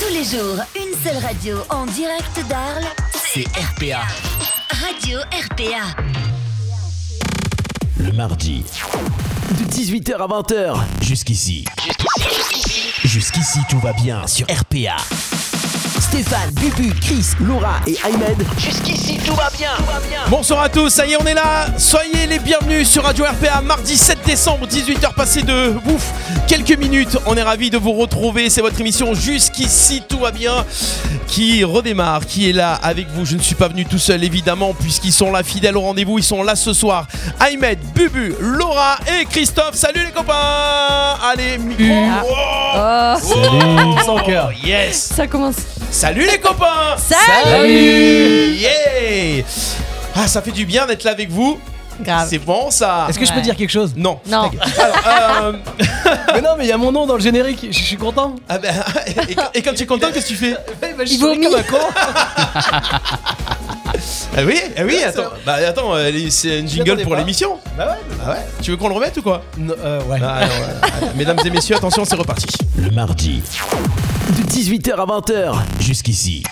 Tous les jours, une seule radio en direct d'Arles. C'est RPA. Radio RPA. Le mardi. De 18h à 20h. Jusqu'ici. Jusqu'ici, tout va bien sur RPA. Stéphane, Bubu, Chris, Laura et Ahmed. Jusqu'ici, tout va bien. Bonsoir à tous, ça y est, on est là. Soyez les bienvenus sur Radio RPA, mardi 7 décembre, 18h passé de bouffe, quelques minutes. On est ravis de vous retrouver. C'est votre émission Jusqu'ici, tout va bien qui redémarre, qui est là avec vous. Je ne suis pas venu tout seul, évidemment, puisqu'ils sont là, fidèles au rendez-vous. Ils sont là ce soir. Ahmed, Bubu, Laura et Christophe. Salut les copains. Allez, micro. Oh, Oh, yes. ça commence. Salut les copains Salut Yeah Ah, ça fait du bien d'être là avec vous. Grave. C'est bon ça Est-ce que je peux Ouais. dire quelque chose Non. Non. Alors, euh, mais Non, mais il y a mon nom dans le générique, je je suis content. ah ben, et, et quand tu es content, qu'est-ce que tu fais bah, Il vomit. Ah oui, ah oui, attends. Bah attends, euh, les- c'est une jingle l'attendais pour pas. l'émission. Bah Ah ouais Tu veux qu'on le remette ou quoi ouais. ouais. Ah, alors, euh, alors, Mesdames et messieurs, attention, c'est reparti. Le mardi. De 18h à 20h. Jusqu'ici.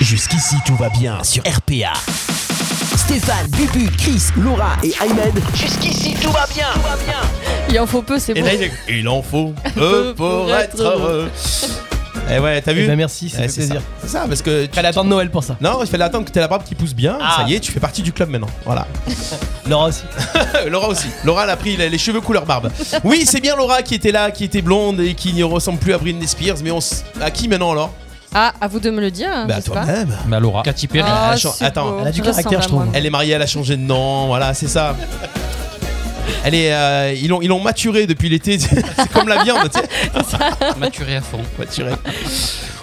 Jusqu'ici, tout va bien sur RPA. Stéphane, Bubu, Chris, Laura et Ahmed. Jusqu'ici, tout va bien. Il en faut peu, c'est Et bon. là, il, est- il en faut peu pour être heureux. Eh ouais, t'as vu Eh ben, merci, ça Eh, fait c'est ça. plaisir. C'est ça, parce que tu- Fallait attendre Noël pour ça. Non, il fallait attendre que t'aies la barbe qui pousse bien. Ah. Ça y est, tu fais partie du club maintenant. Voilà. Laura aussi. Euh, Laura aussi. Laura, elle a pris les les cheveux couleur barbe. Oui, c'est bien Laura qui était là, qui était blonde et qui ne ressemble plus à Britney Spears. Mais on s- à qui maintenant alors Ah, à vous de me le dire. hein, Bah, à n'est-ce pas toi-même. Bah Laura. Katy Perry. Ah, Elle a chan- c'est attends, beau. elle a du Ça ressemble caractère, je à moi. trouve. Elle est mariée, elle a changé de nom. Voilà, c'est ça. Elle est, euh, ils l'ont ils l'ont maturé depuis l'été. c'est comme la viande, tu sais. Maturée à fond. Maturé.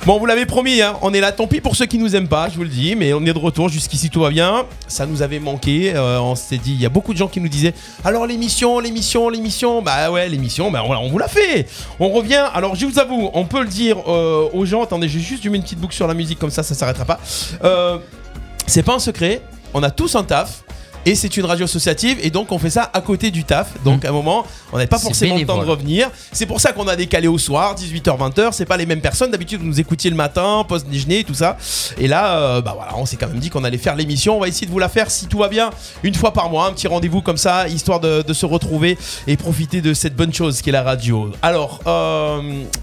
Bon, vous l'avez promis, hein, on est là. Tant pis pour ceux qui nous aiment pas, je vous le dis, mais on est de retour. Jusqu'ici, tout va bien. Ça nous avait manqué. euh, on s'était dit, il y a beaucoup de gens qui nous disaient Alors, l'émission, l'émission, l'émission. Bah ouais, l'émission, bah, on, on vous l'a fait. On revient. Alors, je vous avoue, on peut le dire euh, aux gens. Attendez, j'ai juste dû mettre une petite boucle sur la musique, comme ça, ça s'arrêtera pas. Euh, c'est pas un secret. On a tous un taf. Et c'est une radio associative, et donc on fait ça à côté du taf. Mmh. Donc à un moment, on n'avait pas C'est forcément le temps de bénévole. revenir. C'est pour ça qu'on a décalé au soir, 18h-20h. C'est pas les mêmes personnes. D'habitude, vous nous écoutiez le matin, post déjeuner, tout ça. Et là, euh, bah voilà, on s'est quand même dit qu'on allait faire l'émission. On va essayer de vous la faire si tout va bien, une fois par mois, un petit rendez-vous comme ça, histoire de, de se retrouver et profiter de cette bonne chose qu'est la radio. Alors, euh,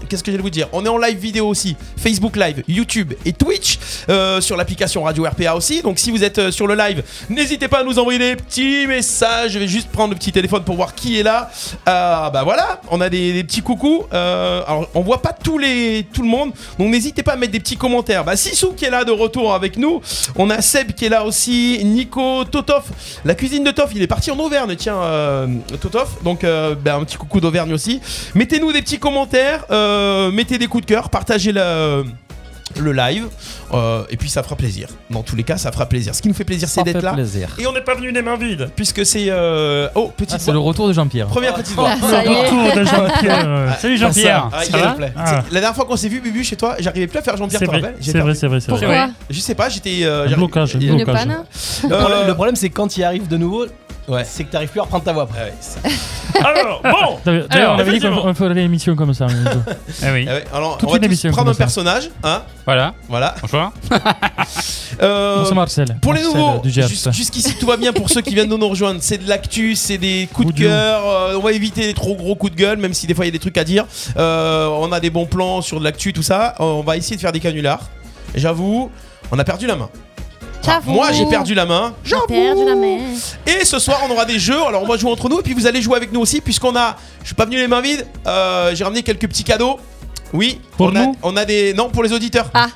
qu'est-ce que j'allais vous dire On est en live vidéo aussi, Facebook Live, YouTube et Twitch euh, sur l'application Radio RPA aussi. Donc, si vous êtes euh, sur le live, n'hésitez pas à nous envoyer des petits messages. Je vais juste prendre le petit téléphone pour voir qui est là. Ah bah voilà, on a des, des petits coucous. Euh, alors on voit pas tous les tout le monde, donc n'hésitez pas à mettre des petits commentaires. Bah Sissou qui est là de retour avec nous. On a Seb qui est là aussi, Nico, Totof. La cuisine de Toff, il est parti en Auvergne, tiens euh, Totof. Donc euh, bah, un petit coucou d'Auvergne aussi. Mettez-nous des petits commentaires, euh, mettez des coups de cœur, partagez le le live euh, et puis ça fera plaisir dans tous les cas ça fera plaisir ce qui nous fait plaisir c'est d'être là plaisir. et on n'est pas venu des mains vides puisque c'est euh, oh petite Ah, c'est le voix. retour de Jean-Pierre. première petite voix Oh, Ça y est. Retour de Jean-Pierre. Salut Jean-Pierre. Ah, Ça il y a- va la Ah, dernière fois qu'on s'est vu, Bubu, chez toi, j'arrivais plus à faire Jean-Pierre, C'est tu te vrai, rappelles J'ai c'est vrai, perdu- c'est vrai. c'est vrai. Pourquoi Je sais pas, j'étais. euh, Un j'arrivais- blocage, un j'ai- Une blocage. panne Le Euh, problème- Le problème, c'est que quand il arrive de nouveau, Ouais. c'est que t'arrives plus à reprendre ta voix après. Ah ouais, c'est- Alors, bon Ah, D'ailleurs, Alors, on avait dit effectivement. qu'on ferait l'émission comme ça. Eh oui. ah ouais, Alors, Toute on va une tous émission prendre un comme ça. personnage, hein voilà. Voilà. Bonsoir. Euh, Bonsoir Marcel. Pour les Marcel, nouveaux, Du GF. jus- jusqu'ici tout va bien pour ceux qui viennent de nous rejoindre. C'est de l'actu, c'est des coups de Goudou. cœur. euh, on va éviter les trop gros coups de gueule, même si des fois il y a des trucs à dire. Euh, on a des bons plans sur de l'actu, tout ça. Euh, On va essayer de faire des canulars. J'avoue, on a perdu la main. Enfin, Ah, J'avoue. moi j'ai perdu la main. J'ai perdu la main. Et ce soir, on aura des jeux. Alors, on va jouer entre nous. Et puis, vous allez jouer avec nous aussi, puisqu'on a. Je suis pas venu les mains vides. Euh, J'ai ramené quelques petits cadeaux. Oui. Pour on a, nous on a des. Non, pour les auditeurs. Ah.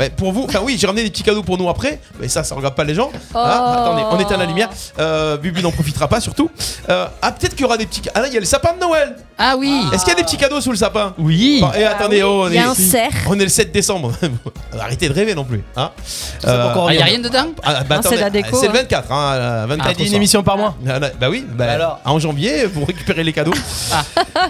Ouais, pour vous, enfin oui, j'ai ramené des petits cadeaux pour nous après, mais ça, ça regarde pas les gens. Ah, Oh. attendez, on éteint la lumière. Euh, Bubu n'en profitera pas surtout. Euh, ah, peut-être qu'il y aura des petits. ca- Ah là, il y a le sapin de Noël. Ah oui. Est-ce qu'il y a des petits cadeaux sous le sapin Oui. Bon, Et attendez, oh, on Il y est, a un cerf. on est le 7 décembre. Arrêtez de rêver non plus. Hein C'est pas encore Ah, y a rien. rien dedans ah, bah, Non, c'est attendez, la déco, C'est le hein. 24, hein, euh, 24 Ah, T'as dit une ça. émission par mois Ah, là, bah oui, bah, Bah alors. en janvier, vous récupérez les cadeaux. Ah.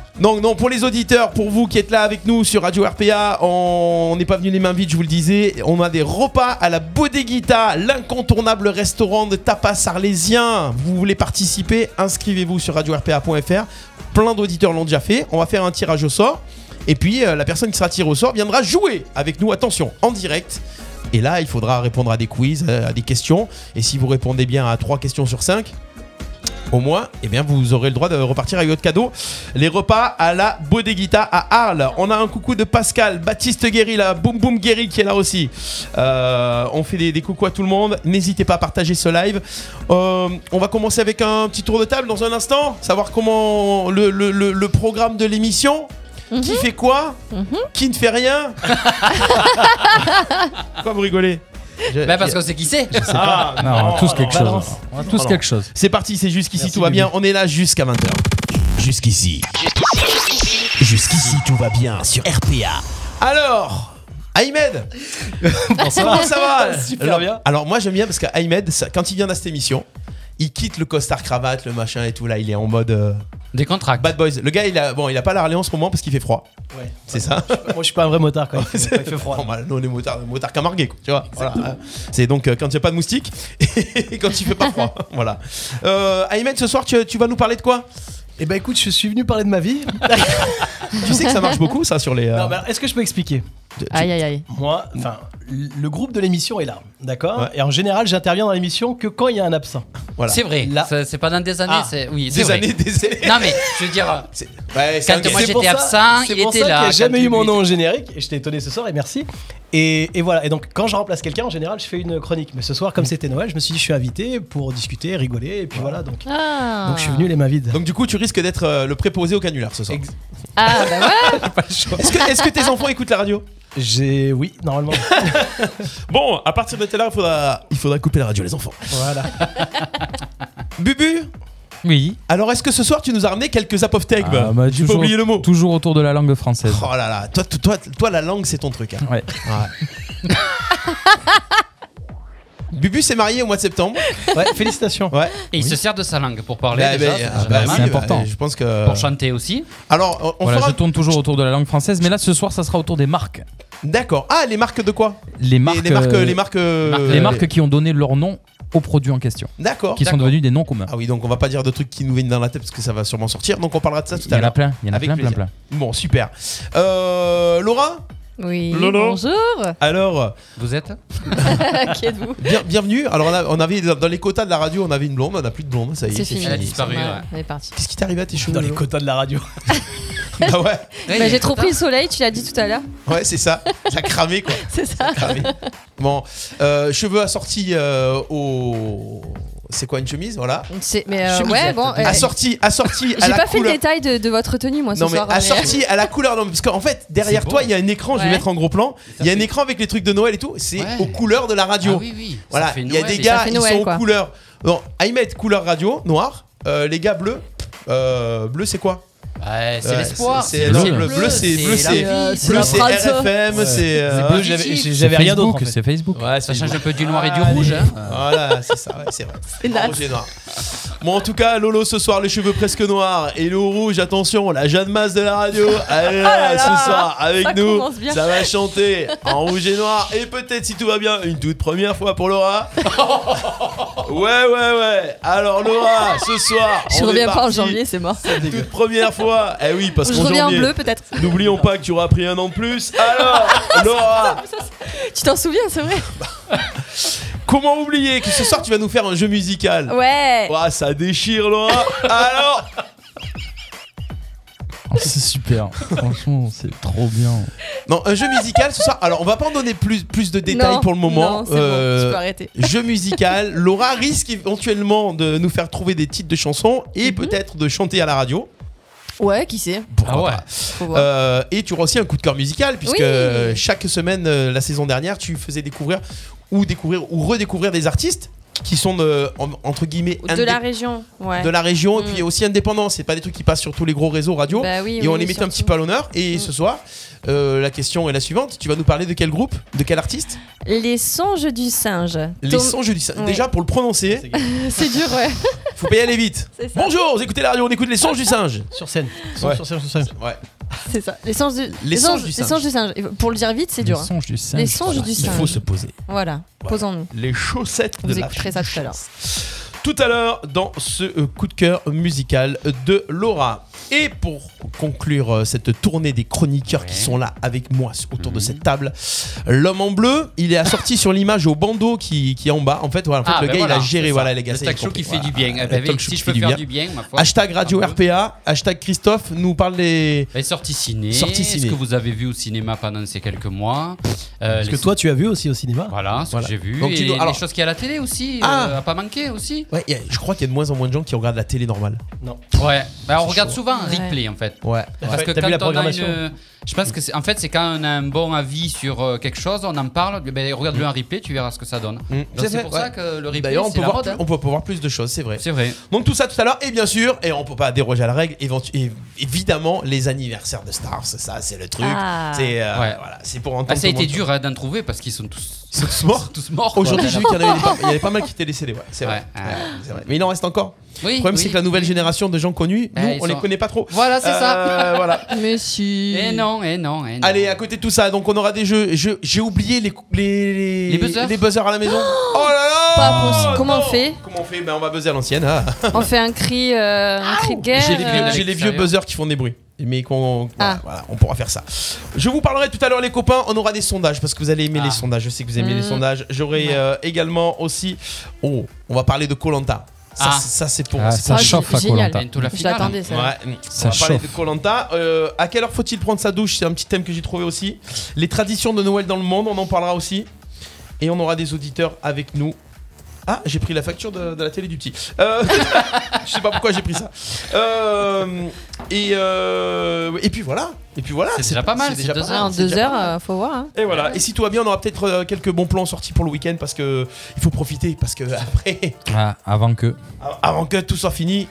Donc non, pour les auditeurs, pour vous qui êtes là avec nous sur Radio RPA, on n'est pas venu les mains vides, je vous le disais. On a des repas à la Bodeguita, l'incontournable restaurant de tapas arlésien. Vous voulez participer Inscrivez-vous sur radio-rpa.fr. Plein d'auditeurs l'ont déjà fait. On va faire un tirage au sort. Et puis euh, la personne qui sera tirée au sort viendra jouer avec nous, attention, en direct. Et là, il faudra répondre à des quiz, euh, à des questions. Et si vous répondez bien à 3 questions sur 5, au moins, eh bien, vous aurez le droit de repartir avec votre cadeau. Les repas à la Bodeguita à Arles. On a un coucou de Pascal, Baptiste Guéry, là, Boum Boum Guéry qui est là aussi. Euh, on fait des, des coucou à tout le monde. N'hésitez pas à partager ce live. Euh, on va commencer avec un petit tour de table dans un instant. Savoir comment le, le- le- le programme de l'émission. Qui fait quoi Qui ne fait rien Pourquoi vous rigolez Je- Bah, parce qu'on sait qui c'est. je sais pas. Ah, Non, on a tous Ah, non, quelque non, chose. On a tous quelque chose. C'est parti, c'est jusqu'ici, Merci, tout va Bibi. bien. On est là jusqu'à 20h. Jusqu'ici. Jusqu'ici, tout va bien sur RPA. Alors, Ahmed Comment ça va alors, alors moi j'aime bien parce que Ahmed, ça- quand il vient à cette émission, il quitte le costard cravate, le machin et tout là, il est en mode euh, Des contracts. bad boys. Le gars, il a bon, il a pas l'arlé en ce moment parce qu'il fait froid. Ouais. C'est ça Moi, je suis pas un vrai motard quand il fait, quand il fait froid. Normal, nous on est motards, motards camargués, quoi, tu vois. Voilà. C'est donc euh, quand il n'y a pas de moustiques et quand il fait pas froid. voilà. Euh, Ahmed, ce soir, tu, tu vas nous parler de quoi Et bah écoute, je suis venu parler de ma vie. Tu sais que ça marche beaucoup ça sur les. euh, Non, mais alors, est-ce que je peux expliquer Aïe, aïe, aïe. Moi, enfin, le groupe de l'émission est là, d'accord Ouais. Et en général, j'interviens dans l'émission que quand il y a un absent. voilà. C'est vrai. Là. Ça, C'est pas dans des années. Ah, c'est Oui, c'est Des vrai. années, des années. Non, mais je veux dire, euh, C'est- Ouais, c'est Quand un- moi, C'est j'étais pour ça- absent, c'est il pour était ça là, qu'il n'y a quand jamais il eu mon lui nom au générique et j'étais étonné ce soir et merci. Et, et voilà. Et donc quand je remplace quelqu'un en général, je fais une chronique. Mais ce soir, comme c'était Noël, je me suis dit je suis invité pour discuter, rigoler et puis voilà. donc Ah. donc je suis venu les mains vides. Donc du coup, tu risques d'être euh, le préposé au canular ce soir. Ex- Ah, bah ouais. Est-ce que, est-ce que tes enfants écoutent la radio J'ai oui normalement. Bon, à partir de tout à l'heure, il faudra, il faudra couper la radio, les enfants. voilà. Bubu, Oui. alors est-ce que ce soir tu nous as ramené quelques apophtègues Ah, bah, J'ai pas oublié le mot. Toujours autour de la langue française. Oh là là, toi, toi, toi, toi, la langue, c'est ton truc. hein. Ouais. Ouais. Bubu s'est marié au mois de septembre. Ouais, félicitations. Ouais. Et il se sert de sa langue pour parler. Bah, déjà, bah, ça, ah, c'est bah, normal. c'est oui, bah, important. je pense que. Pour chanter aussi. Alors, on, on Voilà, fera- je tourne toujours autour de la langue française, mais là ce soir ça sera autour des marques. D'accord. Ah, les marques de quoi Les marques, Les marques, euh, les marques. euh, marques- les marques qui ont donné leur nom aux produits en question, D'accord. qui sont d'accord. devenus des noms communs. Ah oui, donc on va pas dire de trucs qui nous viennent dans la tête parce que ça va sûrement sortir. Donc on parlera de ça tout Il y à en a l'heure. plein, il y en a Avec plein, plein, plaisir. plein. Bon, super. Euh, Laura, Oui, Lolo. bonjour. alors, Vous êtes Bah Qui êtes-vous bien- bienvenue. Alors, on, a- on avait dans les quotas de la radio, on avait une blonde, on n'a plus de blonde, ça y est, C'est c'est fini. Elle a disparu, Ouais, ouais. Elle est partie. Qu'est-ce qui t'est arrivé à tes cheveux Dans les Lolo quotas de la radio. Ah ouais, ouais, Bah, il est J'ai trop tard. pris le soleil, tu l'as dit tout à l'heure. ouais, c'est ça. Ça a cramé quoi. C'est ça. Cramé. Bon, euh, cheveux assortis euh, au. C'est quoi une chemise Voilà. C'est- Mais euh, Chemisette, ouais, bon. euh, Assorti, assorti à J'ai la pas fait le couleur. détail de, de votre tenue, moi, non ce mais soir. hein, assorti à la couleur non, parce qu'en fait derrière C'est beau. toi il y a un écran je vais Ouais. mettre en gros plan il y a un fait- écran avec les trucs de Noël et tout c'est Ouais. aux couleurs de la radio Ah oui, oui. Voilà, Ça fait il y a Noël, des et gars, fait ils Noël, sont aux quoi. couleurs. Non, Ahmed, couleur radio, noir. Euh, les gars, bleu. Euh, bleu, c'est ça- quoi Ouais, c'est Ouais, l'espoir. c'est- c'est- non, bleu, bleu, c'est- bleu, la c'est- vie, C'est Bleu, la c'est phrase. RFM, c'est. euh, Bleu, j'avais positif. j'avais rien d'autre. en Facebook, fait. C'est Facebook. Ça Ouais, c'est change bleu. un peu du noir et du rouge. hein. Voilà, c'est ça, ouais, c'est vrai. naze. Rouge et noir. Bon, en tout cas, Lolo ce soir, les cheveux presque noirs et le rouge, attention, la Jeanne Masse de la radio, elle est là, Ah là, ce soir avec ça nous. commence bien. Ça va chanter en rouge et noir et peut-être, si tout va bien, une toute première fois pour Laura. ouais, ouais, ouais. Alors, Laura, ce soir, Je on est reviens pas en parti. janvier, c'est mort. Une toute première fois. Eh oui, parce Je qu'en reviens en janvier, bleu, peut-être. N'oublions pas que tu auras pris un an de plus. Alors, Laura, Tu t'en souviens, c'est vrai comment oublier que ce soir tu vas nous faire un jeu musical Ouais. Ouah, ça déchire, Laura. Alors, Oh, c'est super. Franchement, c'est trop bien. Non, un jeu musical ce soir. Alors, on va pas en donner plus, plus de détails Non, pour le moment. Non, c'est Euh, bon, tu peux arrêter. Jeu musical. Laura risque éventuellement de nous faire trouver des titres de chansons Mhm. et peut-être de chanter à la radio. Ouais, qui sait Pourquoi Ah ouais. pas. Faut voir. Euh, et tu auras aussi un coup de cœur musical puisque Oui. euh, chaque semaine euh, la saison dernière, tu faisais découvrir ou découvrir ou redécouvrir des artistes qui sont de- en- entre guillemets de la indép- région, ouais. de la région et Mm. puis aussi indépendants. C'est pas des trucs qui passent sur tous les gros réseaux radio. Bah oui, Et oui, on oui, les met un surtout. petit peu à l'honneur. Et Mm. ce soir, euh, la question est la suivante. Tu vas nous parler de quel groupe De quel artiste Les songes du singe. Les Tom- sons, je dis ça. Ouais. Déjà, pour le prononcer, C'est dur, ouais. faut pas y aller vite. C'est ça. Bonjour, vous écoutez la radio, on écoute les songes du singe. Sur scène. Ouais. Sur scène. Sur scène. Ouais. C'est ça. Les songes du, Les songes du les singe. songes du singe. Et Pour le dire vite, c'est dur. Les hein. songes du singe. Les songes du Il singe. faut se poser. Voilà, posons-nous. Les chaussettes de Vous la écouterez ça tout à l'heure. chance. tout à l'heure dans ce euh, coup de cœur musical de Laura. Et pour conclure euh, cette tournée des chroniqueurs qui sont là avec moi autour Mhm. de cette table, l'homme en bleu, il est assorti sur l'image au bandeau qui, qui est en bas. En fait, voilà, en fait, Ah, le ben gars, voilà, il a géré c'est voilà, ça. les gars. Le ça, talk il show compris. qui fait du bien. Ah, Le ben, talk si show je qui peux fait faire du bien, ma foi. Ah Hashtag Radio RPA, hashtag Christophe, nous parle des. Les sorties ciné. Sorties ciné. Ce que vous avez vu au cinéma pendant ces quelques mois. Euh, Parce les- que toi, tu as vu aussi au cinéma. Voilà, ce que j'ai vu. Donc, et tu dois- alors- les choses qui y a à la télé aussi. Ah. euh, a pas manqué aussi. Ouais, il y a- je crois qu'il y a de moins en moins de gens qui regardent la télé normale. Ouais, bah, on regarde souvent un Ouais. replay en fait. Ouais. Parce que T'as vu quand la on a programmation une. euh, Je pense que c'est. En fait, c'est quand on a un bon avis sur euh, quelque chose, on en parle, ben, regarde-le en replay, tu verras ce que ça donne. Donc, C'est vrai, C'est pour ça Mm. ouais. que le replay, D'ailleurs, on, c'est peut la voir mode. plus- hein. on peut voir plus de choses, c'est vrai. C'est vrai. Donc tout ça tout à l'heure et bien sûr et on peut pas déroger à la règle éventu- et- évidemment les anniversaires de stars ça c'est le truc Ah. c'est euh, Ouais. voilà c'est pour entendre Ah, ça a tout le été monde. dur hein, d'en trouver parce qu'ils sont tous. Ils sont tous morts. tous morts. quoi. aujourd'hui j'ai vu qu'il y en avait pas, il y avait pas mal qui étaient décédés ouais c'est vrai, Ouais, ah. Ouais, c'est vrai. mais il en reste encore Oui, le problème oui. c'est que la nouvelle génération de gens connus nous Ah, ils on les sont- connaît pas trop Voilà, c'est ça. Euh, voilà Mais si. Et non, et non, eh et non. Allez, à côté de tout ça, donc on aura des jeux. Je- J'ai oublié les, les, les, Les buzzers à la maison. Oh, là là Pas possible. Comment non on fait Comment on fait Ben on va buzzer à l'ancienne. ah. On fait un cri, euh, un cri de guerre. J'ai les, vieux- euh, j'ai les vieux l'extérieur. buzzers qui font des bruits. Mais qu'on voilà, Ah. voilà, on pourra faire ça. Je vous parlerai tout à l'heure les copains, on aura des sondages parce que vous allez aimer Ah. Mmh. les sondages, je sais que vous aimez les Mm. sondages. J'aurai euh, également aussi Oh, on va parler de Colanta. Ça, Ah. c'est- ça, c'est pour Ah, c'est ça Ah, chauffe à génial. Koh-Lanta. Bientôt la Je finale. l'attendais, ça. Ouais, Ça on va parler chauffe. de Colanta. Euh, à quelle heure faut-il prendre sa douche C'est un petit thème que j'ai trouvé aussi. Les traditions de Noël dans le monde, on en parlera aussi. Et on aura des auditeurs avec nous. Ah, j'ai pris la facture de, de la télé du petit. Euh, je sais pas pourquoi j'ai pris ça. Euh, et, euh, et puis voilà. Et puis voilà. C'est déjà pas mal, c'est c'est déjà deux pas Ah, en mal, c'est deux déjà heures, pas mal. euh, faut voir. hein. Et voilà. Et si tout va bien, on aura peut-être euh, quelques bons plans sortis pour le week-end parce que il faut profiter parce que après, Ah, avant que. avant que tout soit fini,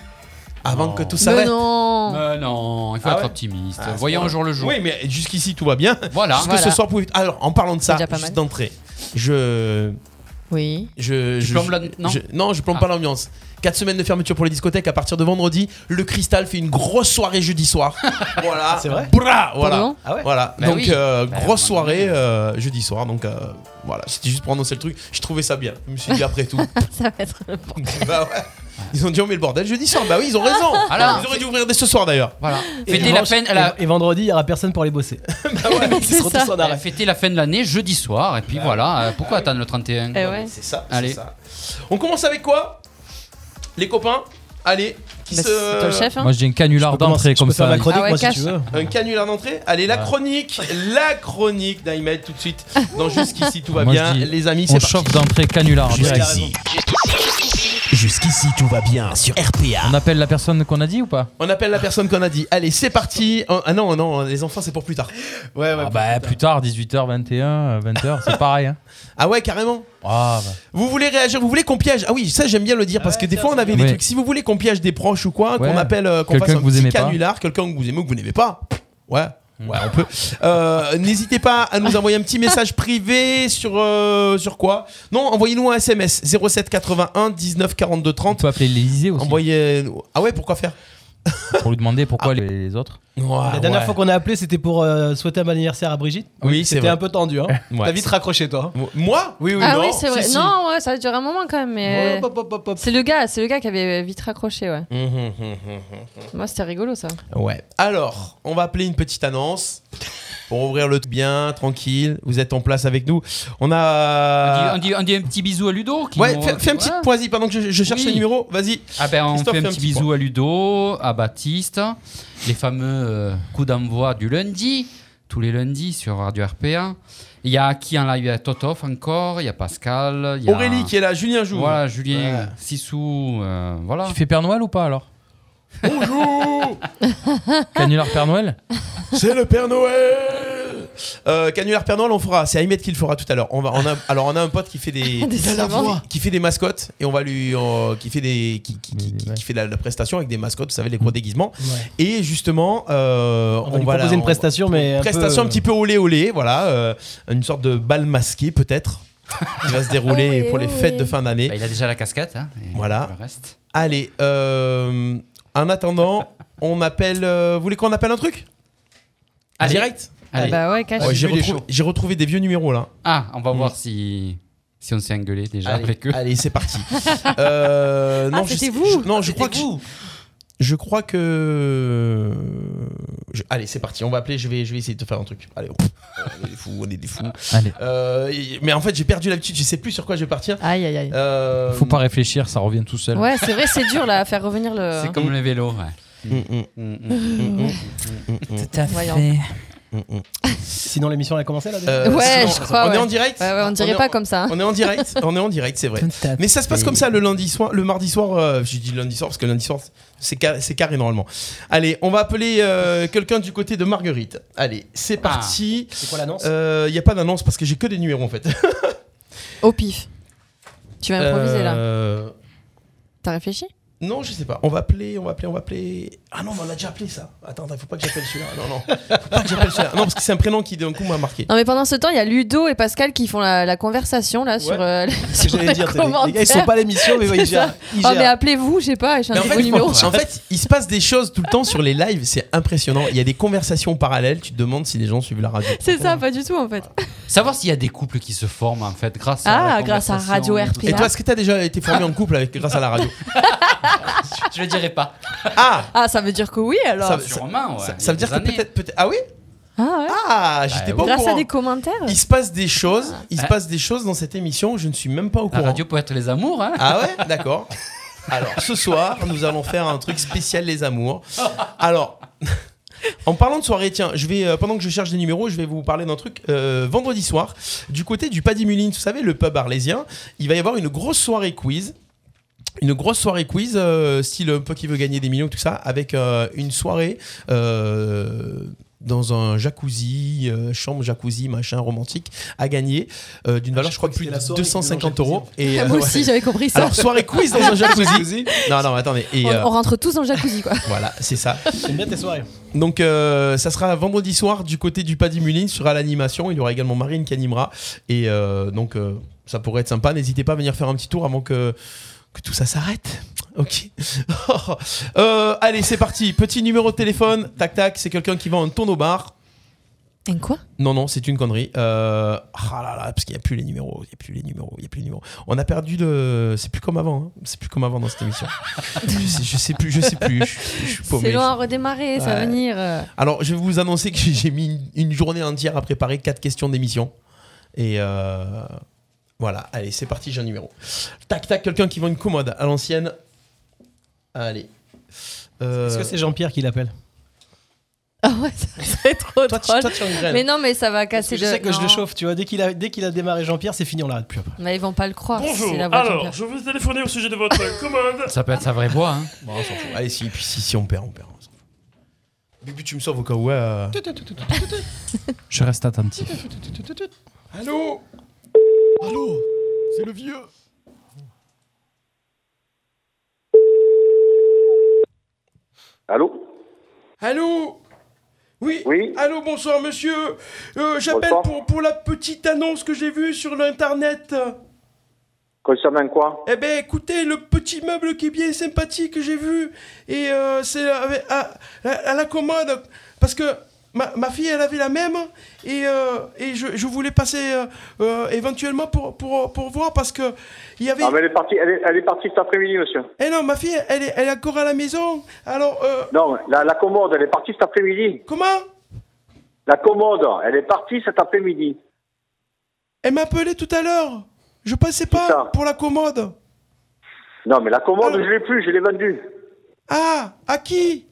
avant Non. que tout s'arrête. Mais non. Mais non, il faut Ah être ouais optimiste. Ah, c'est Voyons bon. au jour le jour. Oui, mais jusqu'ici tout va bien. Voilà. Jusque Voilà. ce soir, vous pouvez- Alors, en parlant de ça, déjà pas juste mal. d'entrée, je. Oui. Tu Je, Euh, je- plombes la- je- non je- non, je plombe Ah. pas l'ambiance. 4 semaines de fermeture pour les discothèques à partir de vendredi. Le Cristal fait une grosse soirée jeudi soir. voilà. Ah, C'est vrai Bra, voilà. Pardon Ah ouais Voilà. Bah donc oui. euh, Bah, grosse on en a soirée parlé. euh, jeudi soir. Donc euh, voilà, c'était juste pour annoncer le truc. Je trouvais ça bien. Je me suis dit après tout. Ça va être le bon. bah ouais. Ils ont dit on met le bordel jeudi soir. Bah oui, ils ont raison. Voilà. ils auraient dû ouvrir dès ce soir d'ailleurs. Voilà. Et Fêtez la dimanche- fin, la- et, et vendredi, il n'y aura personne pour aller bosser. Ils C'est seront ça. tous en arrêt. fêtez la fin de l'année jeudi soir. Et puis voilà. euh, Pourquoi attendre le 31 Eh ouais. C'est ça. Allez. c'est ça. On commence avec quoi Les copains Allez. Qui Bah, c'est se- toi le chef, hein. Moi, j'ai une canular d'entrée Je peux comme faire ça. ma chronique, Ah ouais, moi, si cache. tu veux. Un canular d'entrée Allez, Ah. la chronique La chronique d'Ahmed tout de suite. Dans Jusqu'ici, tout va Moi, je bien. dis, Les amis, On c'est parti. chauffe d'entrée canular. direct. Jusqu'ici. Jusqu'ici, tout va bien sur RPA. On appelle la personne qu'on a dit ou pas On appelle la personne qu'on a dit. Allez, c'est parti. Oh, Ah non, non, les enfants, c'est pour plus tard. Ouais, ouais. Ah bah plus tard, 18h, 21h, 20h, euh, c'est pareil. hein. Ah ouais, carrément. Ah bah. Vous voulez réagir, vous voulez qu'on piège. Ah oui, ça j'aime bien le dire parce que des fois on avait des Ouais. trucs. Si vous voulez qu'on piège des proches ou quoi, qu'on Ouais. appelle, euh, qu'on fasse Quelqu'un un que vous petit aimez pas. Hmm. canular, quelqu'un que vous aimez ou que vous n'aimez pas. Ouais. Ouais, on peut. Euh, N'hésitez pas à nous envoyer un petit message privé sur euh, sur quoi Non, envoyez-nous un SMS 07 81 19 42 On 30. peut appeler l'Elysée aussi Envoyez. Ah ouais, pourquoi faire pour lui demander pourquoi les- les autres. Ah La dernière fois qu'on a appelé, c'était pour euh, souhaiter un bon anniversaire à Brigitte. Oui, c'est C'était vrai. un peu tendu, hein. Ouais. T'as vite raccroché, toi. Moi Oui, oui. Ah non, oui, c'est vrai. si, si. Non, ouais, ça a duré un moment quand même. Mais... euh, Hop, hop, hop, hop, hop. C'est le gars, c'est le gars qui avait vite raccroché, ouais. Mhm, mhm, mhm. Moi, c'était rigolo ça. Ouais. Alors, on va appeler une petite annonce pour ouvrir le bien, tranquille. Vous êtes en place avec nous. On a. On dit, on dit- on dit un petit bisou à Ludo. Qui Euh, ouais, nous- fais, fais un petit. Ouais. Vas-y, pendant que je, je cherche Oui. les numéros, vas-y. Ah ben, on Christophe, fait un fais petit, bisou à Ludo, à Baptiste, les fameux euh, coups d'envoi du lundi, tous les lundis sur Radio RPA. Il y a qui en live Il y a Totof encore, il y a Pascal, il y a Aurélie qui est là, Julien joue. Voilà, Julien, Ouais. Sissou, euh, voilà. Tu fais Père Noël ou pas alors Bonjour Canular Père Noël C'est le Père Noël euh, Canular Père Noël, on fera. C'est Ahmed qui le fera tout à l'heure. On va, on a, alors, on a un pote qui fait des. Il a la voix. Qui fait des mascottes et on va lui. euh, qui fait des. Qui, qui- qui- qui- qui fait la, la prestation avec des mascottes, vous savez, les gros déguisements. Et justement, euh, Mm. On va lui proposer la- une prestation, mais. un prestation un petit peu olé olé, voilà, euh, une sorte de bal masqué peut-être qui va se dérouler Olé, pour les olé. fêtes de fin d'année. Bah, il a déjà la casquette. hein, et Voilà. Le reste. Allez, euh, en attendant, on appelle. euh, vous voulez qu'on appelle un truc Allez. Direct Allez. Bah ouais, cache. Ouais, J'ai vu les retrouvé, j'ai retrouvé des vieux numéros là. Ah, on va Mm. voir si. Si on s'est engueulé déjà Allez, avec eux. Allez, c'est parti. Ah, Euh, Ah, non, je sais- je- non, je crois que Je, je crois que. je- allez, c'est parti. On va appeler. Je vais, je vais essayer de te faire un truc. Allez, on, on est des fous, on est des fous. Euh, et- mais en fait, j'ai perdu l'habitude. Je sais plus sur quoi je vais partir. Aïe, aïe, aïe. Euh, Faut pas réfléchir, ça revient tout seul. Ouais, c'est vrai, c'est euh, dur là à faire revenir le. C'est comme le vélo, ouais. Tout à Voyons. fait. euh, Sinon, l'émission elle a commencé là déjà Euh, ouais, sinon, je crois. On ouais. est en direct. Ouais, ouais, on dirait est- pas comme ça. hein. On est en direct. on est en direct, c'est vrai. Mais ça se passe comme ça le lundi soir, le mardi soir. euh, J'ai dit lundi soir parce que lundi soir c'est carré, c'est carré normalement. Allez, on va appeler euh, quelqu'un du côté de Marguerite. Allez, Ah. c'est parti. C'est quoi l'annonce Il n'y a pas d'annonce parce que j'ai que des numéros en fait. Au pif. Tu vas improviser là. Euh, T'as réfléchi Non, je sais pas. On va appeler, on va appeler, on va appeler. Ah non, mais on a déjà appelé ça. Attends, attends, faut pas que j'appelle celui-là. Non, non. Faut pas que j'appelle celui-là. Non, parce que c'est un prénom qui d'un coup m'a marqué. Non, mais pendant ce temps, il y a Ludo et Pascal qui font la, la conversation là sur. euh, ce sur que j'allais les dire, t'as les- les gars, ils commentaires. sont pas à l'émission, mais ouais, ils C'est gèrent- ça. ils Ah, gèrent. mais appelez-vous, je sais pas, j'ai un Mais en nouveau fait, numéro. en fait, il se passe des choses tout le temps sur les lives, c'est impressionnant. Il y a des conversations parallèles, tu te demandes si les gens suivent la radio. C'est ça, pas du tout en fait. Savoir s'il y a des couples qui se forment en fait grâce à. Ah, la grâce à conversation Radio et tout RPA. Et toi, est-ce que t'as déjà été formé en couple avec, grâce à la radio ça. Je le dirai pas. Ah Ah, ça veut dire que oui alors. ça, Sûrement, ouais. ça- Il y ça a veut dire des que années. Bah peut-être. peut-être- ah oui Ah, ouais. Ah, j'étais pas au Grâce à courant. des commentaires. Il se passe des choses, il se Ah. passe des choses dans cette émission, où je ne suis même pas au La courant. radio peut être les amours, hein. Ah ouais D'accord. Alors, ce soir, nous allons faire un truc spécial les amours. Alors, en parlant de soirée, tiens, je vais, euh, pendant que je cherche des numéros, je vais vous parler d'un truc. euh, vendredi soir, du côté du Paddy Mullins, vous savez, le pub arlésien, il va y avoir une grosse soirée quiz. Une grosse soirée quiz, euh, style un peu qui veut gagner des millions, tout ça, avec euh, une soirée euh, dans un jacuzzi, euh, chambre jacuzzi, machin romantique, à gagner, euh, d'une valeur, je crois, de plus c'était la de soirée qui voulait 250 en jacuzzi, euros. Et, euh, Moi aussi, ouais. j'avais compris ça. Alors, soirée quiz dans un jacuzzi. non, non, attendez. Et, on, euh, on rentre tous dans le jacuzzi quoi. voilà, c'est ça. J'aime bien tes soirées. Donc, euh, ça sera vendredi soir du côté du Paddy Mullins. sera l'animation. Il y aura également Marine qui animera. Et euh, donc, euh, ça pourrait être sympa. N'hésitez pas à venir faire un petit tour avant que, que tout ça s'arrête. Ok. Euh, allez, c'est parti. Petit numéro de téléphone. Tac, tac. C'est quelqu'un qui vend un ton au bar. Et quoi Non, non, c'est une connerie. Euh, ah là là, parce qu'il n'y a plus les numéros, il n'y a plus les numéros, il n'y a plus les numéros. On a perdu le. C'est plus comme avant, hein. c'est plus comme avant dans cette émission. je, sais, je sais plus, je sais plus, je, suis- je suis C'est paumé. loin à redémarrer, ça va Ouais. venir. euh. Alors, je vais vous annoncer que j'ai mis une, une journée entière à préparer quatre questions d'émission. Et euh, voilà, allez, c'est parti, j'ai un numéro. Tac, tac, quelqu'un qui vend une commode à l'ancienne. Allez. Euh, Est-ce que c'est Jean-Pierre qui l'appelle Ah ouais, ça serait trop toi, tu- drôle. toi, tu as une graine. Mais non, mais ça va Parce casser que je le- sais que je Non. le chauffe, tu vois. Dès qu'il a, dès qu'il a démarré Jean-Pierre, c'est fini, on l'arrête plus après. Mais ils vont pas le croire. Bonjour, c'est la voix de alors Jean-Pierre. je vous téléphoner au sujet de votre commande. Ça peut être sa vraie voix, hein. Bon, on s'en fout. Allez, si, puis si, si on perd, on perd. on s'en fout. Bubu, tu me sauves au cas où. ouais, euh. Je reste attentif. Allô Allô C'est le vieux Allô Allô oui. Oui. allô, bonsoir monsieur. Euh, J'appelle Bonsoir. pour, pour la petite annonce que j'ai vue sur l'internet. Concernant quoi Eh ben écoutez, le petit meuble qui est bien sympathique que j'ai vu, et euh, c'est avec- à, à- à la commode, parce que ma, ma fille elle avait la même, et, euh, et je, je voulais passer euh, euh, éventuellement pour, pour, pour voir, parce que il y avait... Ah, mais elle est partie, elle est, elle est partie cet après-midi, monsieur. Eh non, ma fille elle est, elle est encore à la maison, alors... euh, Non, la, la commode, elle est partie cet après-midi. comment La commode, elle est partie cet après-midi. Elle m'a appelé tout à l'heure. Je passais ça. pas pour la commode. Non, mais la commode, Ah. je l'ai plus, je l'ai vendue. Ah, à qui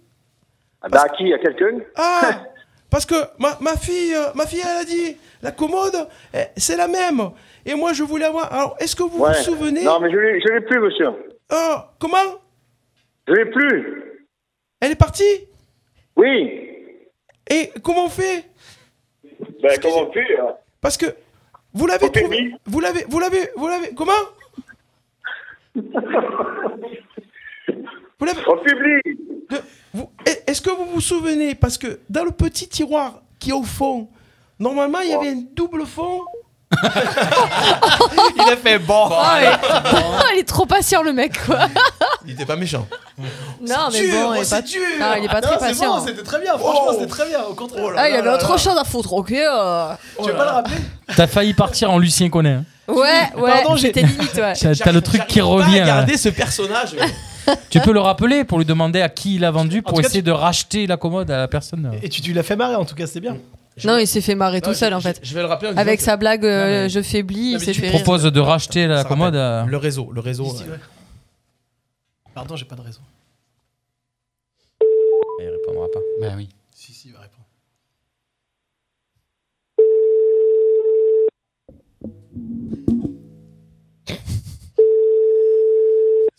Ah, bah, à qui À quelqu'un Ah Parce que ma, ma fille, euh, ma fille, elle a dit, la commode, eh, c'est la même. Et moi, je voulais avoir. Alors, est-ce que vous Ouais. vous souvenez Non, mais je l'ai je l'ai plus, monsieur. Ah, comment Je l'ai plus. Elle est partie Oui. Et comment on fait Ben, comment tu Parce que vous l'avez Au pays. trouvée. Vous l'avez, vous l'avez, vous l'avez. Comment Vous l'avez. On publie. De- vous- est- Est-ce que vous vous souvenez Parce que dans le petit tiroir qui est au fond, normalement, il y avait un double fond Il a fait Ah, bon. Ah, il est trop patient le mec quoi. Il était pas méchant. Non mais dur, oh, bon, il est c'est pas dur. Non, il est Ah, pas Non, très c'est patient. bon, c'était très bien. Franchement, c'était très bien. Au contraire. ah, il avait autre chose à foutre, ok. euh. Tu veux pas le rappeler T'as failli partir en Lucien Connet. hein. Ouais, ouais. Pardon, j'ai- C'était limite, ouais. T'as t'as le truc qui revient. là. Regardez ce personnage. Tu peux le rappeler pour lui demander à qui il l'a vendu En pour tout cas, essayer de racheter la commode à la personne. Et tu, tu l'as fait marrer en tout cas, c'était bien. Non, il s'est fait marrer tout seul en fait. Je vais le rappeler. Avec sa blague, euh, je faiblis, il s'est fait rire. proposes de racheter la commode à- Le réseau, le réseau. euh, Pardon, j'ai pas de raison. Il répondra pas. Ben oui. Si, si, il va répondre.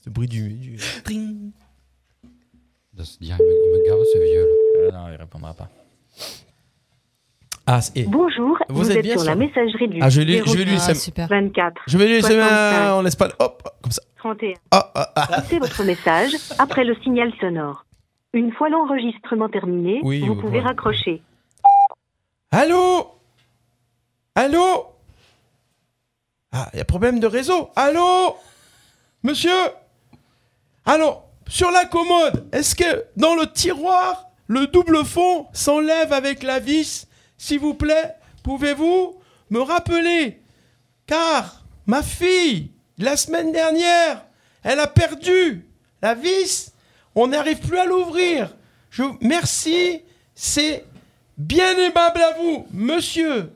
Le bruit du. du- De se dire, il me, il me gave ce vieux là. Euh, non, il répondra pas. Ah, c'est- Bonjour, Vous vous, êtes êtes, bien sur sûr. la messagerie du Ah, je vais lui- je vais lui laisser- 06 24 Je vais lui laisser soixante-cinq, ma- en espagne. Hop, hop, comme ça. 31. Ah, ah, ah. Laissez votre message après le signal sonore. Une fois l'enregistrement terminé, Oui, vous vous pouvez pouvez- raccrocher. Allô Allô Ah, il y a problème de réseau. Allô Monsieur Alors, sur la commode, est-ce que dans le tiroir, le double fond s'enlève avec la vis S'il vous plaît, pouvez-vous me rappeler Car ma fille, la semaine dernière, elle a perdu la vis. On n'arrive plus à l'ouvrir. Je merci, c'est bien aimable à vous, monsieur.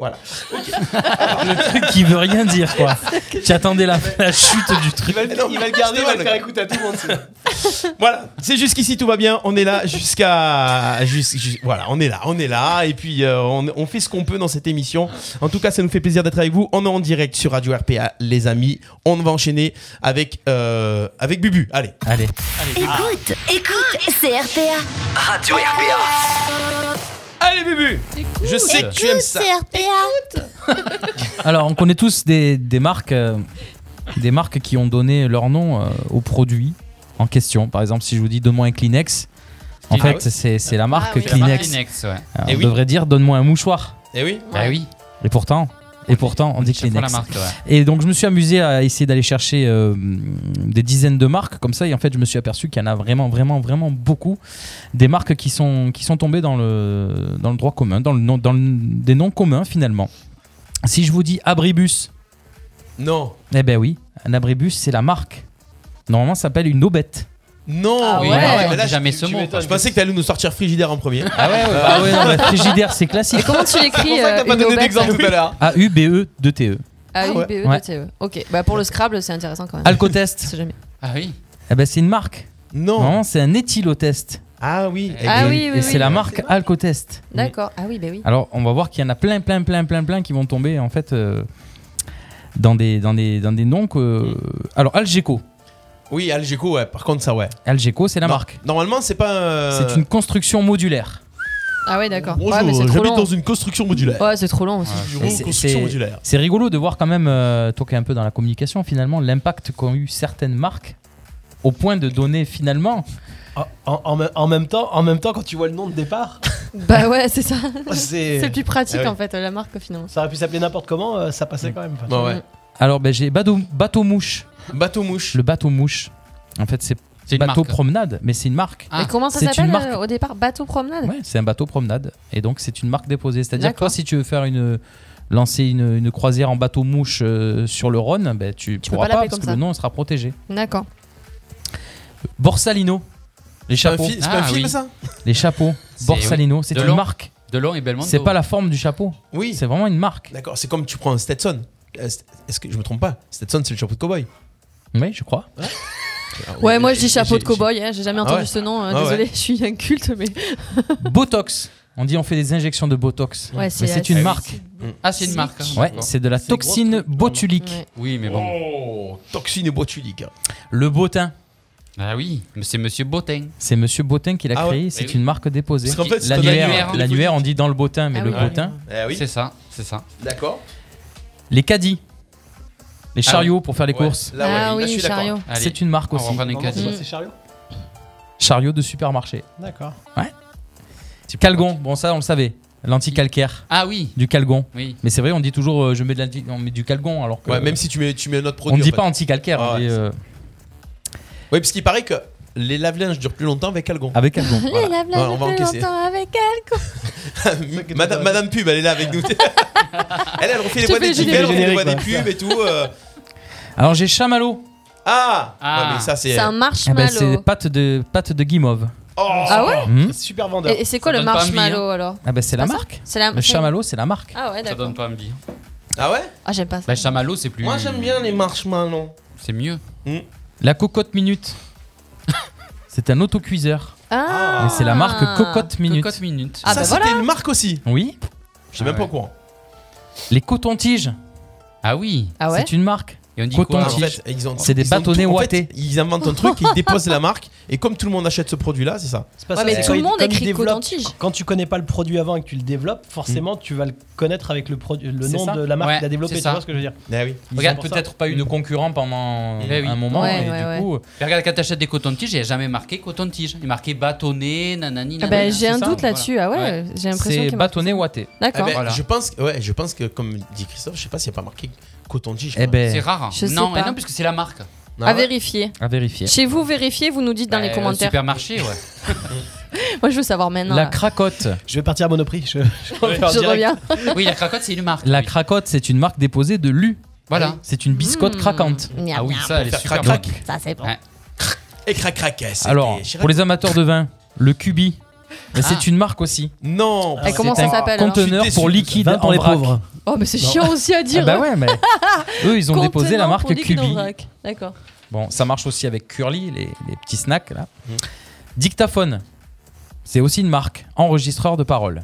Voilà. Le truc qui veut rien dire, quoi. J'attendais la, la chute du truc. Il va le garder, il va le faire écouter à tout le monde. c'est- voilà, c'est jusqu'ici tout va bien. On est là jusqu'à, jus- jus- voilà, on est là, on est là, et puis euh, on, on fait ce qu'on peut dans cette émission. En tout cas, ça nous fait plaisir d'être avec vous. On est en direct sur Radio RPA, les amis. On va enchaîner avec euh, avec Bubu. Allez, Ah. allez. Écoute, écoute, c'est RPA. Radio RPA. Allez Bubu, je sais que tu aimes ça. Alors, on connaît tous des, des marques, euh, des marques qui ont donné leur nom euh, aux produits en question. Par exemple, si je vous dis donne-moi un Kleenex, en Kleenex. fait, c'est c'est la marque Ah oui. C'est la marque Kleenex. Kleenex, ouais. Alors, Eh on oui. devrait dire donne-moi un mouchoir. Eh oui. Bah oui. Et pourtant, et pourtant, on dit chaque fois Kleenex. la marque, ouais. Et donc, je me suis amusé à essayer d'aller chercher euh, des dizaines de marques comme ça. Et en fait, je me suis aperçu qu'il y en a vraiment, vraiment, vraiment beaucoup. Des marques qui sont, qui sont tombées dans le, dans le droit commun, dans, le, nom- dans le- des noms communs finalement. Si je vous dis abribus, Non, eh ben oui, un abribus, c'est la marque. Normalement, ça s'appelle une aubette. non. Ah Oui, ouais. mais on dit Là, jamais tu- ce tu mot, m'étonnes. quoi. Je pensais que t'allais nous sortir frigidaire en premier. Ah ouais, ouais, bah ouais, non, bah, frigidaire, c'est classique. Et comment tu l'écris, C'est pour ça que t'as pas euh, une donné aubette d'exemple tout à l'heure. E A-U-B-E-2-T-E. Ah, ouais. UBE, Ouais. DTE. Ok, bah pour le Scrabble, c'est intéressant quand même. Alcotest. C'est jamais. Ah oui. Eh ben, c'est une marque. Non. Normalement, c'est un éthylotest. Ah oui. Ah oui, oui, Et oui, c'est oui. la marque Alcotest. D'accord. Ah oui, bah oui. Alors, on va voir qu'il y en a plein, plein, plein, plein, plein qui vont tomber en fait euh, dans des dans des dans des noms que. Alors, Algeco. Mm. Oui, Algeco, ouais. Par contre, ça, ouais. Algeco, c'est la Non, marque. Normalement, c'est pas. euh, C'est une construction modulaire. Ah ouais, d'accord. Bonjour, ouais, mais c'est trop j'habite long. dans une construction modulaire. Ouais, c'est trop long aussi. Et Ah, c'est- c'est- C'est rigolo de voir quand même, euh, toi qui es un peu dans la communication, finalement, l'impact qu'ont eu certaines marques au point de donner finalement. Ah. En, en- en me- en même temps, en même temps, quand tu vois le nom de départ, Bah ouais, c'est ça. C'est- C'est plus pratique Ah ouais. en fait, la marque finalement. ça aurait pu s'appeler n'importe comment, euh, ça Mm. passait quand même. Enfin, tu vois. Bah Alors ben, j'ai bateau, bateau mouche. Bah Bateau mouche. Le bateau mouche. En fait, c'est une bateau marque. Ah. promenade, mais c'est une marque. Et comment ça Ah, C'est une s'appelle marque. euh, au départ Bateau promenade Ouais, C'est un bateau promenade. Et donc, c'est une marque déposée. C'est-à-dire que toi, D'accord. si tu veux faire une lancer une, une croisière en bateau mouche euh, sur le Rhône, ben, tu, peux pourras pas pas, l'appeler parce comme que ça. le nom sera protégé. D'accord. Borsalino. Les C'est pas un chapeaux. fi- c'est pas un Ah, film, oui. ça Les chapeaux. C'est- Borsalino, oui. c'est De une long. marque. De long et Belmondo. C'est pas la forme du chapeau. Oui. C'est vraiment une marque. D'accord, c'est comme tu prends un Stetson. Euh, St- Est-ce que je me trompe pas Stetson, c'est le chapeau de cowboy. Oui, je crois. Ouais, moi je dis chapeau de cow-boy, hein, j'ai jamais Ah entendu ouais. ce nom, euh, Ah ouais. désolé, je suis inculte, mais. Botox. On dit on fait des injections de Botox. Ouais, Mais c'est- c'est Ah une oui. marque. Ah, c'est une marque. hein. Ouais, c'est de la C'est gros. toxine botulique. Oui, mais bon. toxine botulique. Le botin. Ah oui, mais c'est Monsieur Botin. C'est Monsieur Botin qui l'a Ah ouais. créé, Eh c'est oui. une marque déposée. Parce qu'en fait, c'est ton L'annuaire, annuaire. l'annuaire, on dit dans le botin, mais Ah le oui. botin. C'est ça, c'est ça. D'accord. Les caddies. Les Ah chariots oui. pour faire les Ouais. courses. Là, ouais, Ah là, oui, je suis d'accord. chariot. Allez, C'est une marque on va aussi. prendre les caddies. C'est quoi, c'est chariot Chariot de supermarché. D'accord. Ouais. Calgon, bon ça on le savait. L'anti-calcaire. Ah oui. Du calgon. Oui. Mais c'est vrai, on dit toujours euh, je mets de l'anti- on met du calgon alors que. Ouais, même si tu mets, tu mets un autre On produit. dit en fait. Ah pas anti-calcaire. on dit, euh, Oui, parce qu'il paraît que les lave-linges durent plus longtemps avec Algon. Avec Algon. Voilà. Les Voilà, on va plus encaisser. longtemps avec elle. quoi. Madame, Madame Pub, elle est là avec nous. elle, elle refait les Je voix fais des le pubs, générique. elle refait les voix des Générique, ouais. pubs et tout. euh. Alors j'ai chamallow. Ah, Ouais, mais ça, c'est. C'est un Eh ben, marshmallow. C'est pâte de pâte de guimauve. Oh, Ah ouais Hmm. Super Et, et c'est quoi le marshmallow hein. alors Ah bah, c'est la Pas ça marque. C'est la Le chamallow, c'est la marque. Ah ouais, Ça d'accord. donne pas envie. hein. Ah ouais Ah, j'aime pas ça. Bah, chamallow, c'est plus. Moi, j'aime Hmm. bien les marshmallows. C'est mieux. La cocotte minute. c'est un autocuiseur. Ah. ben Et c'est la marque cocotte minute. Cocotte minute. Ah, Ça, bah, c'était voilà. une marque aussi. Oui. Je Ah sais même Ah pas au courant. Les cotons-tiges. Ah oui. Ah ouais C'est une marque. Et on dit Ah, en Coton-tige. fait, ils ont- c'est des ils ont bâtonnets tout- en ouatés. fait, ils inventent un truc, ils déposent la marque, et comme tout le monde achète ce produit-là, c'est ça. C'est pas ça, c'est quand il- quand il développe- Quand tu connais pas le produit avant et que tu le Mm. développes, forcément tu vas le connaître avec le, produit- le C'est nom ça de la marque Ouais, qui l'a développé. c'est Tu ça. vois ce que je veux dire Ah oui. Ils Regarde, sont pour ça. peut-être pas eu de concurrent pendant Eh oui. un moment. Ouais, et ouais, du ouais. coup, Mais regarde, quand t'achètes des cotons-tiges, il n'y a jamais marqué coton-tige. Il est marqué bâtonnet, nanani, Ah nanani. bah, j'ai un c'est ça, doute voilà. là-dessus. Ah ouais, j'ai l'impression qu'il m'a- bâtonnet ouaté. D'accord. Eh ben, Voilà. Je pense, que- ouais, je pense que comme dit Christophe, je sais pas s'il n'y a pas marqué coton-tige. Eh ben, C'est rare. hein. Je sais non, pas. et non, puisque c'est la marque. À vérifier. À vérifier. Chez vous, vérifiez, vous nous dites dans Bah, les au commentaires. supermarché, ouais. Moi, je veux savoir maintenant. La là. cracotte. Je vais partir à Monoprix. Je, Je reviens. Oui, la cracotte, c'est une marque. La cracotte, c'est une marque déposée de lu. Voilà. C'est une Mmh. biscotte craquante. Ah oui, ça, elle est Faire super crac, bonne. crac. Ça, c'est bon. Et crac crac. c'était Alors, Chirac. pour les amateurs de vin, le cubi. ben, Ah. C'est une marque aussi. Non. Et Ah, comment ça s'appelle, alors Conteneur Je suis pour déçu, liquide Vin pour en les vrac. pauvres. Oh, mais c'est Non. chiant aussi à dire. hein. Ah bah ouais, mais eux, ils ont Contenant déposé la marque pour liquide en Cubi. vrac. D'accord. Bon, ça marche aussi avec Curly, les, les petits snacks là. Mmh. Dictaphone, c'est aussi une marque, enregistreur de paroles.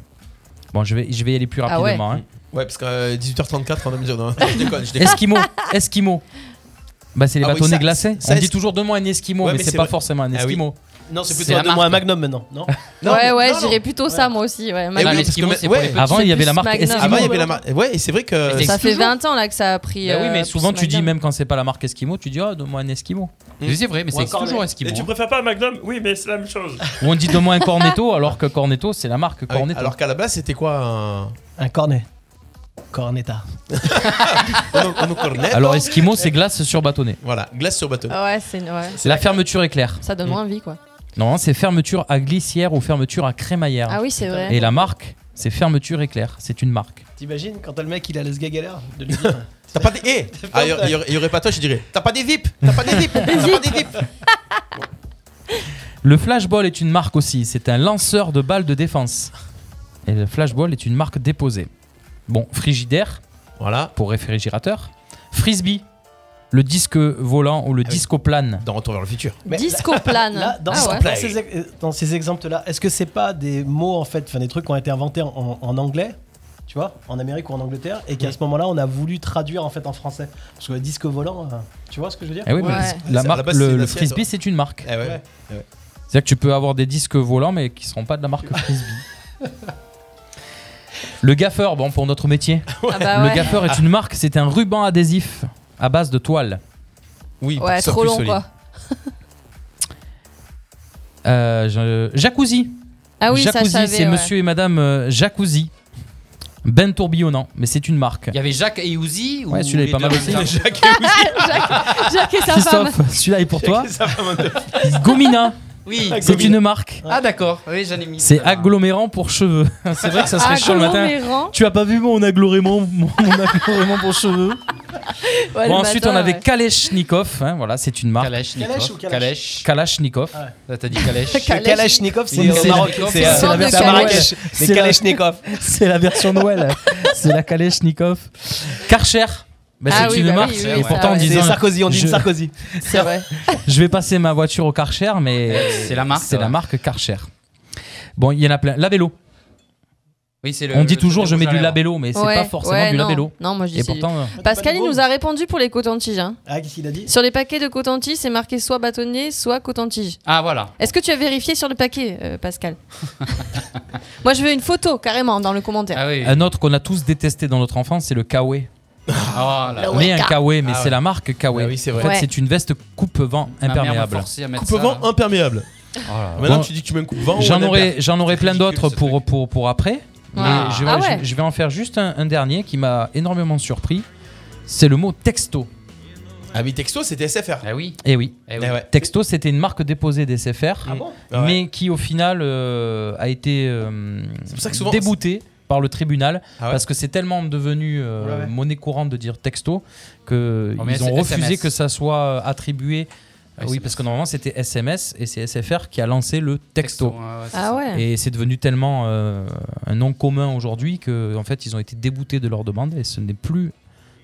Bon, je vais, je vais y aller plus Ah ouais. rapidement. hein. Ouais, parce que euh, 18h34, on a mis. Non, je déconne, je déconne. Esquimau, Esquimau. Bah, c'est les Ah oui, bâtonnets ça- glacés. ça, On dit es- toujours de moi un Esquimau, Ouais, mais, mais c'est c'est pas vrai. forcément un Ah oui. Esquimau. Non, c'est la plutôt donne-moi un magnum maintenant. Non Non, ouais, mais- ouais, non, j'irais plutôt ça, moi aussi. Ouais, Eh oui, Ah, Magnum. Ah, parce que ma- ouais. Avant, il y avait la marque Magnum. Esquimau. Avant, il y avait la marque. Ouais, et c'est vrai que. Ça fait 20 ans là que ça a pris. Bah oui, euh, mais souvent plus tu dis, Magnum. même quand c'est pas la marque Esquimau, tu dis, oh, donne-moi un Esquimau. Mmh. Mais c'est vrai, mais c'est toujours Esquimau. Et tu hein. préfères pas Magnum Oui, mais c'est la même chose. Ou on dit, donne-moi un Cornetto, alors que Cornetto, c'est la marque Ah oui, Cornetto. alors qu'à la base, c'était quoi un. Un cornet. Cornetta. un- un cornet Alors, Esquimau, c'est glace sur bâtonnet. Voilà, glace sur bâtonnet. Ah Ouais, c'est. Ouais. La fermeture éclair. Ça donne moins envie, quoi. Non, c'est fermeture à glissière ou fermeture à crémaillère. Ah oui, c'est vrai. Et la marque, c'est fermeture éclair. C'est une marque. T'imagines quand t'as le mec il a le sgagalère de lui dire. T'as pas des. Eh Ah, il y aurait- il y aurait- il y aurait pas toi, je dirais. T'as pas des VIP T'as pas des VIP T'as pas des VIP Le flashball est une marque aussi. C'est un lanceur de balles de défense. Et le flashball est une marque déposée. Bon, frigidaire. Voilà. Pour réfrigérateur. Frisbee. Le disque volant ou le disque plane. Euh, Dans Retour vers le futur. Mais Disco là- plane. là, dans, Ah ouais. dans ces, ex- euh, dans ces exemples-là, est-ce que c'est pas des mots en fait, enfin des trucs qui ont été inventés en, en anglais, tu vois, en Amérique ou en Angleterre, et qu'à ce moment-là, on a voulu traduire en fait en français Parce que le disque volant, euh, tu vois ce que je veux dire Eh oui, mais la marque, le, le frisbee, c'est une marque. ouais. C'est-à-dire que tu peux avoir des disques volants, mais qui ne seront pas de la marque frisbee. Le gaffeur, bon, pour notre métier. Ah bah ouais. Le gaffeur est une marque, c'est un ruban adhésif à base de toile. Oui, Ouais, trop long, quoi. Euh, je- Jacuzzi. Ah oui, ça, je Jacuzzi, savais, c'est ouais. monsieur et madame euh, Jacuzzi. Ben tourbillonnant, mais c'est une marque. Il y avait Jacques et Ouzi. Ouais, celui-là est pas mal aussi. Jacques Ah, Jacques, Jacques et sa femme. Christophe, celui-là est pour toi. Gomina. Oui, C'est une marque. Ah d'accord, oui, j'en ai mis. C'est agglomérant pour cheveux. C'est vrai que ça Ah, serait chaud le matin. Agglomérant. Tu as pas vu mon agglomérant, mon agglomérant pour cheveux Ouais, Bon, le Ensuite, matin, on avait ouais. Kalashnikov. hein, voilà, c'est une marque. Kalashnikov. Kalash ou Kalash Kalash. Kalashnikov. T'as dit Kalash. Le Kalachnikov, c'est Oui, au Maroc, c'est la- c'est la version à Marrakech. Les C'est la- Kalachnikov. C'est la version Noël. C'est la Kalashnikov. Karcher. Bah, Ah c'est oui, une bah oui, marque. oui, et oui, pourtant, ça, on ouais. dit C'est Sarkozy, on dit une Sarkozy. C'est vrai. Je vais passer ma voiture au Karcher, mais C'est la marque, C'est ouais. la marque Karcher. Bon, il y en a plein. La vélo. Oui, c'est le- On dit le toujours truc je mets rouge à du lèvres. labello, mais c'est Ouais, pas forcément ouais, du non. labello. Non, moi je dis Et c'est du- pourtant, euh, Pascal, il nous a répondu pour les cotons-tiges. hein. Ah, qu'est-ce qu'il a dit Sur les paquets de coton-tiges, c'est marqué soit bâtonnier, soit coton-tige. Ah voilà. Est-ce que tu as vérifié sur le paquet, euh, Pascal Moi, je veux une photo carrément dans le commentaire. un autre qu'on a tous détesté dans notre enfance, c'est le E. Kawe. Ah, là, là. Mais un Kawe, E, mais Ah, c'est ouais. la marque Kawe. En fait, Ouais. c'est une veste coupe-vent Ma mère m'a imperméable. forcé à mettre ça, hein. Oh Coupe-vent là. imperméable. là. Maintenant, Bon. tu dis que tu mets un coupe-vent. ou J'en un aurais, imper- j'en aurais plein d'autres pour, pour, pour après. Mais Ah. je, vais, Ah ouais. je- je vais en faire juste un, un dernier qui m'a énormément surpris. C'est le mot texto. Ah oui, texto, c'était SFR. Ah oui. Eh oui. Eh oui. Eh ouais. Texto, c'était une marque déposée des SFR, Ah bon mais qui au final euh, a été euh, pour ça que souvent- déboutée par le tribunal Ah ouais parce que c'est tellement devenu euh, Ouais, ouais. monnaie courante de dire texto que Oh, mais ils ont S- refusé SMS. que ça soit attribué. Euh, Oui, parce que normalement c'était SMS et c'est SFR qui a lancé le texto. c'est Ah ça. ouais. Et c'est devenu tellement euh, un nom commun aujourd'hui que en fait ils ont été déboutés de leur demande et ce n'est plus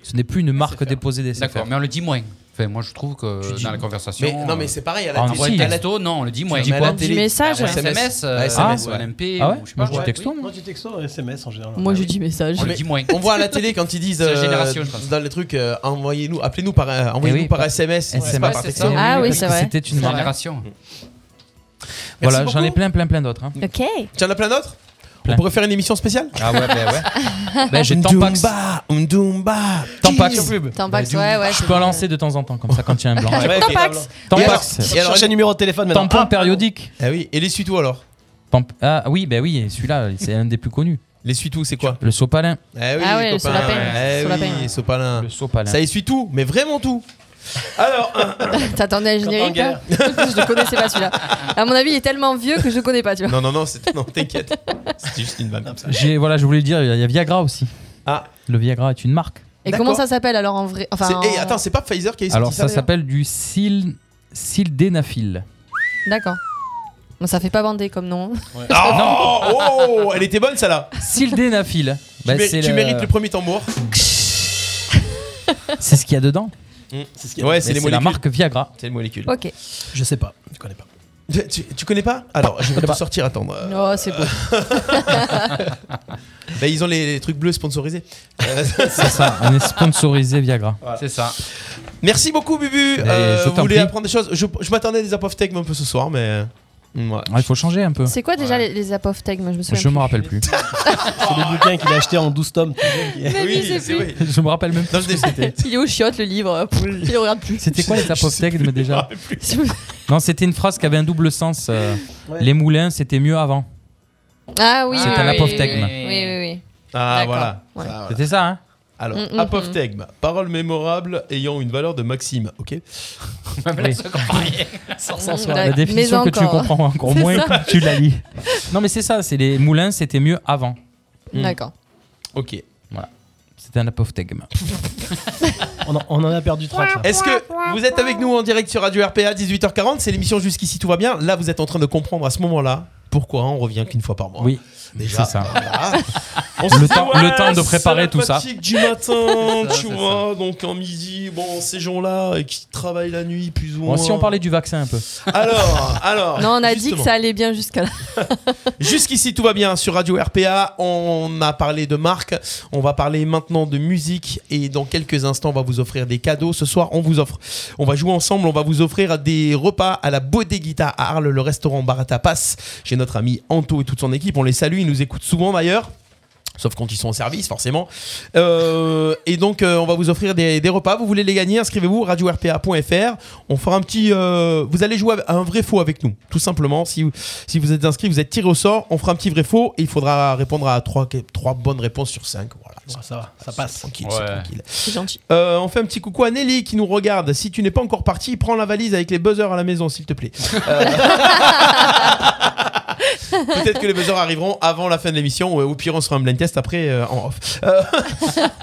ce n'est plus une marque déposée des SFR. D'accord, mais on le dit moins. Enfin, moi, je trouve que dans la conversation. Mais- non, mais c'est pareil, à la on télé- envoie le Ah, si. texto, non, on le dit Tu moins. le dis Mais à quoi la télé, Un message. un SMS, SMS, euh, ouais. SMS, Ah, un MP, ouais. Ah ouais ou je sais pas. Moi, je dis texto, Moi, Ah je dis texto, SMS en général. Moi, je dis message. Mais On voit à la télé quand ils disent C'est la euh, génération, je dans les trucs euh, envoyez-nous, appelez-nous par euh, envoyez-nous Eh oui, par par- SMS, SMS, c'est pas par c'est texto. ça. Ah oui, Parce c'est que vrai. c'était une marque. Mm. Génération. Voilà, Merci j'en ai beaucoup. plein, plein, plein d'autres. hein. Ok. Tu en as plein d'autres On pourrait faire une émission spéciale Ah ouais, ben ouais. Ben, Ben, j'ai Tampax. Undumba, Undumba. Tampax. Ben, Tampax, ouais, ouais. Je peux en lancer de temps en temps, comme ça, quand il y a un blanc. Ouais, ok. Tampax. Tampax. Et alors- numéro de téléphone Tampon périodique. Ah oui, et les suites-tout alors Tamp- Ah oui, ben oui, celui-là, c'est un des plus connus. Les suites-tout, c'est quoi Le sopalin. Eh oui, Ah les ouais, le copains, sopalin. eh Sopalin, oui, ouais. les sopalins. Le sopalin. Ça essuie tout, mais vraiment tout. Alors, T'attendais un générique là Je le connaissais pas celui-là. À mon avis, il est tellement vieux que je le connais pas, tu vois. non, non, non, c'est- non, t'inquiète. C'était juste une vanne comme ça. J'ai- Voilà, je voulais dire, il y a Viagra aussi. Ah. Le Viagra est une marque. Et comment ça s'appelle alors en vrai enfin, C'est- eh, en- attends, c'est pas Pfizer qui a essuie Alors, ça d'ailleurs s'appelle du sil... sildenafil. hein D'accord. Bon, ça fait pas bander comme nom. Ah, non. Oh, elle était bonne celle-là. Sildenafil. Bah, Tu mé- tu mérites le premier tambour. C'est ce qu'il y a dedans. C'est ce qu'il y a. Mm. Ouais, c'est Mais les la molécules. marque Viagra. C'est les molécules. Ok. Je sais pas, je connais pas. Tu, tu- tu connais pas Alors, je vais te sortir, attends. Oh, euh, c'est beau. bah, ils ont les, les trucs bleus sponsorisés. c'est ça, on est sponsorisé Viagra. C'est ça. Merci beaucoup, Bubu. Mais Euh, Eh, je vous t'en voulez prie. apprendre des choses Je, je m'attendais à des apophthegmes un peu ce soir, mais. mm, ouais. Ah, il faut changer un peu. C'est quoi déjà les, les apophthegmes Je me souviens. Je me rappelle plus. C'est le bouquin qu'il a acheté en 12 tomes. Mais lui, c'est plus. je me rappelle même plus. ce que c'était. Il est au chiotte le livre. Pouf, Il le regarde plus. C'était quoi les apophthegmes déjà Non, c'était une phrase qui avait un double sens. euh, Ouais. Les moulins, c'était mieux avant. Ah oui. C'était oui, un oui, apophthegme. Oui, oui, oui. oui. Ah, D'accord. voilà. Ouais. Ça, voilà. C'était ça, hein Alors, Mm, mm, apophthegme, parole mémorable ayant une valeur de maxime, ok Oui. Ouais, La définition mais que tu encore. comprends encore C'est moins ça. quand tu la lis. Non, mais c'est ça, c'est les moulins, c'était mieux avant. Mm. D'accord. Ok. Voilà. C'était un apophthegme. On en, on en a perdu trace. là. Est-ce que vous êtes avec nous en direct sur Radio RPA 18h40 C'est l'émission Jusqu'ici tout va bien. Là, vous êtes en train de comprendre à ce moment-là pourquoi on revient qu'une fois par mois. Oui, déjà. c'est ça. voilà. Le se dit, temps- ouais, le temps de c'est préparer la tout ça. fatigue du matin, C'est ça, tu c'est vois. Donc en midi, bon, ces gens-là euh, qui travaillent la nuit plus ou moins. Bon, si on parlait du vaccin un peu. Alors, alors. Non, on a dit Ah, justement. que ça allait bien jusqu'à là. Jusqu'ici, tout va bien sur Radio RPA. On a parlé de marques. On va parler maintenant de musique. Et dans quelques instants, on va vous offrir des cadeaux. Ce soir, on vous offre. On va jouer ensemble. On va vous offrir des repas à la Bodeguita à Arles, le restaurant Barata Pass. J'ai notre ami Anto et toute son équipe. On les salue. Ils nous écoutent souvent d'ailleurs. Sauf quand ils sont en service, forcément. Euh, et donc, euh, on va vous offrir des, des repas. Vous voulez les gagner Inscrivez-vous radio-rpa.fr. On fera un petit. euh, vous allez jouer à un vrai faux avec nous, tout simplement. Si vous, si vous êtes inscrit, vous êtes tiré au sort. On fera un petit vrai faux. Et il faudra répondre à trois trois bonnes réponses sur 5 Voilà. Ouais, ça va, ça passe. Tranquille, c'est tranquille. C'est gentil. Euh, on fait un petit coucou à Nelly qui nous regarde. Si tu n'es pas encore parti, prends la valise avec les buzzers à la maison, s'il te plaît. Euh, Peut-être que les buzzers arriveront avant la fin de l'émission, ou au pire, on sera un blind test après euh, en off. Euh,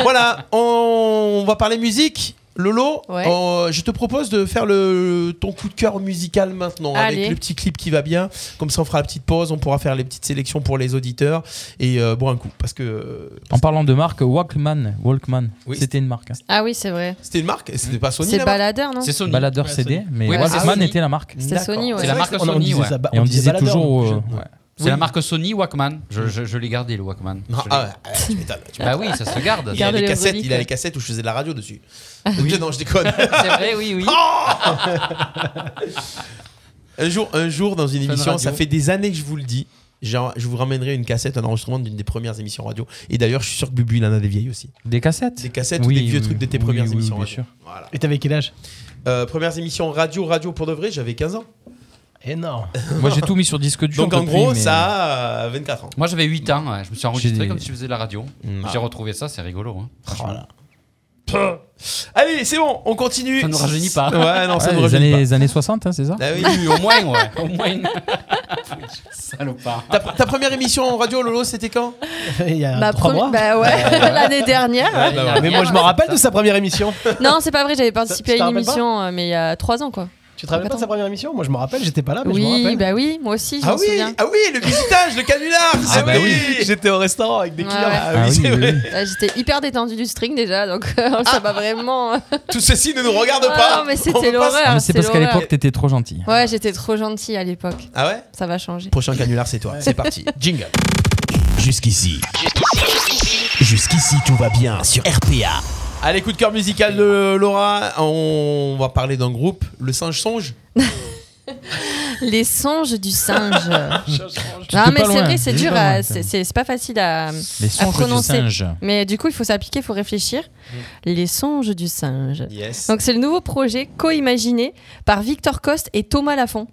voilà, on va parler musique. Lolo, Ouais. euh, je te propose de faire le, ton coup de cœur musical maintenant Allez. avec le petit clip qui va bien. Comme ça, on fera la petite pause, on pourra faire les petites sélections pour les auditeurs et euh, boire un coup. Parce que En parlant de marque, Walkman, Walkman, c'était une marque. hein. Ah oui, c'est vrai. c'était une marque, c'était pas Sony. C'est la marque baladeur, non C'est Sony. Baladeur ah, CD, mais Oui, Walkman c'est Sony. était la marque. C'était Sony, ouais. C'est la marque Sony, ouais. Et on disait toujours. euh, ouais. C'est Oui. la marque Sony Walkman. Je, je, je l'ai gardé le Walkman. Je l'ai- Ah, ouais, ouais, tu m'étonnes, tu Bah m'étonnes. oui, ça se garde. Il a, Gardez les les cassettes, reliques. il a les cassettes où je faisais de la radio dessus. Ok, Non, je déconne. C'est vrai, oui, oui. Ah un, jour, un jour, dans une Fun émission, Radio. ça fait des années que je vous le dis. genre, je vous ramènerai une cassette, un enregistrement d'une des premières émissions radio. Et d'ailleurs, je suis sûr que Bubu, il en a des vieilles aussi. Des cassettes Des cassettes ou Oui, des vieux oui, trucs de tes oui, premières oui, oui, émissions bien radio. sûr. Voilà. Et t'avais quel âge Euh, premières émissions radio, radio pour de vrai, j'avais 15 ans. énorme. Moi, j'ai tout mis sur disque dur. Donc en depuis, gros, mais- ça a 24 ans. Moi j'avais 8 ans, ouais, je me suis enregistré J'ai- Mm. Oh comme si je faisais de la radio. J'ai retrouvé ça, c'est rigolo. hein, franchement. Puh. Allez, c'est bon, on continue. Ça ne rajeunit pas. Ouais, non, ça Ouais, ne les rajeunit années, pas. les années 60, hein, c'est ça Ah oui, oui, au moins, ouais. Au moins. Salopard. Ta, pr- ta première émission en radio, Lolo, c'était quand Il y a Ma trois premi- mois. Bah ouais, l'année dernière. Ouais, ouais. bah ouais. Mais moi, je me rappelle de sa première émission. Non, c'est pas vrai, j'avais participé Ça- tu te à une rappelles pas émission, euh, mais il y a 3 ans quoi. Tu te rappelles pas de sa première émission Moi, je me rappelle, j'étais pas là, mais je me Oui, rappelle. bah oui, moi aussi, je Ah m'en oui, souviens. Ah oui, le visitage, le canular Ah c'est bah vrai. oui, j'étais au restaurant avec des Ouais, clients. ouais. Ah oui, c'est vrai. Euh, J'étais hyper détendu du string déjà, donc euh, ça va vraiment. Tout ceci ne nous regarde Ah pas. non, mais On c'était peut pas se- l'horreur. Ah, mais c'est c'est parce qu'à l'horreur. l'époque, t'étais trop gentil. Ouais, j'étais trop gentille à l'époque. Ah ouais Ça va changer. Prochain canular, c'est toi. C'est parti. Jingle. Jusqu'ici. Jusqu'ici, tout va bien sur RPA. Allez, coup de cœur musical de Laura. On va parler d'un groupe, le singe songe. Les songes du singe. non, J'étais mais pas c'est loin, vrai, c'est j'étais dur, pas à- loin, c'est c'est- c'est pas facile à, Les à songes du prononcer. singe. Mais du coup, il faut s'appliquer, il faut réfléchir. Les songes du singe. Yes. Donc, c'est le nouveau projet co-imaginé par Victor Coste et Thomas Lafont.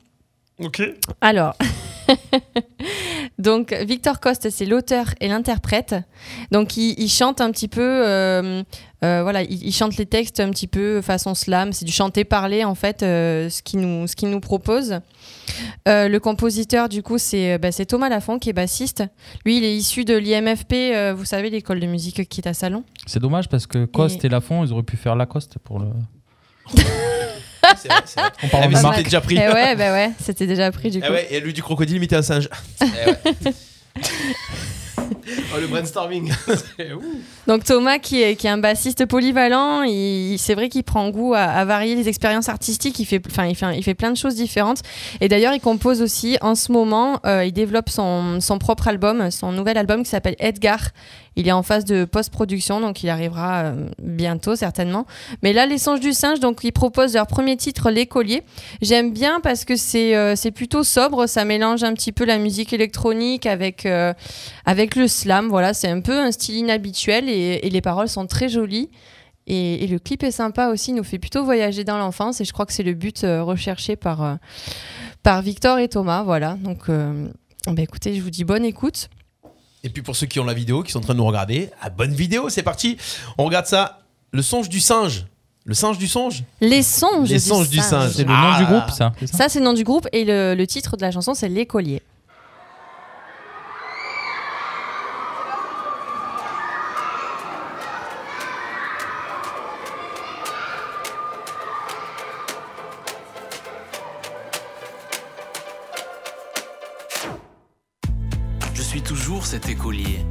Ok. Alors. Donc Victor Coste, c'est l'auteur et l'interprète. Donc il, il chante un petit peu, euh, euh, voilà, il, il chante les textes un petit peu façon slam. C'est du chanter parler en fait, euh, ce qu'il nous ce qu'il nous propose. Euh, le compositeur du coup c'est euh, bah, c'est Thomas Lafont qui est bassiste. Lui il est issu de l'IMFP, euh, vous savez l'école de musique qui est à Salon. C'est dommage parce que Coste Et- et Lafont, ils auraient pu faire Lacoste pour le. On Ah, parle mais de c'était marque. déjà pris. Eh ouais, bah ouais, c'était déjà pris du coup. Eh ouais, Eh et lui du crocodile imitait un singe. Oh, le brainstorming. Donc Thomas, qui est, qui est un bassiste polyvalent, il- c'est vrai qu'il prend goût à, à varier les expériences artistiques. Il fait, enfin, il fait, il fait plein de choses différentes. Et d'ailleurs, il compose aussi. En ce moment, euh, il développe son, son propre album, son nouvel album qui s'appelle Edgar. Il est en phase de post-production, donc il arrivera euh, bientôt certainement. Mais là, les songes du singe, donc ils proposent leur premier titre, l'écolier. J'aime bien parce que c'est euh, c'est plutôt sobre, ça mélange un petit peu la musique électronique avec euh, avec le slam. Voilà, c'est un peu un style inhabituel et, et les paroles sont très jolies. Et, et le clip est sympa aussi, il nous fait plutôt voyager dans l'enfance et je crois que c'est le but euh, recherché par euh, par Victor et Thomas. Voilà, donc euh, bah, écoutez, je vous dis bonne écoute. Et puis pour ceux qui ont la vidéo, qui sont en train de nous regarder, à bonne vidéo, c'est parti. On regarde ça. Le songe du singe. Le singe du songe Les songes, Les songes du singe. Ah. C'est le nom du groupe, ça. Ça, c'est le nom du groupe et le, le titre de la chanson, c'est L'écolier. Je suis toujours cet écolier,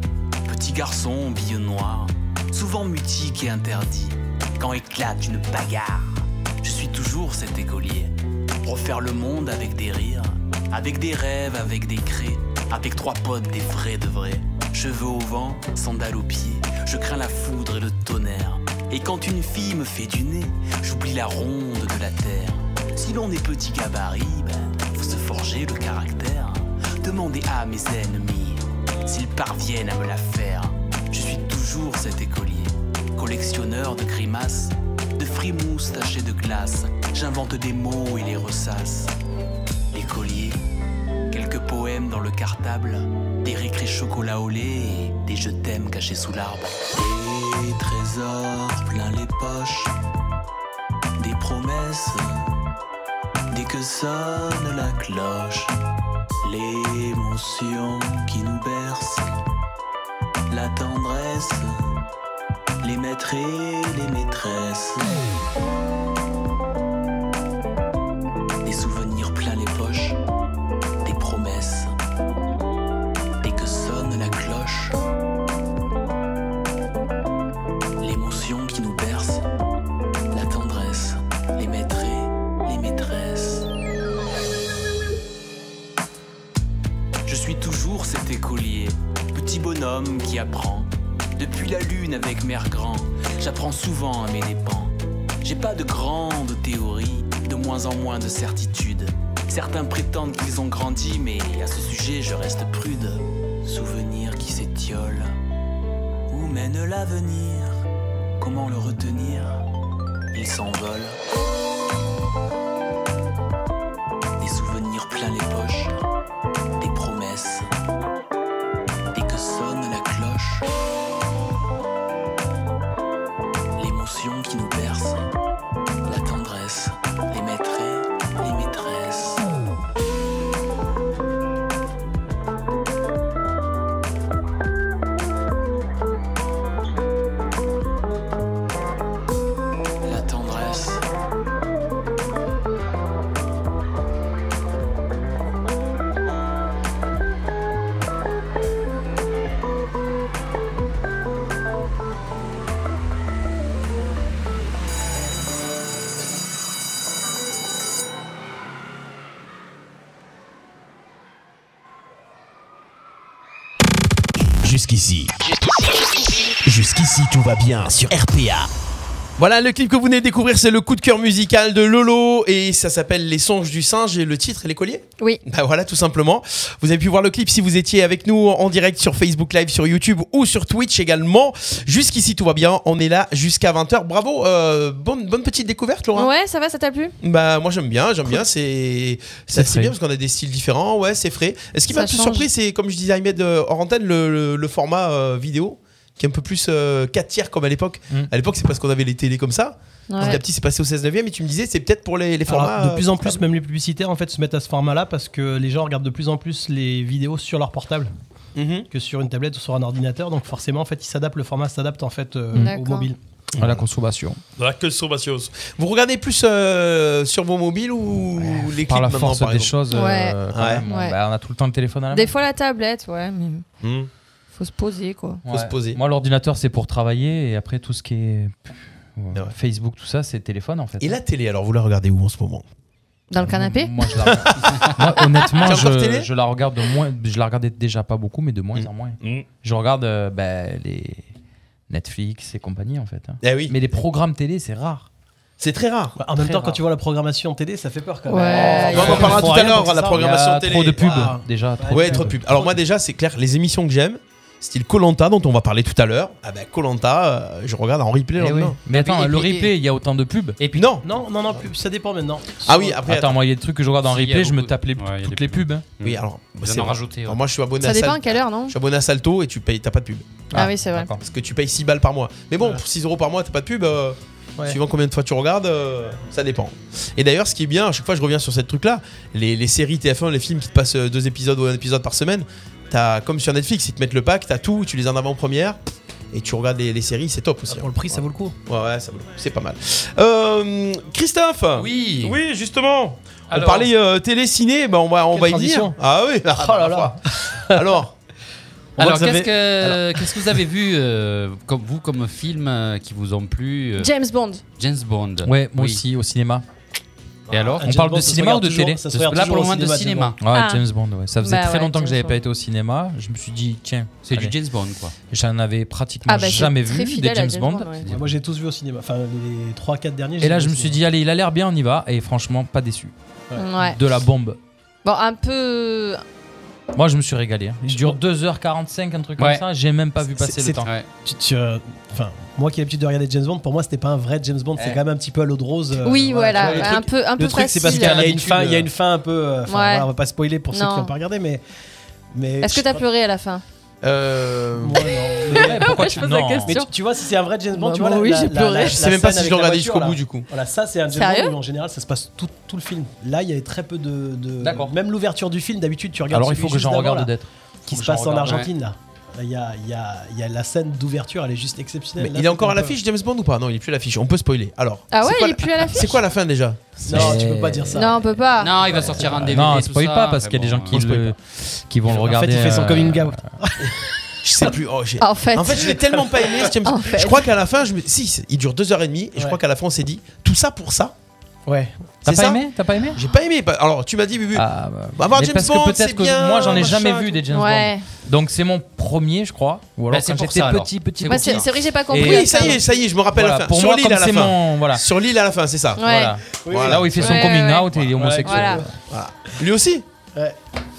petit garçon aux billets noirs, souvent mutique et interdit, quand éclate une bagarre. Je suis toujours cet écolier, refaire le monde avec des rires, avec des rêves, avec des craies, avec trois potes des vrais de vrais, cheveux au vent, sandales aux pieds, je crains la foudre et le tonnerre. Et quand une fille me fait du nez, j'oublie la ronde de la terre. Si l'on est petit gabarit, ben, faut se forger le caractère. Demandez à mes ennemis s'ils parviennent à me la faire. Je suis toujours cet écolier, collectionneur de grimaces, de frimousses tachées de glace. J'invente des mots et les ressasse. L'écolier, quelques poèmes dans le cartable, des récrés chocolat au lait et des je t'aime cachés sous l'arbre. Des trésors plein les poches, des promesses, dès que sonne la cloche. L'émotion qui nous berce, la tendresse, les maîtres et les maîtresses. Des souvenirs plein les poches, des promesses. Dès que sonne la cloche, l'émotion qui nous berce, la tendresse, les maîtres et les maîtresses. Je suis toujours cet écolier, petit bonhomme qui apprend. Depuis la lune avec Mère Grand, j'apprends souvent à mes dépens. J'ai pas de grande théorie, de moins en moins de certitude. Certains prétendent qu'ils ont grandi, mais à ce sujet je reste prude. Souvenirs qui s'étiolent. Où mène l'avenir Comment le retenir Il s'envole. Des souvenirs pleins plein les poches des promesses. Dès que sonne la cloche, l'émotion qui nous berce, la tendresse, les maîtres et les maîtresses. La tendresse. Jusqu'ici. Jusqu'ici, tout va bien sur RPA. Voilà, le clip que vous venez de découvrir, c'est le coup de cœur musical de Lolo et ça s'appelle Les songes du singe et le titre est l'écolier Oui. Bah voilà, tout simplement. Vous avez pu voir le clip si vous étiez avec nous en direct sur Facebook Live, sur YouTube ou sur Twitch également. Jusqu'ici, tout va bien. On est là jusqu'à 20h. Bravo, euh, bonne, bonne petite découverte, Laura. Ouais, ça va, ça t'a plu Bah moi j'aime bien, j'aime bien, c'est c'est assez frais. bien parce qu'on a des styles différents, ouais c'est frais. Et ce qui m'a Ça le plus change. surpris c'est comme je disais à Ahmed euh, hors antenne, le, le- le format euh, vidéo qui est un peu plus 4 tiers comme à l'époque. À l'époque c'est parce qu'on avait les télés comme ça. Mm. Ouais. Petit à petit c'est passé au 16 9 et tu me disais c'est peut-être pour les, les formats... Alors, de plus en euh, plus, même les publicitaires en fait se mettent à ce format-là parce que les gens regardent de plus en plus les vidéos sur leur portable Mm-hmm. que sur une tablette ou sur un ordinateur. Donc forcément, en fait, ils s'adaptent. Le format s'adapte en fait euh, Mhm. au D'accord. mobile. À la consommation. de la consommation. Vous regardez plus euh, sur vos mobiles ou les clips Par la maintenant, force par des exemple choses, euh, Ouais. quand même, Ouais. bah, on a tout le temps le téléphone Hein à la main. Des fois la tablette, ouais, mais Hmm. faut se poser quoi. Ouais. Moi, l'ordinateur, c'est pour travailler et après, tout ce qui est euh, Facebook, tout ça, c'est téléphone en fait. Et la télé alors vous la regardez où en ce moment Dans le canapé Moi, je la Moi, honnêtement, T'as encore je, télé Mm. je la regarde de moins. Je la regardais déjà pas beaucoup, mais de moins en moins. Je regarde euh, ben, les Netflix et compagnie, en fait. hein. Mais les programmes télé, c'est rare. Eh C'est très rare. Bah, En même temps, quand tu vois la programmation télé, ça fait peur quand même. Oh, Ouais. on en parlera Faut tout à rien l'heure pour la ça. programmation Il y a télé. trop de pubs, Ah. déjà, trop ouais, de trop de pubs. Alors moi déjà, c'est clair, les émissions que j'aime, style Colanta dont on va parler tout à l'heure. Ah ben Colanta, je regarde en replay le Eh oui. lendemain. Mais attends, le replay, il y a autant de pubs. Et puis non. Non, non, non, plus, ça dépend maintenant. Ah oui, après Attends, moi, il y a des trucs que je regarde en Si, il y a replay, je me beaucoup de- tape les, Ouais, il y a toutes des les pubs. hein. Oui, alors Ils en c'est ont vrai. rajouté, ouais. Alors, moi je suis abonné Ça à dépend Sal- à quelle heure, non Je suis abonné à Salto et tu payes t'as pas de pub. Ah Ah, oui, c'est vrai. d'accord. Parce que tu payes 6 balles par mois. Mais bon, pour 6 euros par mois, t'as pas de pub. euh, Ouais. Suivant combien de fois tu regardes, euh, ça dépend. Et d'ailleurs, ce qui est bien, à chaque fois je reviens sur cette truc-là, les, les séries TF1, les films qui te passent euh, deux épisodes ou un épisode par semaine, t'as comme sur Netflix, ils te mettent le pack, t'as tout, tu les as en avant-première et tu regardes les, les séries, c'est top aussi. Pour le prix, ça vaut le coup. Ouais, ouais, ça vaut le coup, c'est pas mal. Euh, Christophe Oui Oui, justement Alors- On parlait euh, télé-ciné, bah, on va, on Quelle va y venir. transition. Ah oui Oh là là. Alors on voit Alors, que vous qu'est-ce avez- que, qu'est-ce que vous avez vu, euh, comme vous, comme film euh, qui vous ont plu euh, James Bond. James Bond. Ouais, moi aussi, au cinéma. Et Bah, alors, Ah, on James parle Bond, de ça se cinéma ou regarde de toujours- télé ça se De- regarde Là, pour toujours le au moment, de cinéma. cinéma, James Bond. Ouais, James Bond, ouais. Ça faisait Bah très ouais, longtemps que James j'avais Bond. pas été au cinéma. Je me suis dit, tiens. C'est du allez. James Bond, quoi. J'en avais pratiquement Ah bah, c'est jamais très vu fidèle des à James, James Bond. Bond, ouais. Moi, j'ai tous vu au cinéma. Enfin, les 3-4 derniers. Et là, je me suis dit, allez, il a l'air bien, on y va. Et franchement, pas déçu. Ouais. De la bombe. Bon, un peu Moi, je me suis régalé. hein. Il dure 2h45, un truc Ouais. comme ça. J'ai même pas vu passer C'est- le temps. Tu- tu, euh, Enfin, moi qui ai l'habitude de regarder James Bond, pour moi, c'était pas un vrai James Bond. C'est Eh. quand même un petit peu à l'eau de rose. euh, Oui, voilà, tu vois, un peu- un le peu truc, c'est parce facile. qu'il y a une L'habitude, fin, il y a euh. une fin un peu. euh, Enfin, Ouais. voilà, on va pas spoiler pour ceux Non. qui n'ont pas regardé, mais. mais Est-ce que t'as pleuré à la fin Euh. pourquoi Je tu- pose la non. question. Mais tu, tu vois, si c'est un vrai James Bond, Bah, tu vois. moi, la- oui, la- j'ai la- pleuré. la- Je sais la même pas scène si avec je la regardais jusqu'au voiture, bout, là. du coup. Voilà, ça, c'est un James Sérieux Bond où, en général, ça se passe tout, tout le film. Là, il y a très peu de. de- Même l'ouverture du film, d'habitude, tu regardes. Alors, il celui faut que juste j'en d'avant, regarde là, d'être. Faut Qui se que j'en passe en regarde, Argentine, ouais. là. Là, Il y a, il y, a, il y a la scène d'ouverture, elle est juste exceptionnelle. Mais Là, il est c'est encore à un peu- l'affiche James Bond ou pas Non, il est plus à l'affiche. On peut spoiler. Alors. Ah c'est ouais, quoi il est la- plus à l'affiche C'est quoi la fin déjà Non, tu peux pas dire Non, on peut pas. Non, il va sortir un DVD. Euh, non, tout spoil ça. pas parce qu'il y a Mais des gens bon, qui, on spoil le- pas. qui vont le regarder. En fait, il fait son euh, coming out. Je sais plus. Oh, j'ai- En fait. je l'ai tellement pas aimé ce James Bond. En fait. Je crois qu'à la fin, je me... si, c'est- il dure 2h30 et je crois qu'à la fin, on s'est dit tout ça pour ça. Ouais. T'as pas aimé T'as pas aimé J'ai pas aimé. Bah, Alors, tu m'as dit, Bubu. Ah, va voir mais James parce Bond, que peut-être c'est que bien, moi j'en ai machin, jamais vu tout. des James Ouais. Bond. Donc c'est mon premier, je crois. Ou Bah, alors c'est quand pour j'étais ça, alors. petit, petit, Moi, petit. Bah, c'est c'est vrai que j'ai pas Et- compris. Oui, ça y est, ça y est, je me rappelle Voilà, la fin. pour Sur moi, l'île comme à la c'est fin. mon- voilà. Sur l'île à la fin, c'est ça. Ouais. Voilà. Là où il fait son Ouais, coming ouais, out et il est homosexuel. Voilà. Lui aussi Ouais.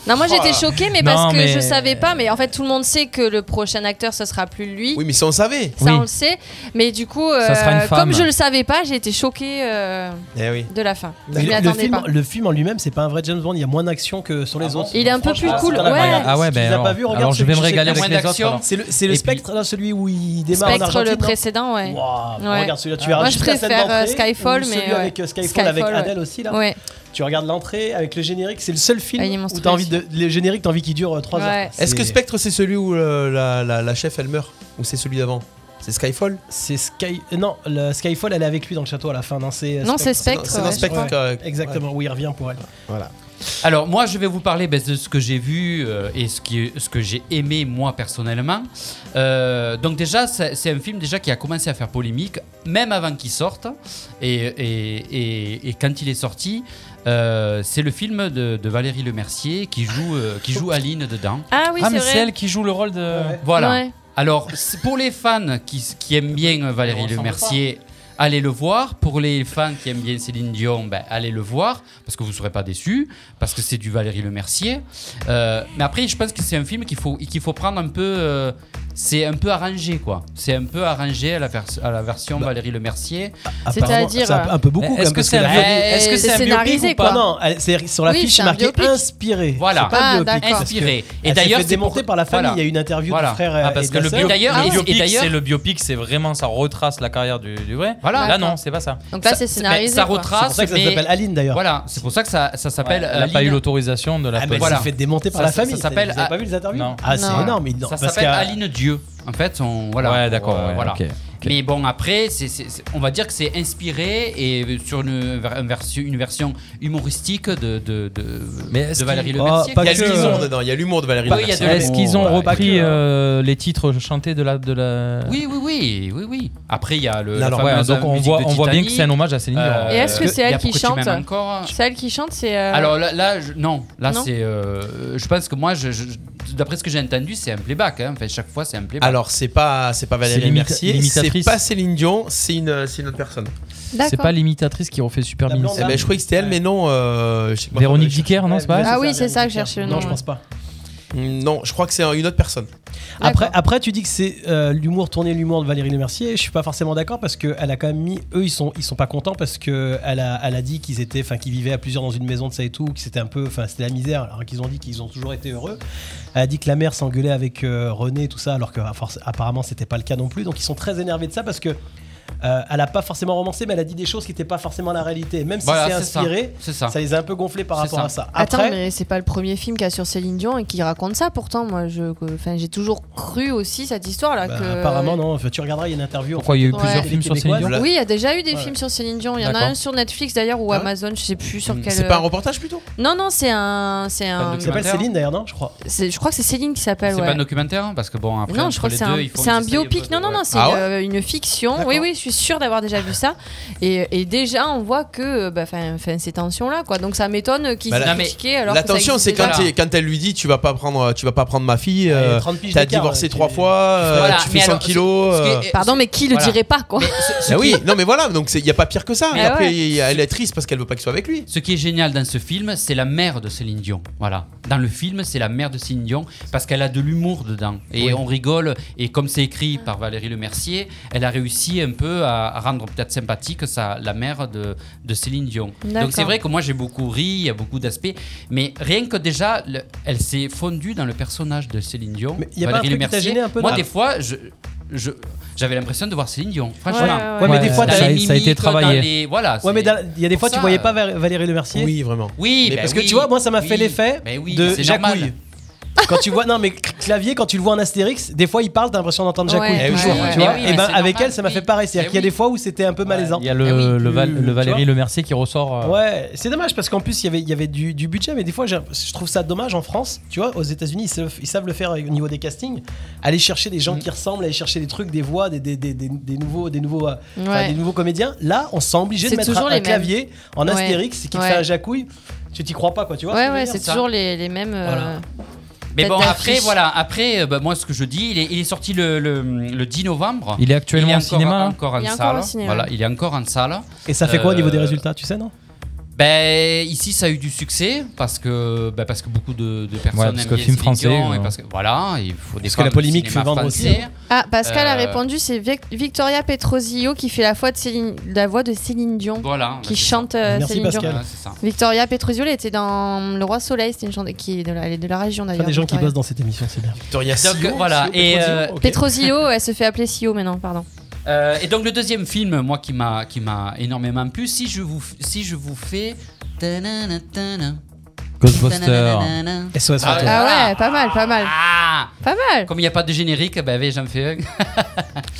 Non, moi Oh là j'étais là. choquée, mais Non, parce que mais- je savais pas. Mais en fait, tout le monde sait que le prochain acteur, ce sera plus lui. Oui, mais ça on savait. Ça, on le sait. Mais du coup, Ça sera une euh, femme. comme je le savais pas, j'ai été choquée euh, Eh oui. de la fin. Je Mais m'y le, le attendais film, pas. le film en lui-même, c'est pas un vrai James Bond. Il y a moins d'action que sur les autres. Il est un peu plus Franchement, cool, c'est pas la ouais. bagarre. Ah ouais, Si tu ben les as alors- pas vus, regarde alors je celui vais me qui s'éclate régaler avec moins les autres, d'action. alors. C'est le, c'est Et le puis- spectre là, celui où il démarre en Spectre, le Argentine, non précédent, ouais. Ouais. Ah, Regarde celui-là, tu verras Moi, je juste la scène préfère euh, d'entrée, Skyfall, ou mais celui ouais. avec euh, Skyfall, avec Skyfall, ouais. Adele aussi là. Ouais. Tu regardes l'entrée avec le générique, c'est le seul film Ah, il est où monstrueux, t'as envie de le générique, t'as envie qu'il dure 3 Ouais. heures. Est-ce que Spectre Spectre c'est celui où euh, la, la- la chef elle meurt ou c'est celui d'avant C'est Skyfall C'est Sky euh, non, le Skyfall elle est avec lui dans le château à la fin, non c'est euh, Non, c'est Spectre, C'est dans ouais, Spectre, je crois. ouais, exactement, où il revient pour elle. Voilà. Alors moi je vais vous parler ben, de ce que j'ai vu euh, et ce, qui, ce que j'ai aimé moi personnellement. Euh, donc déjà c'est c'est un film déjà qui a commencé à faire polémique même avant qu'il sorte et, et, et- et quand il est sorti euh, c'est le film de, de Valérie Lemercier qui joue, euh, qui joue Aline dedans. Ah oui, Ah, c'est mais vrai. c'est elle qui joue le rôle de. Voilà. Ouais. Alors, c'est pour les fans qui, qui aiment bien euh, Valérie ressemble Lemercier, allez le voir. Pour les fans qui aiment bien Céline Dion, ben, allez le voir, parce que vous ne serez pas déçus, parce que c'est du Valérie Lemercier. Euh, mais après, je pense que c'est un film qu'il faut, qu'il faut prendre un peu... euh, c'est un peu arrangé, quoi. C'est un peu arrangé à la, vers- à la version Valérie Lemercier. Bah, Apparemment, c'est un- un peu beaucoup. quand même, Est-ce que parce c'est la- un Est-ce que c'est un biopic ou pas Non, elle- c'est sur la Oui, fiche c'est c'est un marqué biopic. inspiré. Voilà. C'est pas Ah, biopic, d'accord. parce que Inspiré. Et elle s'est d'ailleurs, fait c'est démonter pour- par la famille. Voilà. Il y a une interview Voilà. du frère Ah, euh, parce et de que la le sœur. biopic- d'ailleurs, Le et biopic, d'ailleurs- c'est le biopic, c'est vraiment ça retrace la carrière du, du vrai. Voilà. Là non, c'est pas ça. Donc là, c'est Ça- scénarisé, mais Ça quoi. retrace. C'est pour ça que ça mais- s'appelle Aline d'ailleurs. Voilà, c'est pour ça que ça, ça s'appelle. euh, Ouais, elle a pas Aline. eu l'autorisation de la Ah, police. bah, elle s'est Voilà. fait démonter par la famille, Ça s'appelle. vous avez pas vu les interviews Non. Ah, c'est Non. énorme, mais non, Ça parce s'appelle qu'à- Aline Dieu. En fait, on voilà. Ouais, d'accord, Euh, ouais, voilà. ok, ok. Mais bon, après, c'est- c'est- c'est- on va dire que c'est inspiré et sur une, ver- un version, une version humoristique de de, de, de Valérie Le Mercier. Il y a l'humour dedans, il y a l'humour de Valérie Pas- Le Mercier. il y a de Oh, Est-ce qu'ils ont l'humour, ouais, repris euh, les titres chantés de la de la Oui, oui, oui, oui, oui. Après, il y a le. Non, la alors, ouais, fameuse donc on musique voit- de on voit bien Titanic. que c'est un hommage à Céline Dion. Euh, Et est-ce que c'est il y a elle qui Pourquoi tu chante m'aimes hein encore C'est elle qui chante, c'est. euh, Alors là, là, je- non, là Non c'est. euh, je pense que moi, je, je- je- d'après ce que j'ai entendu, c'est un playback. Hein. Enfin, chaque fois, c'est un playback. Alors c'est pas c'est pas C'est Valérie l'imita- Mercier, c'est l'imitatrice. pas Céline Dion, c'est une euh, c'est une autre personne. C'est pas l'imitatrice qui refait Super Mini. Eh ben, je croyais que c'était elle, mais non. euh, je sais pas Véronique comment elle Dicker, non, c'est pas elle Ah oui, c'est ça que je cherchais le nom. Non, je pense pas. Mm, Non, je crois que c'est une autre personne. Après, après, tu dis que c'est euh, l'humour tourné l'humour de Valérie Lemercier. Je suis pas forcément d'accord parce que elle a quand même mis. Eux, ils sont, ils sont pas contents parce que elle a, elle a dit qu'ils étaient, enfin, qu'ils vivaient à plusieurs dans une maison de ça et tout, que c'était un peu, enfin, c'était la misère. Alors qu'ils ont dit qu'ils ont toujours été heureux. Elle a dit que la mère s'engueulait avec euh, René et tout ça, alors que à force- apparemment c'était pas le cas non plus. Donc ils sont très énervés de ça parce que. euh, elle a pas forcément romancé, mais elle a dit des choses qui n'étaient pas forcément la réalité. Même si Voilà, c'est c'est ça, inspiré, c'est ça. les a un peu gonflés par C'est rapport ça. à ça. Attends, mais c'est pas le premier film qui a sur Céline Dion et qui raconte ça. Pourtant, moi, je, que- enfin, j'ai toujours cru aussi cette histoire-là. Bah, que... Apparemment, non. Enfin, tu regarderas, il y a une interview. Pourquoi, il y a eu plusieurs des films sur Céline Québécoises. Dion Oui, il y a déjà eu des Ouais. films sur Céline Dion. Il y en a D'accord. un sur Netflix d'ailleurs ou Amazon, je sais plus Hmm. sur quel. euh, C'est pas un reportage plutôt Non, non, c'est un, c'est un. Qui s'appelle Céline d'ailleurs, non Je crois. C'est- Je crois que c'est Céline qui s'appelle. c'est ouais. pas un documentaire hein, parce que bon, après, non, entre je crois que les c'est deux, un, ils font c'est une un essayer biopic. de- Non, non, non, c'est Ah ouais euh, une fiction. Oui, oui, je suis sûre d'avoir déjà vu ça. Et, et déjà, on voit que bah, enfin, enfin, ces tensions-là, quoi. Donc ça m'étonne qu'ils Bah, aient la- critiqué alors que ça L'attention, c'est existe quand, déjà. t'es- quand elle lui dit tu vas pas prendre, tu vas pas prendre ma fille. euh, 30 piges T'as d'écart, divorcé tu- trois fois, euh, Voilà, tu mais fais 100 alors, kilos. ce Euh, qui est- Pardon, mais qui le voilà. dirait pas, quoi Ah oui, non mais voilà, donc il y a pas pire que ça. Eh Et après, ouais. il y a- elle est triste parce qu'elle veut pas qu'il soit avec lui. Ce qui est génial dans ce film, c'est la mère de Céline Dion. Voilà. Dans le film, c'est la mère de Céline Dion parce qu'elle a de l'humour dedans. Et Oui. on rigole. Et comme c'est écrit par Valérie Lemercier, elle a réussi un peu à, à rendre peut-être sympathique sa, la mère de, de Céline Dion. D'accord. Donc c'est vrai que moi j'ai beaucoup ri, il y a beaucoup d'aspects. Mais rien que déjà, le- elle s'est fondue dans le personnage de Céline Dion. y a pas un truc qui t'a gêné un peu moi dans- des fois, je. je- j'avais l'impression de voir Céline Dion. Franchement, Ouais, ouais, mais des fois, Dans t'as- les ça a été mimiques, dans travaillé. les- voilà, Ouais, mais dans- il y a des pour fois, ça, tu voyais euh, pas Val- Valérie Le Mercier Oui, vraiment. Oui, mais bah parce que oui. tu vois, moi, ça m'a fait Oui. l'effet Mais oui, de c'est normal. Jacouille. quand tu vois, non, mais cl- clavier, quand tu le vois en Astérix, des fois, il parle, t'as l'impression d'entendre Ouais, Jacouille. Eh oui, toujours, ouais, tu ouais. vois. Mais oui, Et mais ben, c'est avec elle, ça m'a fait pareil. C'est-à-dire qu'il y a des fois où c'était un peu malaisant. Il y a Eh le, le, Val- le Valérie vois. Le Mercier qui Ah. ressort. euh, Ouais, c'est dommage parce qu'en plus il y avait, il y avait du, du budget, mais des fois j'ai- je trouve ça dommage en France. Tu vois, aux États-Unis ils, savent- ils savent le faire euh, au niveau des castings. Aller chercher Mm. des gens qui ressemblent, aller chercher des trucs, des voix, des, des, des, des- des nouveaux, des, nouveaux, euh, enfin, Ouais. des nouveaux comédiens. Là, on se sent obligé de C'est mettre toujours un, les un mêmes. clavier en Ouais. Astérix qui te Ouais. fait un jacouille. Tu t'y crois pas, quoi, tu vois ce que Ouais, je veux ouais, dire c'est Ça. toujours les, les mêmes. euh, Mais têtes bon, après, d'affiche. voilà, après, euh, bah, moi, ce que je dis, il est, il est sorti le, le- le 10 novembre. Il est actuellement Il est au encore- cinéma, hein là encore en Il est encore salle. au cinéma. Voilà, il est encore en salle. Et ça fait quoi au niveau des Euh, résultats, tu sais, non ben, Ben, ici, ça a eu du succès parce que, ben, parce que beaucoup de, de personnes Ouais, parce aiment que bien film Céline français, Dion et euh. parce que voilà, il faut Parce que défendre la polémique le cinéma fait vendre aussi, hein. français. Ah, Pascal a Euh, répondu, c'est Vic- Victoria Petrosillo qui fait la voix de Céline, la voix de Céline Dion. Voilà, Qui bah, c'est chante ça. euh, Merci, Céline Pascal. Dion. Ouais, c'est ça. Victoria Petrosillo, elle était dans Le Roi Soleil, c'est une chanteuse qui est de la, elle est de la région d'ailleurs. Enfin, des gens qui Victoria. bossent dans cette émission, c'est bien. Victoria Donc, Sio, voilà, Sio, et, Petrosillo, euh, ok. Petrosillo, elle se fait appeler Sio maintenant, pardon. Euh, et donc le deuxième film, moi qui m'a qui m'a énormément plu, si je vous f- si je vous fais Ghostbuster. SOS Ah, Ah ouais, pas mal, pas mal. Pas mal. Comme il n'y a pas de générique, ben oui, j'en fais un.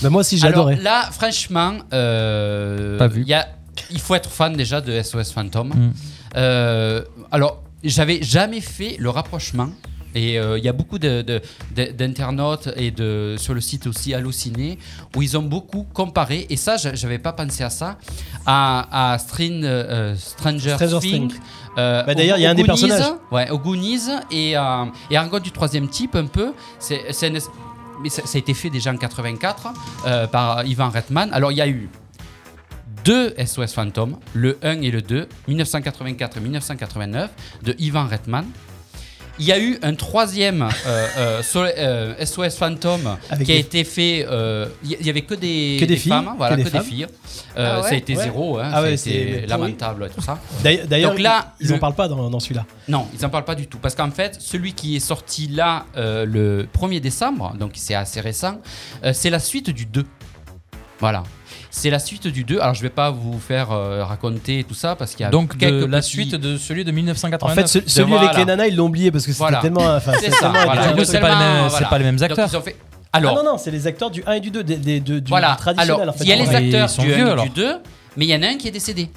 Bah, moi aussi, j'ai Alors adoré. là, franchement, euh, Pas vu. il y a- il faut être fan déjà de SOS Phantom. Mm. Euh, alors, j'avais jamais fait le rapprochement. Et euh, il y a beaucoup de- de- de- d'internautes et de, sur le site aussi Allociné où ils ont beaucoup comparé, et ça, je- j'avais pas pensé à ça, à, à String, euh, Stranger, Stranger Things. Things. euh, Bah, aux- d'ailleurs, il y a aux un des Goonies, personnages. Ouais, au Goonies et, euh, et Argot du troisième type, un peu. C'est c'est un es- mais ça, ça a été fait déjà en 84 euh, par Ivan Reitman. Alors, il y a eu deux SOS Phantom, le 1 et le 2, 1984 et 1989, de Ivan Reitman. Il y a eu un troisième euh, euh, Sole- euh, SOS Phantom Avec qui a des- été fait. euh, Il y n'y avait que des, Que des filles, femmes, voilà, que que des des, femmes. filles. Euh, Ah ouais ça a été Ouais. zéro, hein, Ah ça a ouais, été c'est- lamentable, tout ça. D'ailleurs- D'ailleurs, Donc là, ils, ils en parlent pas dans, dans celui-là. non, ils n'en parlent pas du tout. Parce qu'en fait, celui qui est sorti là euh, le 1er décembre, donc c'est assez récent, euh, c'est la suite du 2. Voilà. C'est la suite du 2. Alors je vais pas vous faire euh, raconter tout ça parce qu'il y a Donc, de quelques la petits- suite de celui de En 1989. fait, ce- celui avec les nanas, ils l'ont oublié parce que c'était Voilà. tellement. enfin, C'est c'était ça, tellement- voilà. c'était Du coup, c'est tellement- pas les mêmes- c'est pas les mêmes Donc, acteurs. ils ont fait- Alors, Ah non, non, c'est les acteurs du 1 et du 2, des, des- de- du voilà. traditionnel Alors, en fait. il y a les Ouais. acteurs Ils sont du vieux, 1 et alors. du 2, mais il y en a un qui est décédé.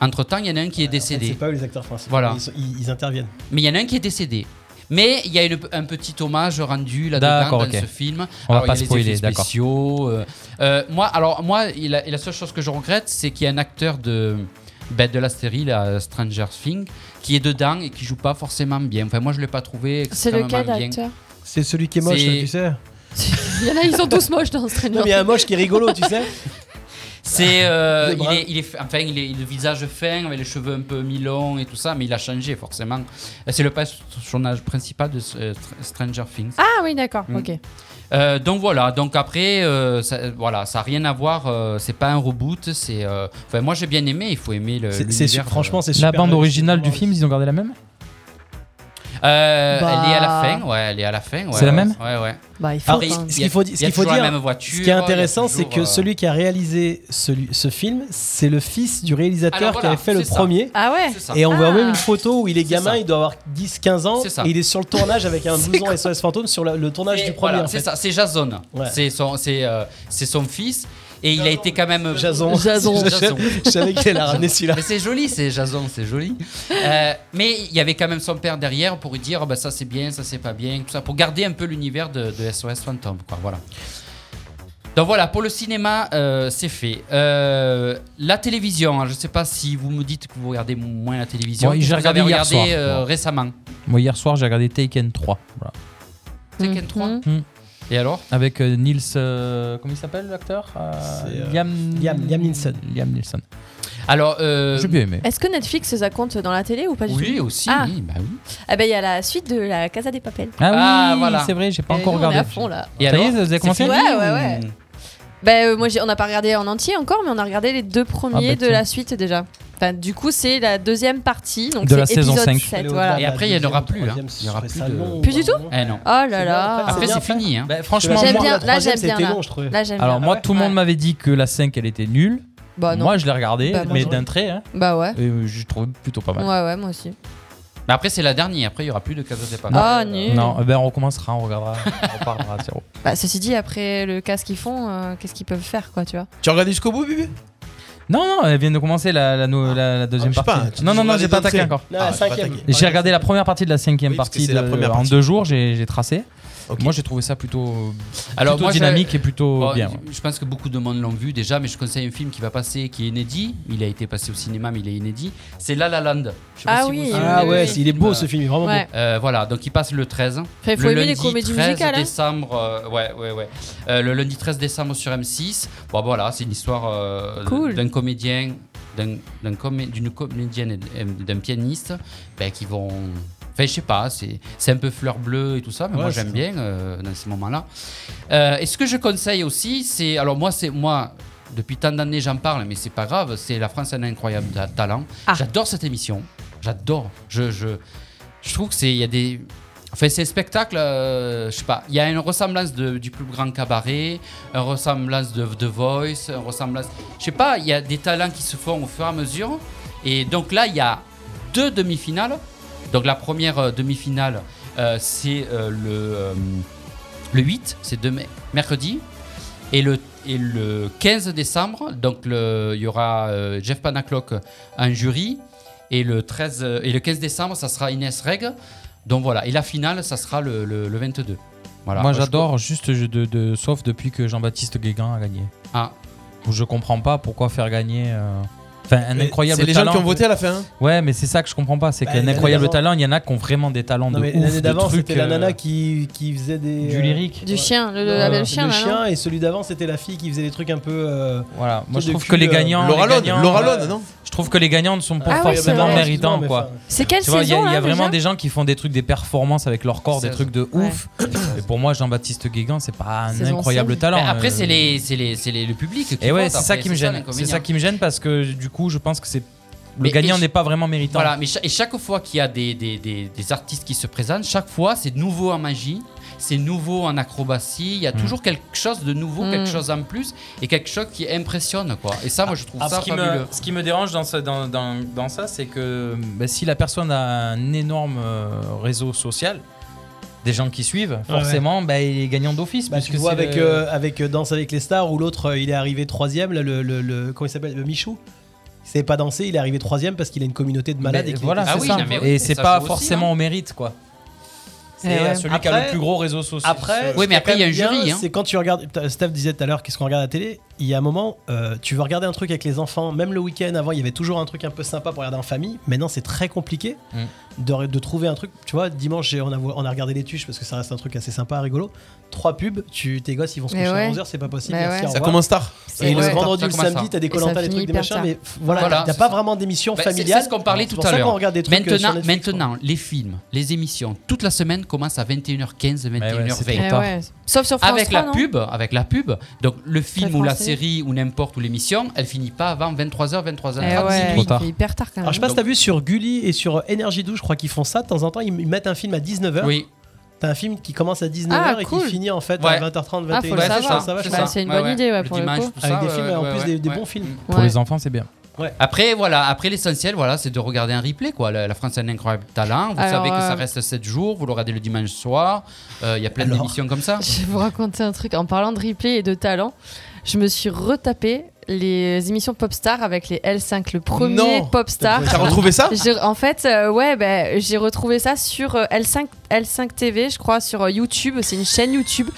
Entre temps, il y en a un qui est décédé. C'est pas eux les acteurs français. Voilà. Ils, sont- ils- ils interviennent. Mais il y en a un qui est décédé. Mais il y a une- un petit hommage rendu là-dedans D'accord, dans ok. ce film. On va Alors, il y pas a les spoiler, effets d'accord. spéciaux, euh, euh, moi, alors moi, il a- et la seule chose que je regrette, c'est qu'il y a un acteur de ben, de la série, la Stranger Things, qui est dedans et qui joue pas forcément bien. Enfin, moi, je l'ai pas trouvé. C'est lequel, extrêmement bien. l'acteur C'est celui qui est moche, C'est- tu sais. Il y en a, Ah, ils sont tous moches dans Stranger Non, mais il y a un moche qui est rigolo, tu sais. C'est euh, Le il bras. est il est enfin il est le visage fin avec les cheveux un peu mi-longs et tout ça, mais il a changé forcément. Euh, C'est le personnage principal de ce- euh, Str- Stranger Things. Ah oui, d'accord, Mm. ok. Euh, donc voilà, donc après, euh, ça, voilà, ça n'a rien à voir, euh, c'est pas un reboot, c'est... euh, Enfin, moi j'ai bien aimé, il faut aimer le... C'est- c'est l'univers, su- franchement, c'est La super bande réussi, originale du film, ils ont gardé la même Euh, Bah. Elle est à la fin, ouais, elle est à la fin. ouais, C'est la ouais, même Bah, Ouais, ouais. Alors, Après, ce Bah, il y a- qu'il faut, di- il ce y a qu'il faut toujours dire, la même voiture, ce qui est il y a intéressant, c'est toujours, que euh, celui qui a réalisé celui- ce film, c'est le fils du réalisateur Alors qui voilà, avait fait le c'est ça. premier. Ah ouais C'est ça. Et on voit Ah. même une photo où il est C'est gamin, ça. il doit avoir 10-15 ans, C'est ça. et il est sur le tournage avec un C'est blouson SOS fantôme sur le, le tournage Et du premier. voilà, en c'est fait. ça, c'est Jason. Ouais. C'est son, c'est, euh, c'est son fils. Et il a été quand même. Jason. Je- je- je savais qu'elle a ramené celui-là. Mais c'est joli, c'est Jason, c'est joli. Euh, mais il y avait quand même son père derrière pour lui dire bah, ça c'est bien, ça c'est pas bien, tout ça, pour garder un peu l'univers de, de SOS Phantom. Quoi, voilà. Donc voilà, pour le cinéma, euh, c'est fait. Euh, la télévision, hein, je sais pas si vous me dites que vous regardez moins la télévision. Moi, que j'ai vous regardé avez hier regardé, soir, euh, moi. récemment. Moi, hier soir, j'ai regardé Taken 3. Voilà. Tekken 3 Hmm. Et alors Avec euh, Nils. euh, comment il s'appelle l'acteur Euh, C'est, euh, Liam... Liam- Liam Neeson. Liam Nielsen. Alors. euh, J'ai bien aimé. Est-ce que Netflix, ça compte dans la télé ou pas du tout Oui, aussi, Ah, oui, bah oui. Ah bah, il y a la suite de la Casa des Papels. Ah oui, Ah, voilà. c'est vrai, j'ai pas Et encore Eh, nous, on regardé. est à fond, là. Et Ça y alors, Hmm. est, vous avez c'est commencé fini Ouais, ouais, ouais. ou- Bah, euh, moi, j'ai- on n'a pas regardé en entier encore, mais on a regardé les deux premiers Ah, bah, de la suite déjà. Enfin, du coup, c'est la deuxième partie, donc De c'est la saison Bah, épisode 5. 7, Allez, voilà. Et après, il n'y en aura plus. hein. troisième, Il y aura ce plus serait ça long, hein. de. Plus du tout Eh non. Oh là là. Après, bien c'est fait. fini. hein. Bah, franchement, J'aime moi- bien, là, j'aime c'était bien. Là, long, je trouvais. Là, j'aime Alors, bien. Ah moi, Ouais. tout le monde m'avait dit que la 5 elle était nulle. Bah, non. Moi, je l'ai regardée, Bah, moi, mais non. d'un trait. Hein. Bah, ouais. Et euh, je trouve plutôt pas Ouais, mal. ouais, moi aussi. Mais Bah, après, c'est la dernière. Après, il n'y aura plus de Casa de Papel. Ah, nul. Non, eh ben, on recommencera, on regardera, on parlera. c'est bon. Bah, ceci dit, après le casse qu'ils font, euh, qu'est-ce qu'ils peuvent faire, quoi, tu vois Tu as regardé jusqu'au bout, Bubu Non, non, elle vient de commencer la, la, nou- la- la deuxième Ah, je sais pas, partie. tu non, non, non, regardes j'ai pas les Ah, attaqué danses. encore. Non, Ah, la cinquième. J'ai regardé la première partie de la cinquième Oui, parce que partie, c'est la de- première en partie. deux jours, j'ai j'ai tracé. Moi, j'ai trouvé ça plutôt, plutôt moi, je- dynamique et plutôt Bon, bien. Je je pense que beaucoup de monde l'ont vu déjà, mais je conseille un film qui va passer, qui est inédit. Il a été passé au cinéma, mais il est inédit. C'est La La Land. Je sais Ah pas si vous oui, vous oui, souvenez Ah de ouais, ce il est beau euh, ce film, il est vraiment Ouais. beau. Euh, voilà, donc il passe le 13. Enfin, il faut le aimer les lundi comédies 13 musicales, hein. décembre, euh, ouais, ouais, ouais. Euh, le lundi 13 décembre sur M6. Bon, voilà, c'est une histoire euh, Cool. d'un comédien d'un- d'un comé- d'une comédienne et d- d'un pianiste ben, qui vont. Enfin, je sais pas, c'est c'est un peu fleur bleue et tout ça, mais Ouais, moi c'est j'aime ça. bien euh, dans ces moments-là. Euh, et ce que je conseille aussi, c'est. Alors, moi, c'est moi. Depuis tant d'années, j'en parle, mais c'est pas grave. C'est La France a un incroyable ta- talent. J'adore cette émission. J'adore. Je, je, je trouve que c'est. Il y a des. Enfin, ces spectacles, euh, je sais pas, il y a une ressemblance de- du plus grand cabaret, une ressemblance de The Voice, une ressemblance. Je sais pas, il y a des talents qui se font au fur et à mesure. Et donc là, il y a deux demi-finales. Donc la première euh, demi-finale, euh, c'est euh, le, euh, le 8, c'est demain, mercredi. Et le, et le 15 décembre, donc le- il y aura euh, Jeff Panaclock en jury. Et le, 13, euh, et le 15 décembre, ça sera Inès Reg. Donc voilà. Et la finale, ça sera le, le- le 22. Voilà. Moi, je- j'adore juste je- de, de- sauf depuis que Jean-Baptiste Guégan a gagné. Ah. Je comprends pas pourquoi faire gagner. euh, Enfin, un Mais incroyable c'est les gens talent. qui ont voté à la fin, hein. Ouais, mais c'est ça que je comprends pas. C'est Bah, qu'un l'année incroyable d'avant- talent, il y en a qui ont vraiment des talents Non, de mais ouf. l'année de d'avant, trucs, c'était la euh, nana qui, qui faisait des. euh, du lyrique. Du chien, le- le- le chien, hein. là, non et celui d'avant, c'était la fille qui faisait des trucs un peu. euh, Voilà, moi trucs je de trouve cul, que les euh, gagnants. les gagnants, euh, Je trouve que les gagnants ne sont pas Ah oui, c'est forcément vrai. méritants, Non, mais quoi. ça- C'est quelle Tu vois, Il y a, saison, il y a là, vraiment déjà des gens qui font des trucs, des performances avec leur corps, des 16. trucs de Ouais. ouf. Et pour moi, Jean-Baptiste Guégan, c'est pas un Saison incroyable 16. talent. Ben, après, euh, c'est les, c'est les, c'est les- le public qui hein. Et ouais, vote, c'est ça après, qui me gêne. C'est l'inconvénient. ça qui me gêne parce que du coup, je pense que c'est le Mais- gagnant et- n'est pas vraiment méritant. Voilà, mais cha- et chaque fois qu'il y a des, des- des- des artistes qui se présentent, chaque fois c'est nouveau en magie, c'est nouveau en acrobatie, il Hmm. y a toujours quelque chose de nouveau, Hmm. Mm. quelque chose en plus, et quelque chose qui impressionne, quoi. Et ça, moi, je trouve Ah, ça ce, qui fabuleux. me, ce qui me dérange dans, ce- dans, dans- dans ça, c'est que bah, si la personne a un énorme euh, réseau social, des gens qui suivent, Ouais, ouais. forcément, bah, il est gagnant d'office. Bah, puisque tu vois c'est avec, le- euh, avec euh, Danse avec les stars où l'autre euh, il est arrivé troisième, là, le, le, le- comment il s'appelle le Michou. Il savait pas danser, il est arrivé troisième parce qu'il a une communauté de malades. Ah Mais et qu'il Bah, ben, voilà, était- c'est ça. hein. et c'est pas forcément au mérite, quoi. C'est Et euh, ouais. celui qui a Après- le plus gros réseau social. Euh, Après, oui, mais après il y a un jury. hein. C'est quand tu regardes. putain, Steph disait tout à l'heure qu'est-ce qu'on regarde à la télé. Il y a un moment, euh, tu veux regarder un truc avec les enfants, même le week-end avant, il y avait toujours un truc un peu sympa pour regarder en famille. Maintenant, c'est très compliqué Mm. Mmh. de, de trouver un truc. Tu vois, dimanche, j'ai- on a, on a regardé les tuches parce que ça reste un truc assez sympa, rigolo. Trois pubs, tu, tes gosses, ils vont se Mais coucher ouais. à 11h, c'est pas possible. Mais merci, au ouais. Ça revoir. commence tard. Et Ça le commence vendredi tard. ou le Ça commence samedi, tard. t'as des Et ça collantas, des finit trucs, des hyper machins. tard. Mais f- voilà, Voilà, t'as c'est pas ça. vraiment d'émission Ben, c'est- familiale. C'est ce qu'on parlait Ah, C'est tout pour à ça qu'on l'heure. regarde des trucs, euh, Maintenant, sur Netflix, maintenant les films, les émissions, toute la semaine commence à 21h15, 21h20. c'est trop Eh tard. ouais. Sauf sur France Avec 3, la non pub, avec la pub. Donc le film Très ou la français. série ou n'importe où l'émission, elle finit pas avant 23h, 23h30. Ah, Eh ouais, minuit. il fait hyper tard quand même. Alors, Ah, je sais pas si t'as vu sur Gulli et sur Energy 12, je crois qu'ils font ça. De temps en temps, ils ils mettent un film à 19h. Oui. T'as un film qui commence à 19h Ah, et cool. qui finit en fait Ouais. à 20h30, 21h. Ah, faut le savoir. je Bah, crois. c'est une bonne idée, ouais, pour le coup. Avec euh, des films, en plus des, des bons films. Pour les enfants, c'est bien. Après, voilà, après l'essentiel, voilà, c'est de regarder un replay. Quoi. La, la France a un incroyable talent. Vous Alors, savez que euh, ça reste 7 jours. Vous le regardez le dimanche soir. Euh, Il y a plein d'émissions comme ça. Je vais vous raconter un truc. En parlant de replay et de talent, je me suis retapé les émissions Popstar avec les L5, le premier Non. Popstar. T'as retrouvé ça J'ai- En fait, euh, ouais, ben, j'ai retrouvé ça sur euh, L5, L5 TV, je crois, sur euh, YouTube. C'est une chaîne YouTube.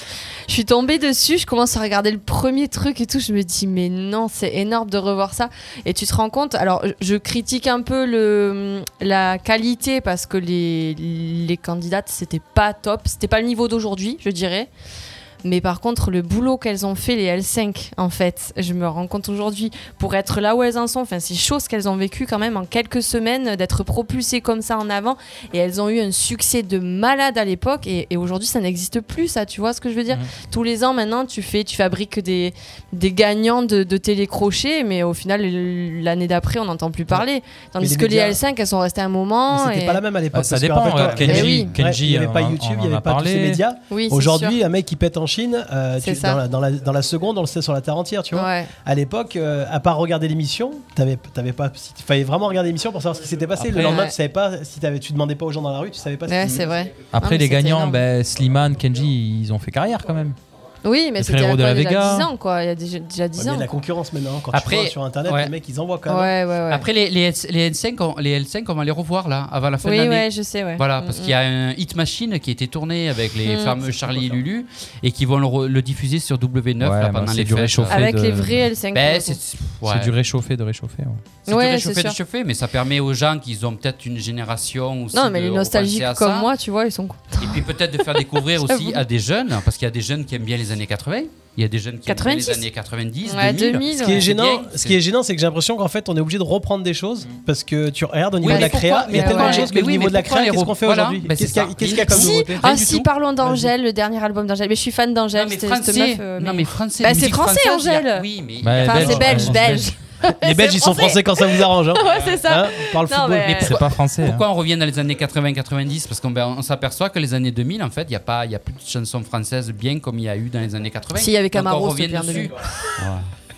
Je suis tombée dessus, je commence à regarder le premier truc et tout. Je me dis, mais non, c'est énorme de revoir ça. Et tu te rends compte, alors je- je critique un peu le, mm, la qualité parce que les, les candidates, c'était pas top. C'était pas le niveau d'aujourd'hui, je dirais. Mais par contre, le boulot qu'elles ont fait, les L5, en fait, je me rends compte aujourd'hui, pour être là où elles en sont, enfin, c'est chose qu'elles ont vécu quand même en quelques semaines, d'être propulsées comme ça en avant. Et elles ont eu un succès de malade à l'époque. Et, et aujourd'hui, ça n'existe plus, ça, tu vois ce que je veux dire Tous les ans, maintenant, tu, fais, tu fabriques des, des gagnants de, de télécrochet, mais au final, l- l'année d'après, on n'entend plus parler. Mais Tandis les que les médias- L5, elles sont restées un moment. Mais c'était et- pas la même à l'époque. Ah, ça parce que, dépend, en fait, regarde, on- Kenji, Eh oui. Kenji, Ouais, il n'y avait pas on en- YouTube, on il n'y en avait a pas tous parlé. ces médias. Oui, c'est Aujourd'hui, sûr. un mec qui pète en Chine, euh, C'est tu- ça. dans, la, dans la- dans la seconde, on le sait sur la terre entière, tu vois. À l'époque, euh, à part regarder l'émission, t'avais, t'avais pas, si- fallait vraiment regarder l'émission pour savoir ce qui s'était passé. Après, le lendemain, ouais. tu savais pas si t'avais, tu demandais pas aux gens dans la rue, tu savais pas. ce Ouais, qui- c'est vrai. Après, Non, mais les c'était gagnants, énorme. ben, Slimane, Kenji, ils ont fait carrière quand même. Oui, mais Les c'était frérots il y a quoi, de la déjà Vega. 10 ans, quoi. Il y a déjà, déjà 10 Ouais, mais ans. la concurrence maintenant, quand tu vois sur internet, ouais. les mecs ils envoient quand même. Ouais, ouais, ouais. Après, les, les, S- les L5, on, les L5, on va les revoir là, avant la fin Oui, de l'année. ouais, je sais, ouais. Voilà, Mm, parce mm. qu'il y a un Hit Machine qui a été tourné avec les Mm. fameux Charlie et Lulu et qui vont le, re- le diffuser sur W9 Ouais, là, mais pendant c'est les du fêtes. réchauffé Avec de- les vrais L5, Ben, pour le c'est C'est ouais. du réchauffé de réchauffer. ouais. C'est Ouais, du c'est réchauffé, sûr. réchauffé, mais ça permet aux gens qui ont peut-être une génération aussi Non, mais de les nostalgiques repenser à comme ça. moi, tu vois, ils sont. Et puis peut-être de faire découvrir aussi J'avoue. à des jeunes, parce qu'il y a des jeunes qui aiment bien les années 80. Il y a des jeunes qui aiment bien 86. les années 90, Ouais, 2000. 2000, Ce qui est C'est gênant, bien, ce c'est- qui est gênant, c'est que j'ai l'impression qu'en fait, on est obligé de reprendre des choses parce que tu regardes au niveau Oui, de la mais pourquoi- créa, il y a mais tellement de ouais. choses que Mais au oui, niveau mais de la pourquoi créa, les qu'est-ce qu'on fait voilà, aujourd'hui bah Qu'est-ce c'est qu'il y a- ça. qu'est-ce qu'il y a comme Si, nouveauté Ah si, parlons d'Angèle, le dernier album d'Angèle. Mais je suis fan d'Angèle. mais c'était français. cette meuf, euh, Non, mais français, Bah, musique c'est français, française, il y a- Angèle. oui, mais- Ouais, enfin, c'est belge, belge, belge. Les Belges, ils sont français. français quand ça vous arrange. hein. Ouais, c'est ça. Hein On parle Non, football. mais- Mais pourquoi- C'est pas français, hein. Pourquoi on revient dans les années 80-90 Parce qu'on ben, on s'aperçoit que les années 2000, en fait, il n'y a, pas- il y a plus de chansons françaises bien comme il y a eu dans les années 80. Si, il y avait Donc, on Camaro, revient c'était en dessus. 2000.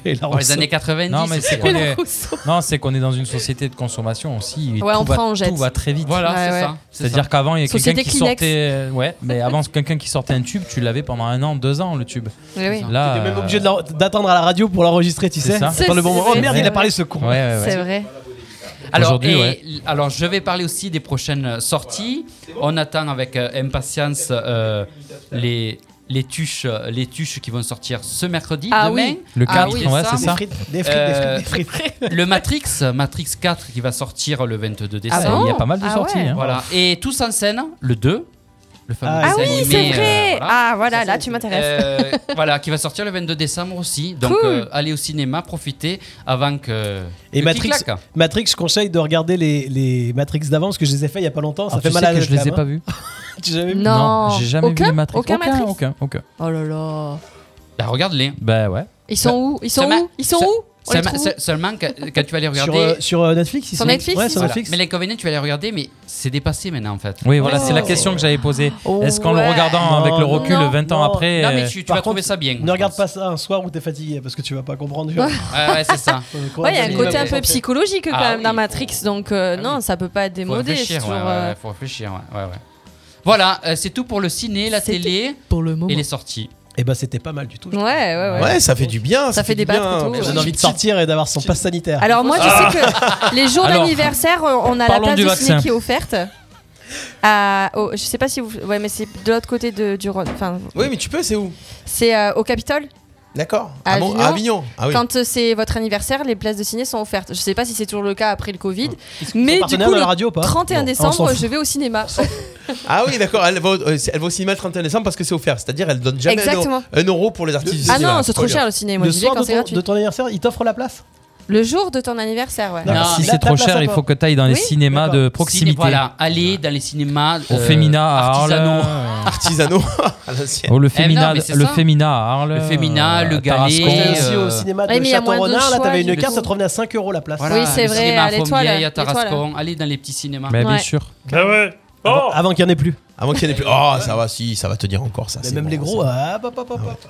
Et la Dans les Rousseau. années 90, Non, c'est mais c'est ça. qu'on Et la est... Rousseau. Non, c'est qu'on est dans une société de consommation aussi. et Ouais, on tout va, prend, on jette. Tout va très vite. Voilà, Ouais, c'est ouais. ça, c'est C'est-à-dire ça. qu'avant, il y a quelqu'un Société qui Kleenex. sortait. euh, Ouais, mais avant, quelqu'un qui sortait un tube, tu l'avais pendant un an, deux ans, le tube. Oui, oui. Là, T'es même euh, obligé de la- d'attendre à la radio pour l'enregistrer, tu sais. ça. Dans le bon moment. Oh merde, il a parlé ce con. Ouais, ouais, ouais. C'est vrai. Alors, Aujourd'hui, et- ouais. alors, je vais parler aussi des prochaines euh, sorties. On attend avec euh, impatience euh, les, les, tuches, euh, les tuches qui vont sortir ce mercredi. Ah demain, oui. Le à 4, mi-décembre. ouais, c'est ça. Des frites, des frites, des frites, Euh, Le Matrix, Matrix 4 qui va sortir le 22 décembre. bon Il y a pas mal de Ah sorties, ouais. hein. Voilà. Et tous en Ah scène, le 2. Le fameux Ah dessin oui, animé, c'est vrai. euh, voilà. Ah voilà, là tu m'intéresses. Euh, voilà, qui va sortir le 22 décembre aussi. Donc, Cool. euh, allez au cinéma, profitez avant que. Et que Matrix, qu'il claque. Matrix, je conseille de regarder les, les Matrix d'avant parce que je les ai fait il y a pas longtemps. Ça Ah, fait tu mal sais à la que je les ai tête, pas hein. vus. Tu jamais vu Non. j'ai jamais aucun, vu les Matrix. Aucun, Matrix. aucun, aucun. Oh là là. Bah, regarde-les. Bah ouais. Ils sont où Ils sont Seulement- où Ils sont se- où On les seulement- trouve où se- Seulement que- quand tu vas les Sur, regarder. euh, sur, euh, Netflix ils Sur sont- Netflix, Ouais, ils sur sont- Netflix. Mais l'inconvénient, tu vas les regarder, mais c'est dépassé maintenant en fait. Oh. Oui, voilà, c'est la question que j'avais posée. Oh, Est-ce qu'en ouais. le regardant avec le recul, Non, 20 ans non. après. Non, mais euh, tu, tu Par vas trouver contre, ça bien. Ne regarde pas ça un soir où t'es fatigué parce que tu vas pas comprendre. Ouais. Ouais, ouais, c'est ça. Ouais, il y a un côté un peu psychologique quand Ah même oui, dans Matrix, donc euh, Ah non, ça peut pas être Faut démodé. c'est réfléchir, ouais, toujours, ouais, euh, ouais, faut réfléchir, ouais, ouais, ouais. Voilà, euh, c'est tout pour le ciné, la télé et les sorties. Et bah c'était pas mal du tout. Ouais, ouais, ouais. Ouais, ça fait du bien. Ça fait du débattre bien. et tout. On a envie de sortir et d'avoir son passe sanitaire. Alors moi, je Ah. sais que les jours Alors, d'anniversaire, euh, on a la parlons place du de ciné vaccin. qui est offerte. À, au- je sais pas si vous, ouais, mais c'est de l'autre côté de, du Rhône. Enfin, Oui, mais tu peux, c'est où c'est euh, au Capitole. D'accord. À Ah bon, à Avignon. Ah oui. Quand euh, c'est votre anniversaire, les places de ciné sont offertes. Je sais pas si c'est toujours le cas après le Covid, mais du partenaires coup, de la le radio ou pas 31 Bon, on s'en décembre, fout. je vais au cinéma. Ah oui, d'accord. Elle va, au- euh, elle va au cinéma le 31 décembre parce que c'est offert. C'est-à-dire, elle donne jamais un euro, Exactement. un euro pour les artistes. du Ah cinéma. non, c'est trop Faut cher dire. le ciné. Moi, Le j'y vais soir quand de c'est ton, gratuit. de ton anniversaire, il t'offre la place Le jour de ton anniversaire, ouais. Non, Non, si mais c'est la trop place, cher, il attends. faut que tu ailles dans les Oui. cinémas de proximité. Ciné, voilà, allez dans les cinémas. euh, Au Fémina, à artisanaux. Euh. Arles. Artisanaux à l'ancienne. Oh, le Eh, Fémina, non, mais c'est le ça. Fémina à Arles. Le Fémina, euh, le à Galet, Tarascon. euh, Si au cinéma Ouais, de mais il y a moins de Château-Renard, là choix, t'avais du une carte, coup. ça te revenait à 5 euros la place. Voilà, Oui, c'est le vrai, cinéma à l'étoile, Fontvieille, à l'étoile. Tarascon, allez dans les petits cinémas. Mais bien sûr. Bah Ah ouais. Avant, avant qu'il y en ait plus. Avant qu'il y en ait plus. Oh, ça va, si, ça va tenir encore ça. Mais c'est même bon, les ça. gros, ah, hop, hop, hop, hop.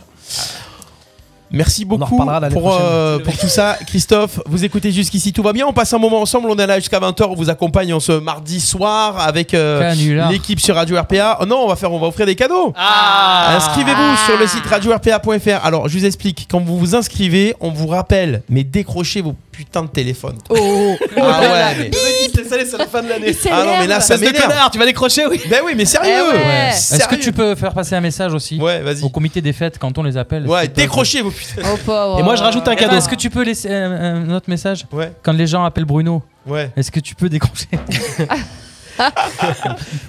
Merci beaucoup reparlera l'année pour, euh, pour tout ça. Christophe, vous écoutez jusqu'ici, tout va bien. On passe un moment ensemble. On est là jusqu'à 20h. On vous accompagne en ce mardi soir avec euh, Canular. l'équipe sur Radio RPA. Oh non, on va faire, on va offrir des cadeaux. Ah Inscrivez-vous sur le site radio-rpa.fr. Alors, je vous explique. Quand vous vous inscrivez, on vous rappelle, mais décrochez vos putains de téléphones. Oh Ah ouais, mais- C'est ça, c'est la fin de l'année. Ah non, mais là, ça Espèce de m'énerve. connard, tu vas décrocher, oui. Ben oui, mais sérieux. Eh ouais. Ouais. Est-ce que Sérieux. tu peux faire passer un message aussi ouais, vas-y. Au comité des fêtes, quand on les appelle Ouais, est-ce que tu peux- décrochez vos putains. Oh, pauvre. ben, Et moi, je rajoute un cadeau. Est-ce Eh ben, que tu peux laisser un, autre message Ouais. Quand les gens appellent Bruno, Ouais. est-ce que tu peux décrocher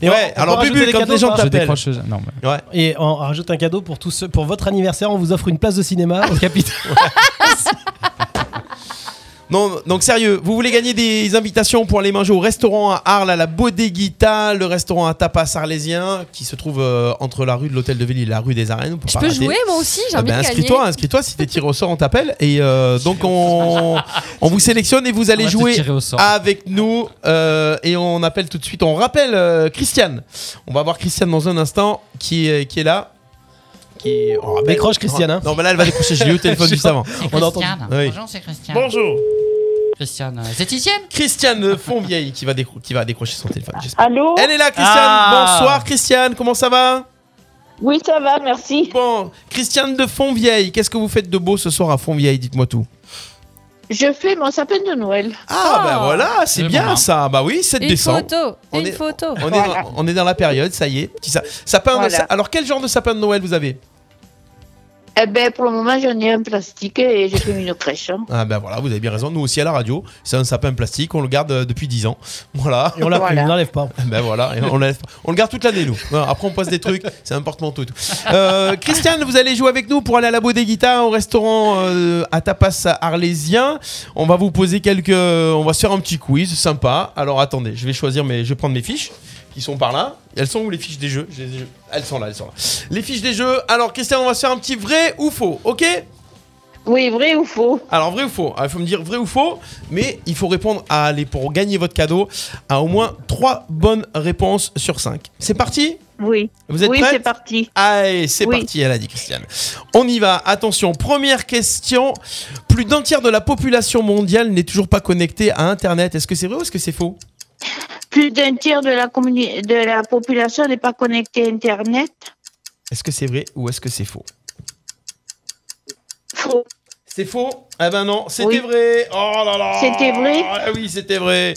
Et ouais, alors, peut Bubu, rajouter des quand cadeaux les gens par- Je t'appellent. décroche. Non, mais- Ouais. Et on rajoute un cadeau pour, tous ceux- pour votre anniversaire. On vous offre une place de cinéma au Capitole. Non, donc sérieux, vous voulez gagner des invitations pour aller manger au restaurant à Arles, à la Bodeguita, le restaurant à tapas arlésien qui se trouve euh, entre la rue de l'Hôtel de Ville et la rue des Arènes. Je peux jouer moi aussi, j'ai envie de gagner. bah, Ah ben, inscris-toi, hein. inscris-toi. Si t'es tiré au sort, on t'appelle. Et euh, donc on, on vous sélectionne et vous allez On va te jouer tirer au sort. avec nous. euh, et on appelle tout de suite. On rappelle euh, Christiane. On va voir Christiane dans un instant qui est, qui est là. Qui on rappelle. Décroche, Christiane, hein. Non, mais là elle va décrocher. J'ai eu au téléphone juste avant. On entend. Oui. Bonjour, c'est Christiane. Bonjour. Christiane, euh, zéticienne Christiane Fontvieille qui va, décro- qui va décrocher son téléphone. j'espère. Allô Elle est là, Christiane. Ah. Bonsoir, Christiane. Comment ça va Oui, ça va, merci. Bon, Christiane de Fontvieille, qu'est-ce que vous faites de beau ce soir à Fontvieille Dites-moi tout. Je fais mon sapin de Noël. Ah, bah voilà, c'est bien moment. ça. Bah oui, 7 Une décembre. photo, On une est- photo. On, est dans, on est dans la période, ça y est. Petit sa- sapin de- Voilà. sa- Alors, quel genre de sapin de Noël vous avez Eh ben, pour le moment, j'en ai un plastique et j'ai fait une crèche. hein. Ah ben voilà, vous avez bien raison. Nous aussi à la radio, c'est un sapin plastique, on le garde euh, depuis 10 ans. Voilà. Et on l'a- Voilà. on l'enlève pas. Ben voilà, et on, l'enlève pas. On le garde toute l'année, nous. Voilà, après, on passe des trucs, c'est un porte-manteau et tout. Euh, Christiane, vous allez jouer avec nous pour aller à la Beau des Guitares au restaurant euh, à tapas arlésien. On va vous poser quelques. On va se faire un petit quiz sympa. Alors attendez, je vais choisir mes. Je vais prendre mes fiches qui sont par là. Elles sont où les fiches des jeux Je les ai- Elles sont là, elles sont là. Les fiches des jeux. Alors, Christiane, on va se faire un petit vrai ou faux, ok Oui, vrai ou faux Alors, vrai ou faux Ah, Il faut me dire vrai ou faux, mais il faut répondre à allez, pour gagner votre cadeau à au moins 3 bonnes réponses sur 5. C'est parti Oui. Vous êtes Oui, prête c'est parti. Allez, c'est parti, elle a dit Christiane. On y va, attention, première question. Plus d'un tiers de la population mondiale n'est toujours pas connectée à Internet. Est-ce que c'est vrai ou est-ce que c'est faux Plus d'un tiers de la, communi- de la population n'est pas connectée à Internet. Est-ce que c'est vrai ou est-ce que c'est faux Faux. C'est faux Eh ben non, c'était vrai. Oh là là. C'était vrai Ah oui, c'était vrai.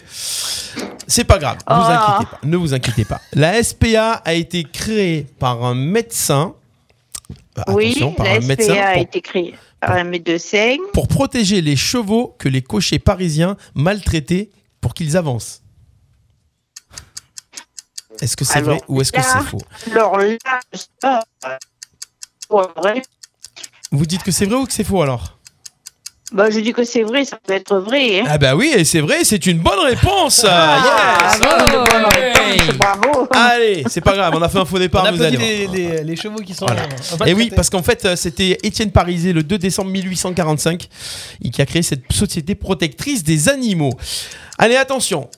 C'est pas grave, vous Oh. inquiétez pas, ne vous inquiétez pas. La SPA a été créée par un médecin. Bah, oui, attention, par la un SPA médecin a pour- été créée par un médecin. pour protéger les chevaux que les cochers parisiens maltraitaient pour qu'ils avancent. Est-ce que c'est Alors, vrai ou est-ce que là- c'est faux Alors là, je sais pas. Ouais, vrai. Vous dites que c'est vrai ou que c'est faux alors Bah, je dis que c'est vrai, ça peut être vrai. hein. Ah bah oui, et c'est vrai, c'est une bonne réponse Yes Oh. bravo. Allez, c'est pas grave, on a fait un faux départ, On vous allez applaudit voir. les, les- les chevaux qui sont Voilà. là. Et oui, parce qu'en fait, euh, c'était Étienne Pariset le 2 décembre 1845 et qui a créé cette société protectrice des animaux. Allez, attention.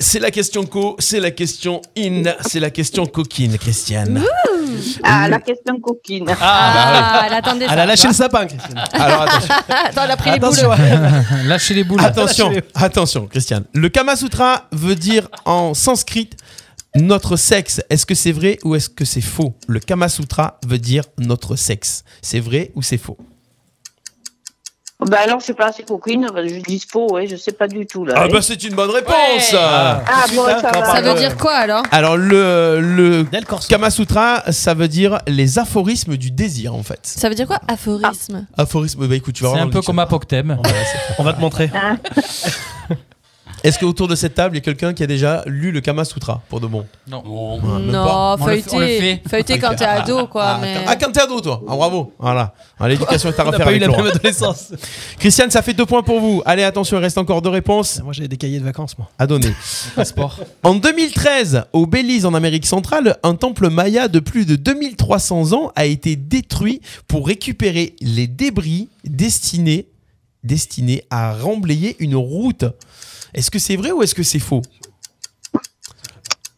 C'est la question co, c'est la question in, c'est la question coquine, Christiane. Ah, la question coquine. Ah, bah oui. elle attendait ça. sapin, Christiane. Alors attention. Attends, elle a pris Attention. les boules. Lâchez les boules. Attention, attention, Christiane. Le Kama Sutra veut dire en sanskrit notre sexe. Est-ce que c'est vrai ou est-ce que c'est faux Le Kama Sutra veut dire notre sexe. C'est vrai ou c'est faux Bah alors, c'est pas assez coquine, bah, je dis faux, ouais, je sais pas du tout là. hein. Ah bah c'est une bonne réponse Ah, bon, ça va. Ça veut dire quoi alors Alors le, le Kama Sutra, ça veut dire les aphorismes du désir en fait. Ça veut dire quoi Aphorisme. Aphorisme, bah écoute, tu vas C'est un peu comme Apoctem. On va te montrer. Ah. Est-ce qu'autour de cette table, il y a quelqu'un qui a déjà lu le Kama Sutra pour de bon Non. Ah. Ouais, même pas. Non, feuilleté. Feuilleté quand t'es ado, quoi. mais... Ah, quand t'es ado, toi Ah, bravo Voilà. Ah, L'éducation est à On n'a refaire pas eu avec la Laura. même adolescence. Christiane, ça fait deux points pour vous. Allez, attention, il reste encore deux réponses. Moi, j'avais des cahiers de vacances, moi. À donner. Passeport. En 2013, au Belize, en Amérique centrale, un temple maya de plus de 2300 ans a été détruit pour récupérer les débris destinés, destinés à remblayer une route. Est-ce que c'est vrai ou est-ce que c'est faux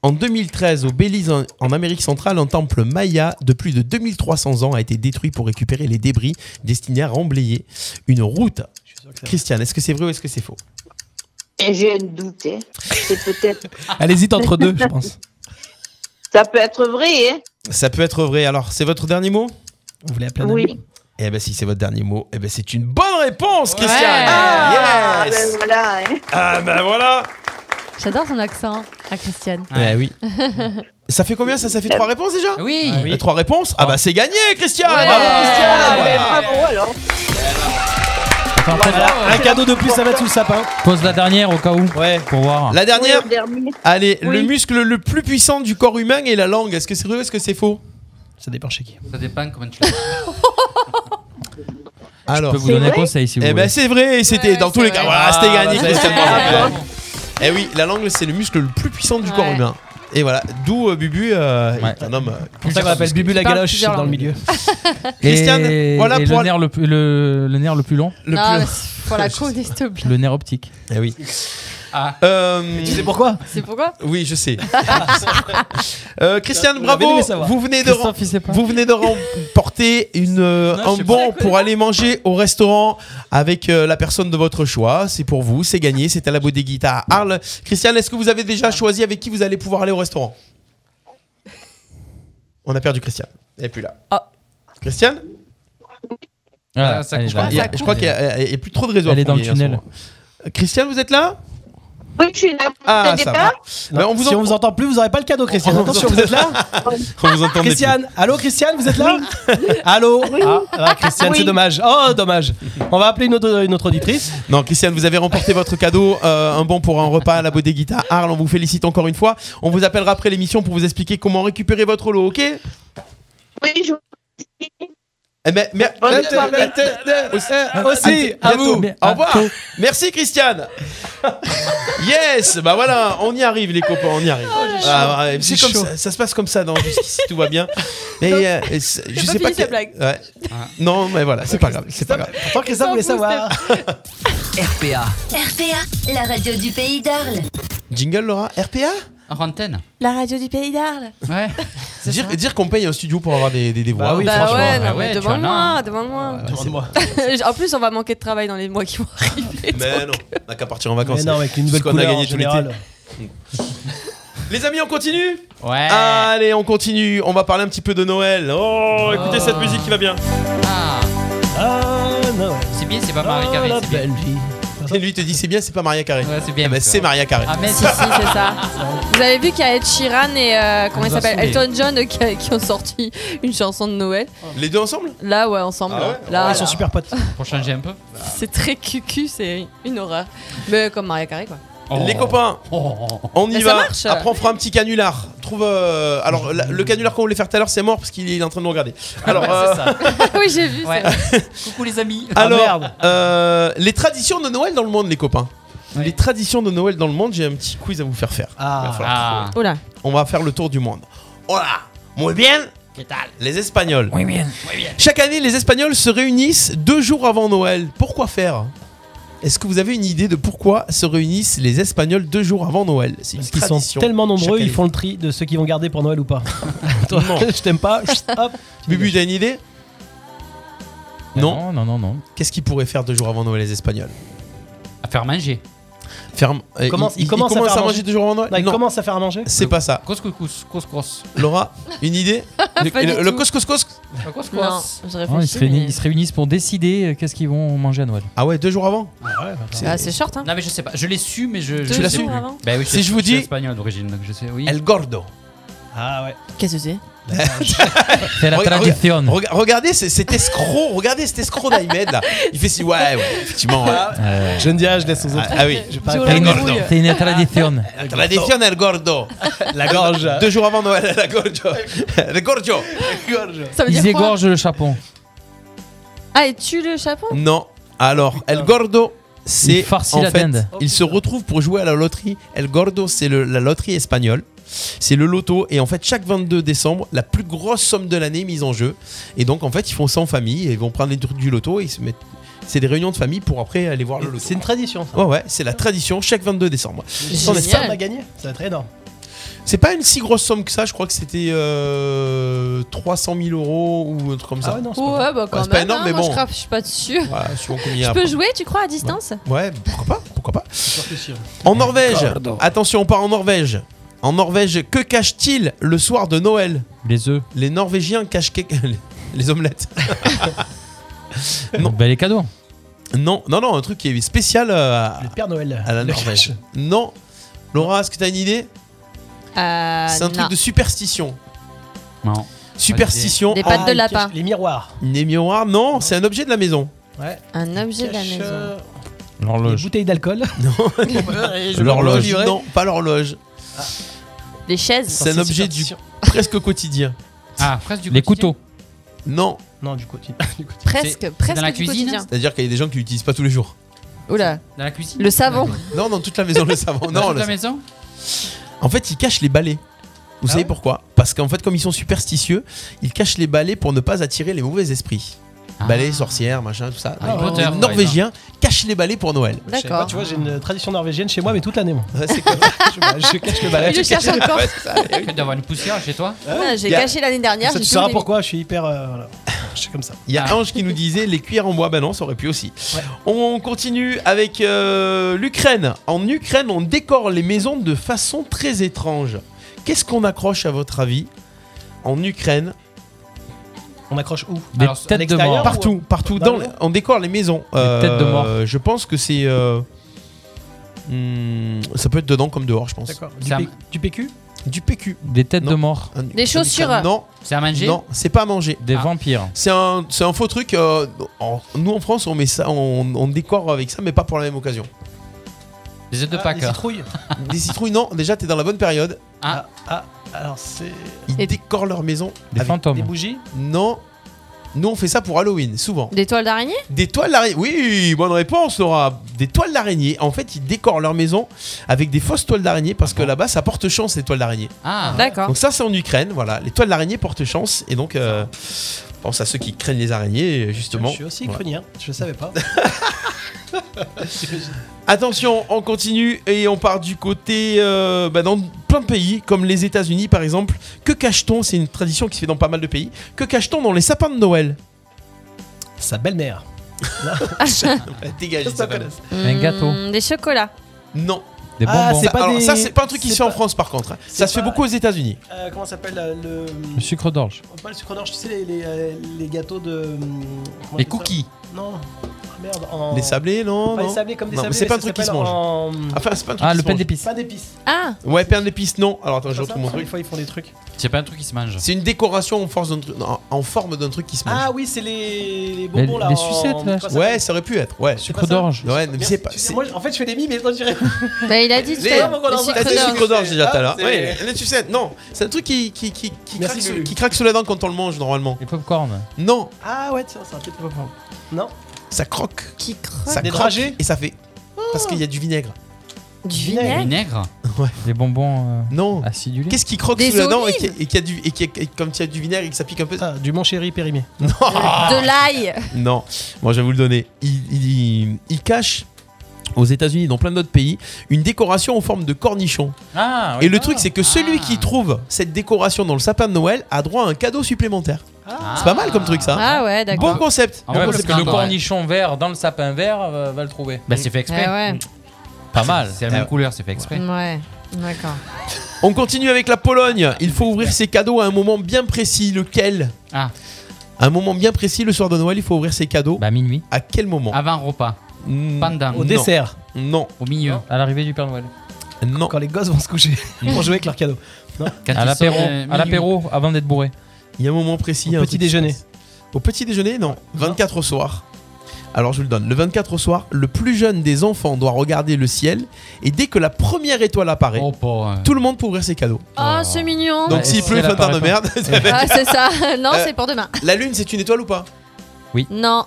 en 2013, au Belize, en, en Amérique centrale, un temple maya de plus de 2300 ans a été détruit pour récupérer les débris destinés à remblayer une route. Christiane, est-ce que c'est vrai ou est-ce que c'est faux Et J'ai un doute, hein. c'est peut-être. Elle hésite entre deux, je pense. Ça peut être vrai, hein. Ça peut être vrai. Alors, c'est votre dernier mot Vous voulez appeler Oui. Eh ben si c'est votre dernier mot, eh ben c'est une bonne réponse, Christiane. Ah, yes. ben voilà, hein. Ah ben voilà. J'adore son accent à Christiane. Eh oui. Ça fait combien ça Ça fait trois réponses déjà Oui. Ah oui. Trois réponses Ah bah c'est gagné, Christiane. Ouais. Bravo, Christiane. Ah, ben, Voilà. bravo alors. un cadeau de plus à mettre sous le sapin. Pose la dernière au cas où. Ouais. Pour voir. La dernière. Oui, dernier. Allez, Oui. le muscle le plus puissant du corps humain est la langue. Est-ce que c'est vrai ou est-ce que c'est faux Ça dépend chez qui. Ça dépend comment tu le fais. Alors, peux vous C'est donner vrai conseil si vous Eh voulez. ben c'est vrai, c'était dans tous les cas. Voilà, c'était gagné. Christiane. Eh oui, la langue c'est le muscle le plus puissant du corps Ouais. humain. Et voilà, d'où euh, Bubu euh, est un homme. euh, pour ça qu'on l'appelle Bubu la Parle galoche plusieurs dans le langues. milieu. Christiane, Et- voilà et pour le nerf le, plus- le- le nerf le plus long. Le Non, mais c'est pour la cause, s'il te plaît. Le nerf optique. Eh oui. Ah. Euh, Tu sais pourquoi C'est pourquoi Oui, je sais. Euh, Christiane, J'aurais bien bravo. aimé savoir. Vous venez de Christophe, rem- vous venez de remporter une euh, Non, je un sais bon pour aller manger au restaurant avec euh, la personne de votre choix. C'est pour vous, c'est gagné. C'est à la Bodeguita à Arles. Christiane, est-ce que vous avez déjà choisi avec qui vous allez pouvoir aller au restaurant On a perdu Christiane. Elle est plus là. Christiane Ah, ça Je coupe. crois, Ah, qu'il y a- ça coupe. je crois qu'il n'y a, il y a plus trop de réseau. à Elle est dans le Fourvier en ce tunnel. moment. Christiane, vous êtes là Oui, je suis là. Ah, T'étais ça pas va. Mais on vous si en- on vous entend plus, vous n'aurez pas le cadeau, Christiane. On vous Attention, entend- vous êtes là On vous entendait Christiane, allô Christiane, vous êtes là Allô ah, ah, Christiane, Oui. c'est dommage. Oh, dommage. On va appeler une autre, une autre auditrice. Non, Christiane, vous avez remporté votre cadeau, euh, un bon pour un repas à la Bodeguita à Arles. On vous félicite encore une fois. On vous appellera après l'émission pour vous expliquer comment récupérer votre lot, ok Oui, je Eh ben, mer- Bonne euh, soirée. euh, euh, aussi- À- aussi, à- à bientôt. vous. Bien- Au à revoir. bientôt. Merci Christiane. Yes, bah voilà, on y arrive les copains, on y arrive. Oh, j'ai Ah, chaud. ouais, J'ai c'est comme chaud. ça, ça se passe comme ça dans jusqu'ici tout va bien. Et, euh, et c'est- je pas sais pas fini ta qui- blague. Ouais. Non, mais voilà, c'est pas grave, c'est pas grave. Tant que ça, vous voulez savoir. RPA. RPA, la radio du pays d'Arles. Jingle Laura, RPA En antenne. La radio du pays d'Arles. Ouais. Dire, dire qu'on paye un studio pour avoir des, des, des voix. Bah oui, bah franchement. ouais, non, Ah mais ouais, tu en as demande-moi, un. demande-moi. Demande-moi. en plus, on va manquer de travail dans les mois qui vont arriver. Mais non, on n'a qu'à partir en vacances. Mais non, avec une Tout ce nouvelle qu'on a couleur, gagné en tout l'été. général. Les amis, on continue Ouais. Allez, on continue. On va parler un petit peu de Noël. Oh, écoutez cette musique qui va bien. Ah. non. C'est bien, c'est pas Marie Carré. Ah, c'est bien. Et lui il te dit c'est bien, c'est pas Maria Carré. ben, c'est bien. c'est Maria Carré. Ah, mais Si, si, c'est ça. Vous avez vu qu'il y a Ed Sheeran et euh, comment On il nous a s'appelle saoulés. Elton John euh, qui, qui ont sorti une chanson de Noël. Les deux ensemble Là, ouais, ensemble. Ah ouais là, Ils sont là. super potes. Pour changer un peu. C'est très cucu, c'est une horreur. Mais comme Maria Carré, quoi. Oh. Les copains, on y Mais ça va. marche. Après, on fera un petit canular. Trouve. euh, alors, la- le canular qu'on voulait faire tout à l'heure, c'est mort parce qu'il est en train de nous regarder. Ah, Alors, euh, oui, j'ai vu. Ouais. Coucou les amis. Ah, alors euh, les traditions de Noël dans le monde, les copains. Les traditions de Noël dans le monde, j'ai un petit quiz à vous faire faire. Il va falloir Ah. trouver. Oula. On va faire le tour du monde. Hola, muy bien. Les Espagnols. Chaque année, les Espagnols se réunissent deux jours avant Noël. Pourquoi faire Est-ce que vous avez une idée de pourquoi se réunissent les Espagnols deux jours avant Noël C'est une Parce qu'ils sont tradition. tellement nombreux, Chaque ils année. font le tri de ceux qui vont garder pour Noël ou pas. Toi, Non. je t'aime pas. chut, Hop. Bubu, t'as une idée Non. Non, non, non. Qu'est-ce qu'ils pourraient faire deux jours avant Noël, les Espagnols À faire manger. Ferme. euh, Commence- ils- ils- ils commencent commencent faire à manger deux jours avant Noël Non, ils Non. commencent à faire à manger. C'est pas ça. Couscous, couscous. Laura, une idée Le, Pas le, du le tout. couscous couscous Le couscous. Non, je Non, ils, réfléchis. se réunissent, ils se réunissent pour décider euh, qu'est-ce qu'ils vont manger à Noël. bah, Ah ouais, deux jours avant mais- Ah, c'est short, hein. Non, mais je sais pas. Je l'ai su, mais je. Deux je jours sais plus. avant. Bah oui, Si je vous suis dis- espagnol d'origine, donc je sais, oui. El gordo. Ah ouais. Qu'est-ce que c'est C'est la Rega- tradition. rega- regardez ce- cet escroc, regardez cet escroc d'Ahmed là. Il fait si ouais, ouais effectivement. ouais. Ah. Je ne dis rien, je laisse aux autres. Ah oui, Je C'est parle une- c'est une tradition. La tradition El gordo. La gorge. Deux jours avant Noël, la gorge. Le gorgio. Ça veut Ils dire quoi égorgent le chapon. Ah, et tue le chapeau Non. Alors, El Gordo, Il c'est farcit en la fait, dinde. ils se retrouvent pour jouer à la loterie. El Gordo, c'est le- la loterie espagnole. C'est le loto et en fait chaque 22 décembre, la plus grosse somme de l'année est mise en jeu. Et donc en fait, ils font ça en famille et ils vont prendre les trucs du loto et ils se mettent c'est des réunions de famille pour après aller voir le loto. C'est une tradition. Ça. Ouais ouais, c'est la tradition chaque 22 décembre. Sans ça, on a gagné. Ça va être énorme. C'est pas une si grosse somme que ça, je crois que c'était euh, 300 000 euros ou un truc comme ça. Ah ouais, non, c'est Ouais, bah quand Ouais, même. c'est pas énorme, hein, mais moi, bon. je, crape, je suis pas sûre. Voilà, suivant combien il y Je a peux après. jouer, tu crois, à distance Ouais, pourquoi pas Pourquoi pas hein. En Norvège, attention, on part en Norvège. En Norvège, que cache-t-il le soir de Noël Les œufs. Les Norvégiens cachent quelque- les- les omelettes. Bah, les cadeaux. non, non, non, un truc qui est spécial euh, à, Père Noël. à la Le Norvège. Non, Laura, est-ce que t'as une idée Euh, C'est un non. truc de superstition. Non. Superstition. Des pattes de lapin. Les miroirs. Les miroirs, non, c'est un objet de la maison. Ouais. Un objet de la euh, maison. Les L'horloge. bouteilles d'alcool. L'horloge, non, pas l'horloge. Les chaises. C'est un objet du presque quotidien. Ah, presque du Les quotidien. couteaux. Non. Non, du quotidien. Du quotidien. Presque, presque. dans la du cuisine quotidien. C'est-à-dire qu'il y a des gens qui l'utilisent pas tous les jours. Oula. Dans la cuisine. Le savon. Non, dans toute la maison, le savon. Dans Non, toute le la savon. maison Ah En fait, ils cachent les balais. Vous savez pourquoi Parce qu'en fait, comme ils sont superstitieux, ils cachent les balais pour ne pas attirer les mauvais esprits. Ah. Balais, sorcières, machin, tout ça. Ah, les ouais. Potter, ouais, Norvégiens cachent les balais pour Noël. Je savais pas, Tu vois, j'ai une tradition norvégienne chez moi, mais toute l'année, moi. c'est je, je cache le balai. Il le cherche encore. bah, Ouais, Peut-être d'avoir une poussière chez toi. Ouais, Ah, J'ai Y a- caché l'année dernière. Ça, j'ai tu tout sauras oublié. pourquoi je suis hyper. euh, voilà. Je suis comme ça. Ah. Il y a Ange qui nous disait les cuillères en bois, ben non, ça aurait pu aussi. On continue avec euh, l'Ukraine. En Ukraine, on décore les maisons de façon très étrange. Qu'est-ce qu'on accroche à votre avis en Ukraine On accroche où Des Alors, à têtes de l'extérieur mort. ou- Partout, partout. dans Dans le- le- on décore les maisons. Euh, têtes de mort. Je pense que c'est. euh, Hmm, ça peut être dedans comme dehors, je pense. D'accord. Du Ça- P- PQ Du PQ. Des têtes de mort. Des chaussures. Non. C'est à manger Non, c'est pas à manger. Ah. Des vampires. C'est un, c'est un faux truc. euh, en- nous en France, on met ça, on, on décore avec ça, mais pas pour la même occasion. Des œufs de Ah, Pâques. Des citrouilles, non. Déjà, t'es dans la bonne période. Ah, ah, alors c'est. Ils décorent leur maison. Des fantômes. Des bougies Non. Nous, on fait ça pour Halloween, souvent. Des toiles d'araignée Des toiles d'araignée. Oui, bonne réponse, Laura. Des toiles d'araignée. En fait, ils décorent leur maison avec des fausses toiles d'araignée parce que là-bas, ça porte chance, les toiles d'araignée. Ah. D'accord. Donc, ça, c'est en Ukraine. Voilà. Les toiles d'araignée portent chance. Et donc, euh, pense à ceux qui craignent les araignées, justement. Je suis aussi Voilà. ukrainien, je savais pas. Attention, on continue et on part du côté euh, bah, dans plein de pays, comme les États-Unis par exemple. Que cache-t-on C'est une tradition qui se fait dans pas mal de pays. Que cache-t-on dans les sapins de Noël Sa belle-mère. Dégage, ça connaisse. Un gâteau. Hmm, Des chocolats. Non. Des Ah, bonbons. c'est pas Alors, des- ça, c'est pas un truc qui se c'est fait en pas- France par contre. hein. Ça se fait pas- beaucoup aux États-Unis. Euh, comment ça s'appelle euh, le. Oh, Le sucre d'orge. Pas le sucre d'orge, tu sais, les, les, euh, les gâteaux de. euh, comment Les on appelle ça cookies. Non. Ah, merde. en- Les sablés, non, Pas non. les sablés comme des Non, mais sablés. c'est pas un ça truc qui se s'appelle mange. en- Enfin, c'est pas un truc qui se mange. Pain d'épices. Ah Ouais, pain d'épices, non. Alors attends, je Pas ça retrouve mon Des truc. fois, ils font des trucs. C'est pas un truc qui se mange. C'est une décoration en, force d'un truc- en- en forme d'un truc qui se mange. Ah oui, c'est les, les bonbons là. en- comment ça Ouais, ça aurait pu être. Ouais. Sucre d'orge. Ouais, mais c'est pas. s'appelle Moi, en fait, je fais des mimes, mais je dirais. Bah, il a dit tout à l'heure. Léa, le t'as T'as sucre dit d'orge. Eh, sucre d'orge déjà tout à l'heure. Ah, Ouais, c'est- les sucettes, non. C'est un truc qui, qui, qui, qui, Merci, craque sous, Lulu. qui craque sous la dent quand on le mange normalement. Les popcorn. Non, Ah ouais, tiens, c'est un petit peu pas Non. ça croque. Qui Oh. Ça Des croque dragées et ça fait. Parce qu'il y a du vinaigre. Du vinaigre. Vinaigre Ouais. Des bonbons euh, Non. acidulés. Qu'est-ce qui croque Des sous la dent et qui, olives. et qui a du et qui a- et comme il y a du vinaigre et que ça pique un peu Ah, Du mon chéri périmé. Non. Ah. De l'ail. Non, moi je vais vous le donner. Il, il- il- il cache aux États-Unis, dans plein d'autres pays, une décoration en forme de cornichon. Ah, et le truc, c'est que celui Ah. qui trouve cette décoration dans le sapin de Noël a droit à un cadeau supplémentaire. C'est pas mal comme truc ça. Ah ouais, d'accord. Bon concept. Ouais, Bon parce concept. que le cornichon vert dans le sapin vert euh, va le trouver. Bah, c'est fait exprès. Eh ouais. Pas mal. C'est la même Euh, couleur, c'est fait exprès. Ouais. D'accord. On continue avec la Pologne. Il faut ouvrir ses cadeaux à un moment bien précis. Lequel Ah. À un moment bien précis, le soir de Noël, il faut ouvrir ses cadeaux. Bah minuit. À quel moment Avant un repas. Mm. Pendant. Au dessert. Non. Au milieu. À l'arrivée du Père Noël. Non. Quand les gosses vont se coucher pour jouer avec leurs cadeaux. Non. Quand À ils l'apéro. sont, euh, à l'apéro avant d'être bourré. Il y a un moment précis. il y a Au un petit truc qui se déjeuner. passe. Au petit déjeuner, non. 24 au soir. Alors je vous le donne. Le 24 au soir, le plus jeune des enfants doit regarder le ciel et dès que la première étoile apparaît, Oh, pauvre. tout le monde peut ouvrir ses cadeaux. Oh, c'est mignon. Donc s'il pleut, elle fin de apparaît merde. ça va être- Ah, c'est ça. Non, Euh, c'est pour demain. La lune, c'est une étoile ou pas Non.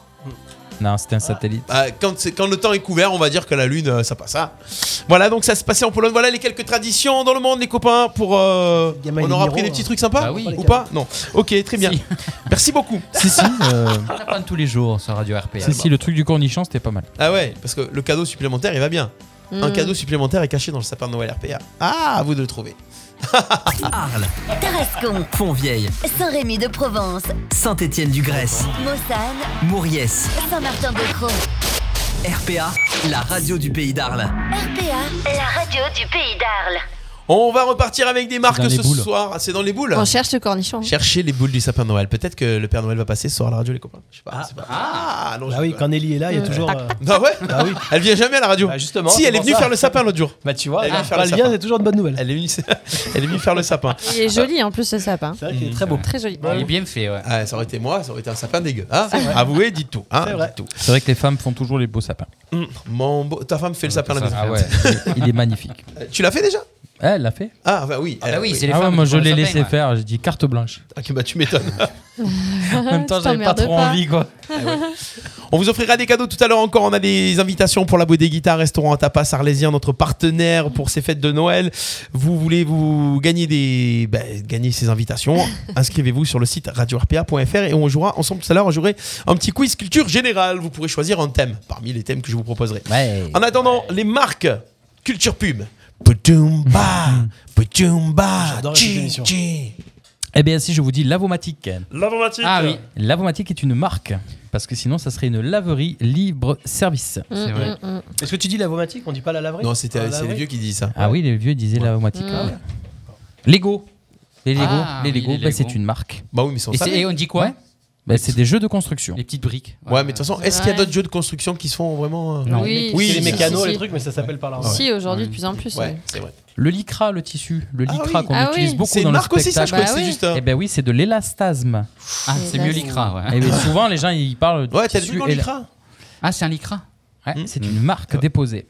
Non, c'était un satellite. Ah, quand, c'est- quand le temps est couvert, on va dire que la lune, euh, ça passe. Ah. Voilà, donc ça se passait en Pologne. Voilà les quelques traditions dans le monde, les copains. Pour euh, gamin, il on est aura miro, appris des hein. petits trucs sympas, Bah oui. ou pas Non. Ok, très bien. Merci beaucoup. si, si. euh, On apprend tous les jours sur Radio RPA. si, si, le truc du cornichon, c'était pas mal. Ah ouais, parce que le cadeau supplémentaire, il va bien. Un Mm. cadeau supplémentaire est caché dans le sapin de Noël RPA. Ah, à vous de le trouver. Arles, Tarascon, Fontvieille, Saint-Rémy de Provence, Saint-Étienne-du-Grèce, Mossane, Mauriès. Saint-Martin-de-Croix. RPA, la radio du pays d'Arles. RPA, la radio du pays d'Arles. On va repartir avec des marques dans les ce boules. soir. Ah, C'est dans les boules On cherche le cornichon. Cherchez les boules du sapin de Noël. Peut-être que le Père Noël va passer ce soir à la radio, les copains. Je sais pas. Ah. c'est pas- Ah, non, Bah je- oui, quand Ellie est là, il y a toujours. euh, Ah ouais Bah oui. Elle vient jamais à la radio. Bah justement, Si, c'est elle est pour venue ça. faire le sapin l'autre jour. Bah tu vois, Elle vient ah, faire le bah, le sapin. lien, c'est toujours de bonnes nouvelles. Elle est venue, elle est venue faire le sapin. Il est joli en plus ce sapin. C'est vrai qu'il Ah, est très beau. Très joli. Il est bien fait, ouais. Ah, ça aurait été moi, ça aurait été un sapin dégueu. Hein Avouez, dites tout. hein, C'est vrai. dites tout. C'est vrai que les femmes font toujours les beaux sapins. Mm. Mon beau- Ta femme fait le sapin à la maison. Ah ouais, il est magnifique. Euh, Tu l'as fait déjà Elle l'a fait. Ah bah oui. Ah bah euh, oui, c'est les ah ouais, femmes moi qui je font le l'ai sapin, laissé ouais. faire, j'ai dit carte blanche. Ok, bah tu m'étonnes. En même temps, j'avais pas trop envie quoi. Ah On vous offrira des cadeaux tout à l'heure encore. On a des invitations pour la Bodé Guitare, restaurant à tapas arlésien, notre partenaire pour ces fêtes de Noël. Vous voulez vous gagner des, bah, gagner ces invitations Inscrivez-vous sur le site radio-rpa.fr et on jouera ensemble tout à l'heure. On jouera un petit quiz culture générale. Vous pourrez choisir un thème parmi les thèmes que je vous proposerai. Ouais. En attendant, les marques culture pub. Poutoumba, poutoumba, J'adore cette tchi, émission. tchi. Eh bien, si je vous dis lavomatique. Lavomatique. Ah oui. Lavomatique est une marque, parce que sinon, ça serait une laverie libre-service. C'est vrai. Est-ce que tu dis la vomatique On dit pas la laverie Non, c'était bah Ah, la c'est les laverie vieux qui disent ça. Ah oui, les vieux disaient lavomatique. Mm. ouais. Lego. Les Lego, Ah, les oui, Lego, les bah, Ah Lego. c'est une marque. Bah oui, mais sans Et, ça. c'est- et on dit quoi Ouais. Bah, c'est des jeux de construction. Les petites briques. Ouais, mais de toute façon, est-ce qu'il y a d'autres jeux de construction qui se font vraiment euh, Non. Oui, Oui, les si, mécanos, si, si. les trucs, mais ça s'appelle pas là. Si, aujourd'hui, de plus en plus. ouais. Le lycra, le tissu, le lycra oui. qu'on Ah utilise oui. beaucoup C'est dans une le marque aussi, ça, spectacle. je Bah connaissais oui. juste un. Eh ben oui, c'est de l'élastasme. Ah, c'est mieux lycra, ouais. Et oui, souvent les gens ils parlent. Ouais, t'as tissu vu dans et lycra la- Ah, c'est un lycra. Ouais, C'est une marque déposée.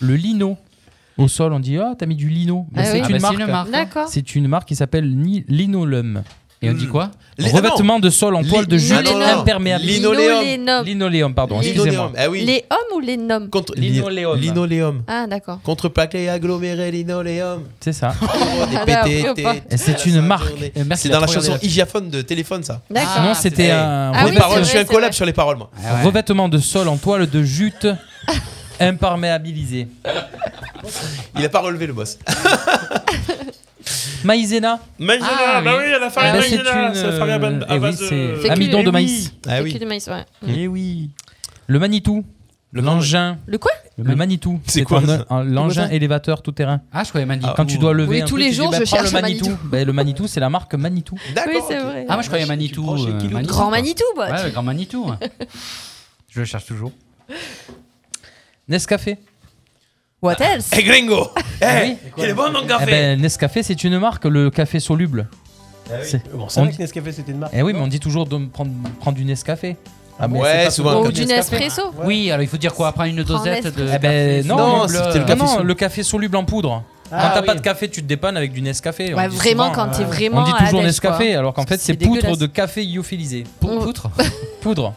Le lino. Au sol, on dit ah t'as mis du lino. Mais Ah c'est oui. ben, une, Ah bah, c'est marque. une marque. D'accord. C'est une marque qui s'appelle Ni- Linoleum. Et on dit quoi Les- Revêtement ah non. de sol en Li- toile de jute Ah non, non, non. imperméable. Linoléum. Linoléum. Linoléum, pardon. Les- Excusez-moi. Les hommes ou les noms Linoléum. Linoléum. Ah, d'accord. Contreplaqué aggloméré linoléum. C'est ça. Des Ah, là, PTT. après, pas. Et c'est une marque. Euh, merci C'est dans la d'avoir chanson regardé la- Igiaphone de téléphone, ça. Eh, D'accord. Ah, non, c'était un Ah Les revêtement- paroles, je suis un collab sur les paroles, moi. Revêtement de sol en toile de jute imperméabilisé. Il a pas relevé le boss. Maïzena. Maïzena, bah oui, la farine Ah, bah, c'est maïzena, une, c'est la farine à euh, ban- à eh oui, base de- c'est Fait que amidon les- de maïs. Ah Fait oui. que du maïs, ouais. Mm. Eh oui. Le Manitou. L'engin. Le quoi Le Manitou. C'est quoi, un- ça un- L'engin C'est quoi ça élévateur tout terrain. Ah, je croyais Manitou. Quand tu dois lever. Oui, un tous truc, les tu dis, jours, bah, je prends cherche le un Manitou. Manitou. Bah, le Manitou, c'est la marque Manitou. D'accord, Oui, c'est ok. vrai. Ah, moi je croyais Manitou. euh, Manitou, Grand quoi. Manitou, bah, quoi. Ouais, le grand Manitou. hein. ouais. Je le cherche toujours. Nescafé. What else Eh, gringo Ah Eh, Ah Oui. il est bon, mon Eh café ben, Nescafé, c'est une marque, le café soluble. Ah oui. C'est- Bon, on c'est vrai dit- que Nescafé, c'était une marque. Eh oui, mais on dit toujours de me prendre, prendre du Nescafé. Ah, mais Ouais, c'est pas souvent. tout le Ou temps du Nescafé. Nespresso. Ah, ouais. Oui, alors il faut dire quoi Prendre une Prends dosette de. Eh ben, café non, soluble, c'était le euh, café non, soluble. le café soluble en poudre. Ah, quand t'as oui. pas de café, tu te dépannes avec du Nescafé. on Ouais, dit vraiment, souvent. quand t'es vraiment On dit à toujours la dèche, Nescafé, quoi. alors qu'en fait, C'est c'est poudre dégueulasse. de café lyophilisé. Poutre Ah. Poudre.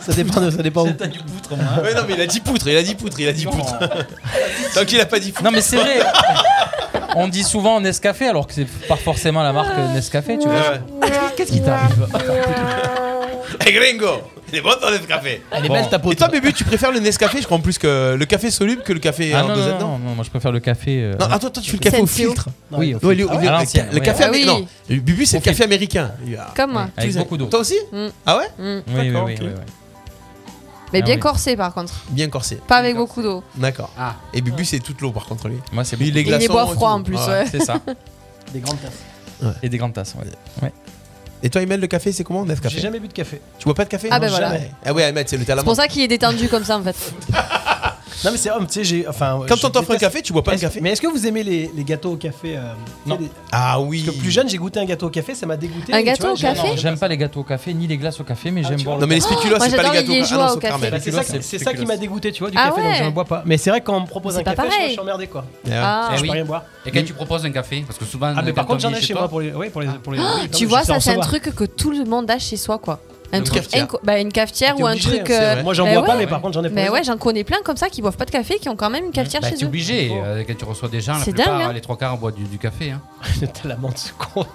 Ça dépend, ça dépend où. Ouais, non, mais il a dit poutre, il a dit poutre, il a dit poutre. Tant qu'il a pas dit poutre. Non, mais c'est vrai. On dit souvent Nescafé, alors que c'est pas forcément la marque Ah. Nescafé, tu vois. Qu'est-ce qui t'arrive Eh, gringo Il est bon ton Nescafé Elle est belle, ta Et toi, bébé, tu préfères le Nescafé, je crois, en plus que le café soluble que le café Ah en non, dosette, non, non, non, moi je préfère le café. euh, Non, attends, toi, tu fais le café au SNCO. filtre. Oui, au Ouais, filtre. le- Ah, le- l'ancienne, le ouais. café Ah oui. américain. Non, le Bubu, c'est le café américain. Il a- Comme moi. Avec Tu- beaucoup d'eau. Toi aussi Mm. Ah ouais Mm. Oui, oui, D'accord, oui, ok. oui, oui. Mais Ah bien oui. corsé, par contre. Bien corsé. Pas avec beaucoup d'eau. D'accord. Et Bubu, c'est toute l'eau par contre, lui. Moi, c'est lui, beaucoup les d'eau. Il les glaçons. boit et froid, tout. en plus, Ah ouais. C'est ça. Des grandes tasses. Et des grandes tasses, ouais. Ouais. Et toi, Emel, le café, c'est comment Nescafé J'ai jamais bu de café. Tu bois pas de café Ah, bah, voilà. jamais. Ah ouais, Emel, c'est le thé à la C'est pour menthe. ça qu'il est détendu comme ça, en fait. Non mais c'est homme, tu sais, j'ai. Enfin, Quand je on t'offre un déteste- café, tu bois pas de Est-ce- café Mais est-ce que vous aimez les, les gâteaux au café euh, tu Non. sais, les- Ah oui. Parce que plus jeune, j'ai goûté un gâteau au café, ça m'a dégoûté. Un tu gâteau vois, au j'ai- café Ah, Non, J'aime pas les gâteaux au café ni les glaces au café, mais j'aime boire. Non, mais les spéculoos, moi, c'est pas les j'adores gâteaux. les Ah non, liégeois c'est au café. caramel. Bah, c'est ça, c'est ça qui m'a dégoûté, tu vois, du Ah café, donc ouais. je ne bois pas. Mais c'est vrai quand on me propose C'est un pas café, je pareil. suis emmerdé quoi. Ah. Eh Je oui. peux rien boire. Et Mm. quand tu proposes un café, parce que souvent. Ah mais quand par contre on j'en ai vient chez moi pour les, ouais, pour les, pour les- oui, Ah, Tu non, vois, je sais ça, en c'est un recevoir. truc que tout le monde a chez soi, quoi. Un Une truc cafetière. inco- bah, une cafetière T'es ou un obligé, truc. c'est vrai. Moi, j'en bah bois pas, ouais. mais par contre, j'en ai pour Mais les ouais, autres. j'en connais plein comme ça qui boivent pas de café, qui ont quand même une cafetière Bah, chez t'es eux. obligé, euh, quand tu reçois des gens, la C'est plupart, dingue, hein. les trois quarts boivent du, du café. Hein. T'as la menthe, ce con.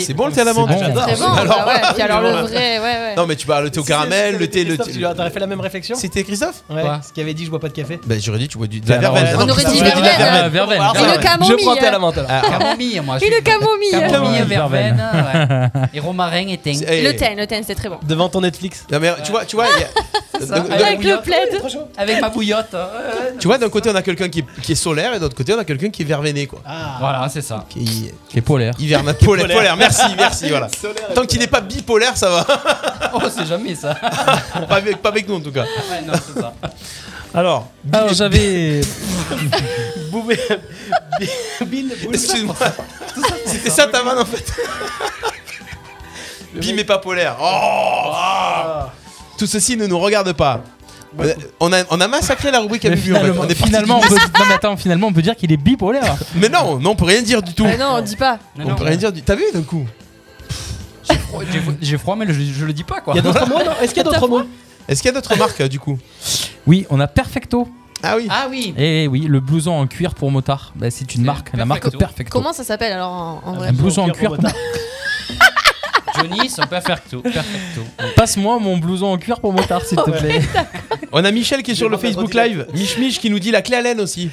C'est bon le thé à la menthe Ah, j'adore. C'est bon, bah ouais, puis alors le vrai, ouais, ouais. Non, mais tu parles le thé au caramel, le thé. le- Christophe, Tu lui aurais fait la même réflexion C'était Christophe Ouais. Quoi Ce qui avait dit je bois pas de café. Bah, j'aurais dit, tu bois du. De la Alors, verveine. on Ah non, aurait putain, dit j'aurais dit de la verveine. verveine. Verveine, Alors, verveine. ça, Une camomille, Je prends thé à la hein. menthe alors. Ah, Camomille, moi. je Une suis- camomille. Camomille, Ouais, verveine, verveine. Eh ouais. et romarin éteint. Le thé, le thé, c'était très bon. Devant ton Netflix. Non, mais tu vois, tu vois, il y a- Donc, donc, Avec le plaid. eh. Avec ma bouillotte. euh, tu vois, d'un côté on a quelqu'un qui, est- qui est solaire et d'autre côté on a quelqu'un qui est verveiné quoi. Ah. Voilà, c'est ça. Qui Qui est polaire. hiverne polaire. Polaire. polaire. Merci, merci, voilà. Solaire et Tant qu'il n'est pas bipolaire, ça va. Oh, c'est jamais ça. pas, avec, pas avec nous en tout cas. Ouais, non, c'est ça. Alors, Alors j'avais. Boubé. Bill. Boule. excuse-moi. C'était ça ta vanne en fait. Bim est pas polaire. Oh, ah. Tout ceci ne nous regarde pas. Euh, On a, on a massacré la rubrique à Mais Bubu en fait. finalement, On finalement, on est parti du- peut, non, mais attends, finalement, on peut dire qu'il est bipolaire. Mais non, non, on peut rien dire du tout. Ah Mais Ah non, on dit pas. on peut rien dire du. T'as vu d'un coup J'ai froid- J'ai froid, mais je, je le dis pas quoi. Il y a d'autres mots non Est-ce qu'il y a d'autres mots Est-ce qu'il y a d'autres marques euh, du coup Oui, on a Perfecto. Ah oui. Ah oui. Et oui, le blouson en cuir pour motard. Bah, c'est une marque, la marque Perfecto. Comment ça s'appelle alors en, en vrai Un blouson en cuir. Johnny, son perfecto. perfecto. Passe-moi mon blouson en cuir pour motard, s'il te plaît. On a Michel qui est sur le Facebook Live. Mich Mich qui nous dit la clé à laine aussi.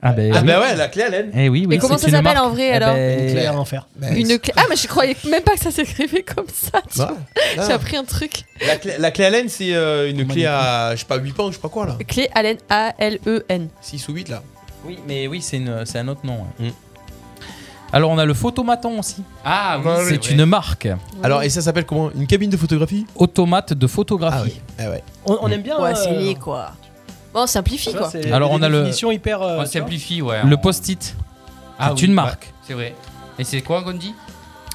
Ah, bah, ah oui. bah ouais, la clé à laine. Eh oui, oui, Et comment c'est ça une s'appelle marque. en vrai, Eh alors ben, Une clé à l'enfer. Bah, Une clé- Ah, mais je croyais même pas que ça s'écrivait comme ça. tu Bah, vois. ah. J'ai appris un truc. La clé, la clé à laine, c'est euh, une clé à, je sais pas, 8 pans, je sais pas quoi là. Clé Allen A L E N. 6 ou 8 là. Mm. Oui, mais oui, c'est une- c'est un autre nom. ouais. Alors on a le photomaton aussi. Ah oui, c'est c'est vrai. une marque. Alors, et ça s'appelle comment Une cabine de photographie Ah Automate de photographie. On, on aime bien. Ouais, euh, c'est lié, quoi. Bon, on simplifie, quoi. Alors on a le définitions hyper, euh, On tu vois. simplifie, ouais. le post-it. Ah c'est oui, une marque. ouais, c'est vrai. Et c'est quoi qu'on dit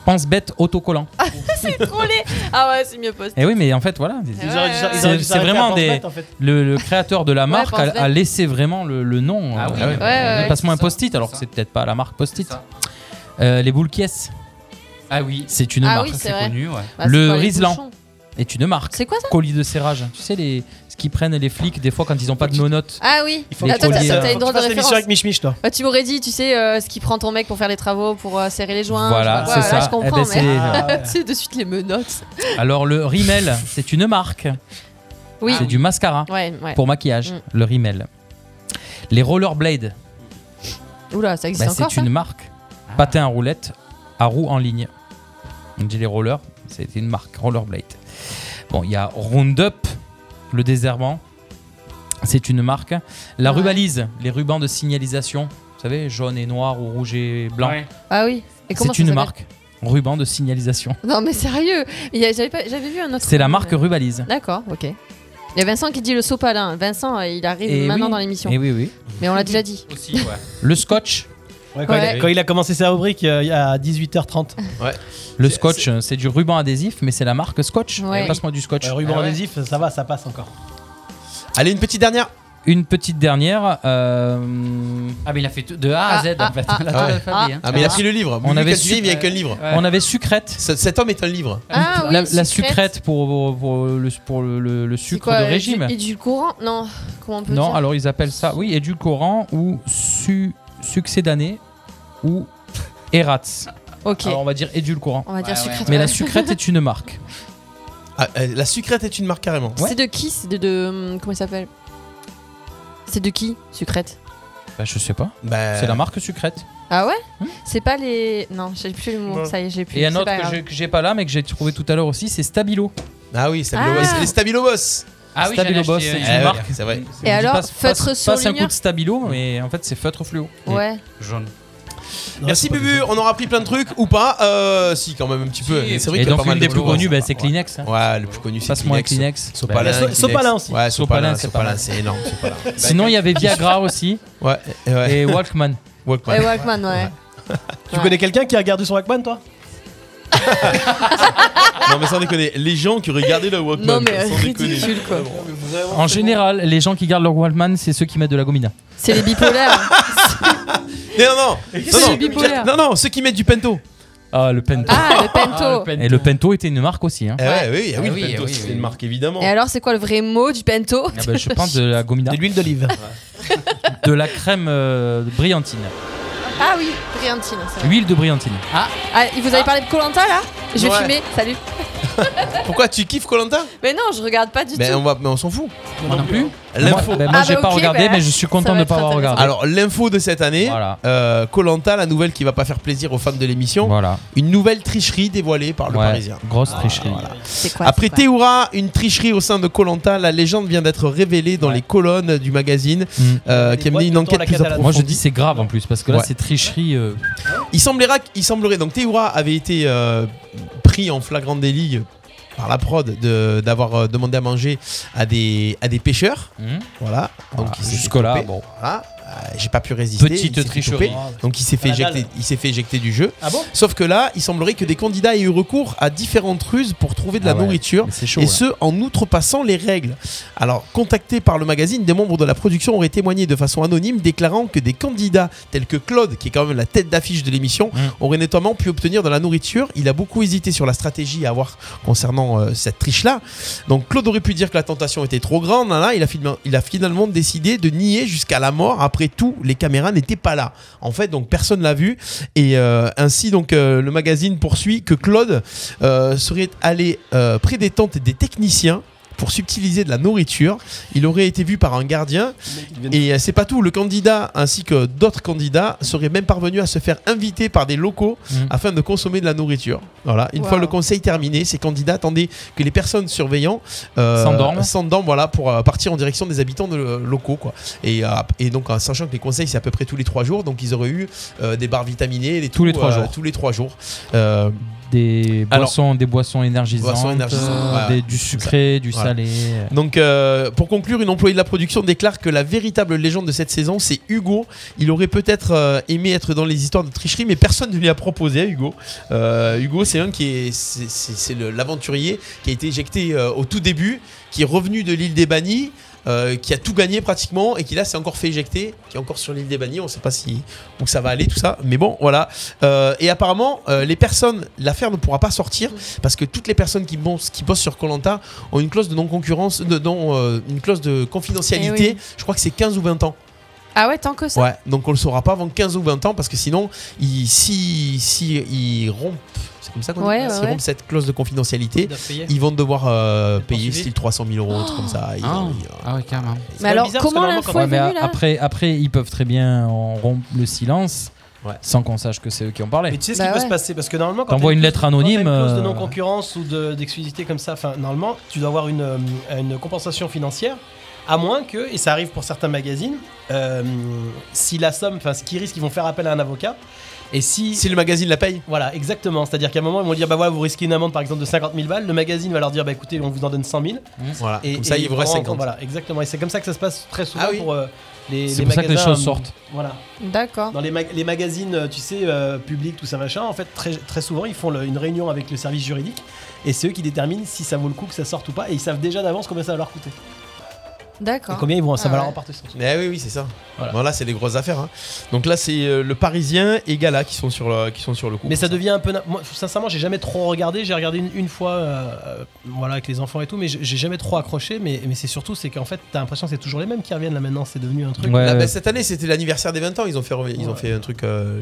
Pense bête autocollant. Ah. c'est trop laid. Ah ouais, c'est mieux posté. Et oui, mais en fait, voilà. Ils auraient dû- ils auraient dû C'est- C'est s'arrêter à vraiment Pense des. Bête, en fait. Le, le créateur de la marque Pense a, a Bête. laissé vraiment le, le nom. Ah euh, oui, Ouais, ouais. ouais, ouais, Passe-moi un c'est post-it, alors que c'est peut-être pas la marque post-it. Euh, les boules Kies. Ah oui. C'est une Ah marque. oui, c'est C'est vrai. connu, ouais. Bah, c'est le pour les Rizlan bouchons. est une marque. C'est quoi ça Colis de serrage. Tu sais, les... ce qu'ils prennent les flics des fois quand ils ont pas de nonotes. Ah oui. Il faut que Attends, tu t'as- fasses- t'as faut une que drôle de tu fasses référence. l'émission avec Mich Mich, toi. Bah, tu m'aurais dit, tu sais, euh, ce qui prend ton mec pour faire les travaux, pour euh, serrer les joints. Voilà, je sais pas quoi. c'est Là, ça. je comprends, Eh ben, c'est mais les- Ah ouais. tu sais, de suite les menottes. Alors le Rimmel, c'est une marque. Oui. C'est du mascara Ouais, ouais. pour maquillage, Mm. le Rimmel. Les rollerblades, Mm. Oula, ça existe bah, encore. c'est une ça marque. Patin à roulette, à roue en ligne. On dit les rollers, c'est une marque, rollerblade. Bon, il y a Roundup, le désherbant, c'est une marque. La Ouais. rubalise, les rubans de signalisation, vous savez, jaune et noir ou rouge et blanc. Ah oui. Et comment C'est ça une s'appelle marque, ruban de signalisation. Non, mais sérieux. Il y a- J'avais pas- j'avais vu un autre. C'est la nom, marque mais- Rubalise. Ah, D'accord, ok. Il y a Vincent qui dit le sopalin. Vincent, euh, il arrive Eh maintenant oui. dans l'émission. Eh oui, oui. Mais on l'a déjà dit. Aussi, ouais. Le scotch. Ouais, quand, Il a, quand il a commencé sa rubrique euh, il y a 18h30. Le scotch, c'est du ruban adhésif, mais c'est la marque scotch. Ouais. Passe-moi du scotch. Ah Ah Ouais, Euh, Euh, ruban adhésif, ça va, ça passe encore. Allez, une petite dernière. Une petite dernière. euh, Ah, mais il a fait tout- de A à Z, en fait. La tour de Fabry, hein. Ah, mais il a pris le livre. On Lui, avait quand il vient, il vient avec un sucrète. livre. Ouais. On avait sucrète. cet homme est un livre. Ah oui, la, la sucrète. sucrète pour, pour, pour le, pour le- le- le sucre Quoi, de régime. Et du courant Non. Comment on peut Non, dire alors ils appellent ça, oui, édulcorant ou su, succès d'année ou erats. Ok. Alors on va dire édulcorant. On va dire Ouais, sucrète, ouais. Mais ouais. la sucrète est une marque. Ah, euh, la sucrète est une marque carrément. C'est de qui C'est de, de- hum, Comment il s'appelle C'est de qui, sucrète Bah, je sais pas. C'est la marque sucrète. Ah ouais C'est pas les. Non, j'ai plus le mot. Ça y est, j'ai plus. hein. Et un c'est autre pas que grave. j'ai- que j'ai pas là, mais que j'ai trouvé tout à l'heure aussi, c'est Stabilo. Ah oui, Stabilo Ah. Boss. Les Stabilo Boss. Ah oui, Stabilo j'en ai Boss, acheté c'est un. une Eh oui, marque. c'est vrai. Et On dit alors, passe- feutre passe- Passe un Sauligneur coup de Stabilo, mais en fait, c'est feutre fluo. Ouais. Jaune. Merci Bubu, on aura appris plein de trucs ou pas Euh, Si, quand même un petit peu. mais c'est vrai et qu'il y a donc, pas mal une des de plus boulot, connues, hein. bah, c'est Kleenex. hein. Ouais, le plus connu, c'est Passe-moi un Kleenex. Kleenex. Sopalin, Bah, Kleenex. Sopalin aussi. Ouais, Sopalin, Sopalin, c'est pas Sopalin, mal. c'est énorme. Sopalin. Bah, Sinon, il y avait Viagra aussi. Ouais, Et Walkman. Walkman. Et Walkman, ouais. Tu connais quelqu'un qui a gardé son Walkman, toi Ah, Non, mais sans déconner, les gens qui regardaient le Walkman. Non, mais, sans euh, déconner. ridicule, quoi. En général, les gens qui gardent leur Walkman, c'est ceux qui mettent de la gomina. C'est les bipolaires. Mais non, non, C'est non, le bipolaire. non, non, ceux qui mettent du pento. Ah, le pento. Ah, le pento. Et le pento était une marque aussi. Hein. Eh ouais, oui, Ah ah oui, le oui, pento, ah oui, c'est oui. une marque évidemment. Et alors, c'est quoi le vrai mot du pento Ah bah, je pense de la gomina. De l'huile d'olive. de la crème euh, de brillantine. Ah oui, Briantine. c'est vrai. Huile de brillantine. Ah, vous avez parlé de Colanta là Je vais Ouais. fumer, salut. Pourquoi tu kiffes Colanta Mais non, je regarde pas du Mais tout. Ben, on va, mais on s'en fout. Moi non plus. L'info. Moi, ben, moi, Ah j'ai bah, pas ok, regardé, bah, mais je suis ça content va de être pas avoir regardé. Alors l'info de cette année, euh, Colanta, la nouvelle qui va pas faire plaisir aux fans de l'émission. Voilà. Une nouvelle tricherie dévoilée par le Ouais, Parisien. Grosse tricherie. Après Théoura, une tricherie au sein de Colanta, la légende vient d'être révélée dans les colonnes du magazine euh, qui a mené une enquête plus approfondie. Mm. Moi je dis c'est grave en plus parce que là Ouais. c'est tricherie. euh, Il semblerait, il semblerait donc Théoura avait été euh, pris en flagrant délit par la prod de- d'avoir euh, demandé à manger à des, à des pêcheurs. Mhm. Voilà. Donc il s'est Jusque là, fait bon. Voilà. Euh, J'ai pas pu résister. Petite il s'est fait tricherie. choper. Donc il s'est fait À la dalle. éjecter, il s'est fait éjecter du jeu. Ah bon Sauf que là, il semblerait que des candidats aient eu recours à différentes ruses pour trouver de la Ah ouais, nourriture mais c'est chaud, et là. ce en outrepassant les règles. Alors, contactés par le magazine, des membres de la production auraient témoigné de façon anonyme, déclarant que des candidats tels que Claude, qui est quand même la tête d'affiche de l'émission, Mmh. auraient notamment pu obtenir de la nourriture. Il a beaucoup hésité sur la stratégie à avoir concernant euh, cette triche-là. Donc, Claude aurait pu dire que la tentation était trop grande. là, là, il, a finalement, il a finalement décidé de nier jusqu'à la mort. Après tout, les caméras n'étaient pas là. En fait, donc personne l'a vu. Et euh, ainsi, donc euh, le magazine poursuit que Claude euh, serait allé euh, près des tentes des techniciens pour subtiliser de la nourriture. Il aurait été vu par un gardien. Et euh, c'est pas tout. Le candidat ainsi que d'autres candidats seraient même parvenus à se faire inviter par des locaux afin de consommer de la nourriture. Voilà. Une Wow. fois le conseil terminé, ces candidats attendaient que les personnes surveillant euh, S'endorment. s'endorment, voilà, pour euh, partir en direction des habitants de, euh, locaux. Quoi. Et, euh, et donc, en sachant que les conseils, c'est à peu près tous les trois jours, donc ils auraient eu euh, des barres vitaminées les Tous les trois euh, jours. Tous les trois jours. des Euh, alors- boissons, des boissons énergisantes, Boissons énergisantes, euh, ouais. des- du sucré, du Voilà. salé. Donc, euh, pour conclure, une employée de la production déclare que la véritable légende de cette saison, c'est Hugo. Il aurait peut-être euh, aimé être dans les histoires de tricherie, mais personne ne lui a proposé à Hugo. Euh, Hugo, c'est un qui est, c'est- c'est c'est le- l'aventurier qui a été éjecté euh, au tout début, qui est revenu de l'île des Bannis. euh, qui a tout gagné pratiquement et qui là s'est encore fait éjecter, qui est encore sur l'île des Bannis, on sait pas si où ça va aller tout ça, mais bon voilà. Euh, et apparemment euh, les personnes, l'affaire ne pourra pas sortir parce que toutes les personnes qui bossent, qui bossent sur Colanta ont une clause de non concurrence, de non, euh, une clause de confidentialité. Eh oui. Je crois que c'est 15 ou 20 ans. Ah ouais, tant que ça. Ouais, donc on le saura pas avant 15 ou 20 ans parce que sinon, ils, si, si ils rompent, c'est comme ça qu'on Ouais, dit, ouais, s'ils ouais. rompent cette clause de confidentialité, Ils doivent payer. ils vont devoir euh, payer poursuivis. style 300 000 euros, un truc comme ça. Ils- ils- Ah ouais, carrément. Mais alors, comment l'info est Ouais, mais venue là après, après, ils peuvent très bien en rompre le silence sans qu'on sache que c'est eux qui ont parlé. Mais tu sais ce qui peut se passer Parce que normalement, quand T'envoies t'as une lettre anonyme, quand t'as une clause de euh, non-concurrence ou de- d'exclusivité comme ça, enfin, normalement, tu dois avoir une, euh, une compensation financière. À moins que, et ça arrive pour certains magazines, euh, si la somme, enfin, ce qu'ils risquent, ils vont faire appel à un avocat. Et si. Si le magazine la paye Voilà, exactement. C'est-à-dire qu'à un moment, ils vont dire bah voilà, vous risquez une amende par exemple de 50 000 balles. Le magazine va leur dire bah écoutez, on vous en donne 100 000. Mmh. Voilà, comme ça, il vous reste en- 50. Voilà, exactement. Et c'est comme ça que ça se passe très Ah souvent pour euh, les, C'est les pour ça que les magasins, choses euh, sortent. Voilà. D'accord. Dans les, mag- les magazines, euh, tu sais, euh, publics, tout ça, machin, en fait, très, très souvent, ils font le- une réunion avec le service juridique et c'est eux qui déterminent si ça vaut le coup que ça sorte ou pas et ils savent déjà d'avance combien ça va leur coûter. D'accord. Ah. Et combien ils vont- ça va leur ouais. rapporter ça Mais oui, oui, c'est ça. Voilà, c'est des grosses affaires. hein. Donc là, c'est euh, le Parisien et Gala qui sont sur le, qui sont sur le coup. Mais ça devient un peu. na- Moi, sincèrement, j'ai jamais trop regardé. J'ai regardé une, une fois, euh, euh, voilà, avec les enfants et tout, mais j'ai j'ai jamais trop accroché. Mais, mais c'est surtout, c'est qu'en fait, t'as l'impression que c'est toujours les mêmes qui reviennent là maintenant. C'est devenu un truc. Là, bah, cette année, c'était l'anniversaire des 20 ans. Ils ont fait, re- ils ont fait un truc. euh,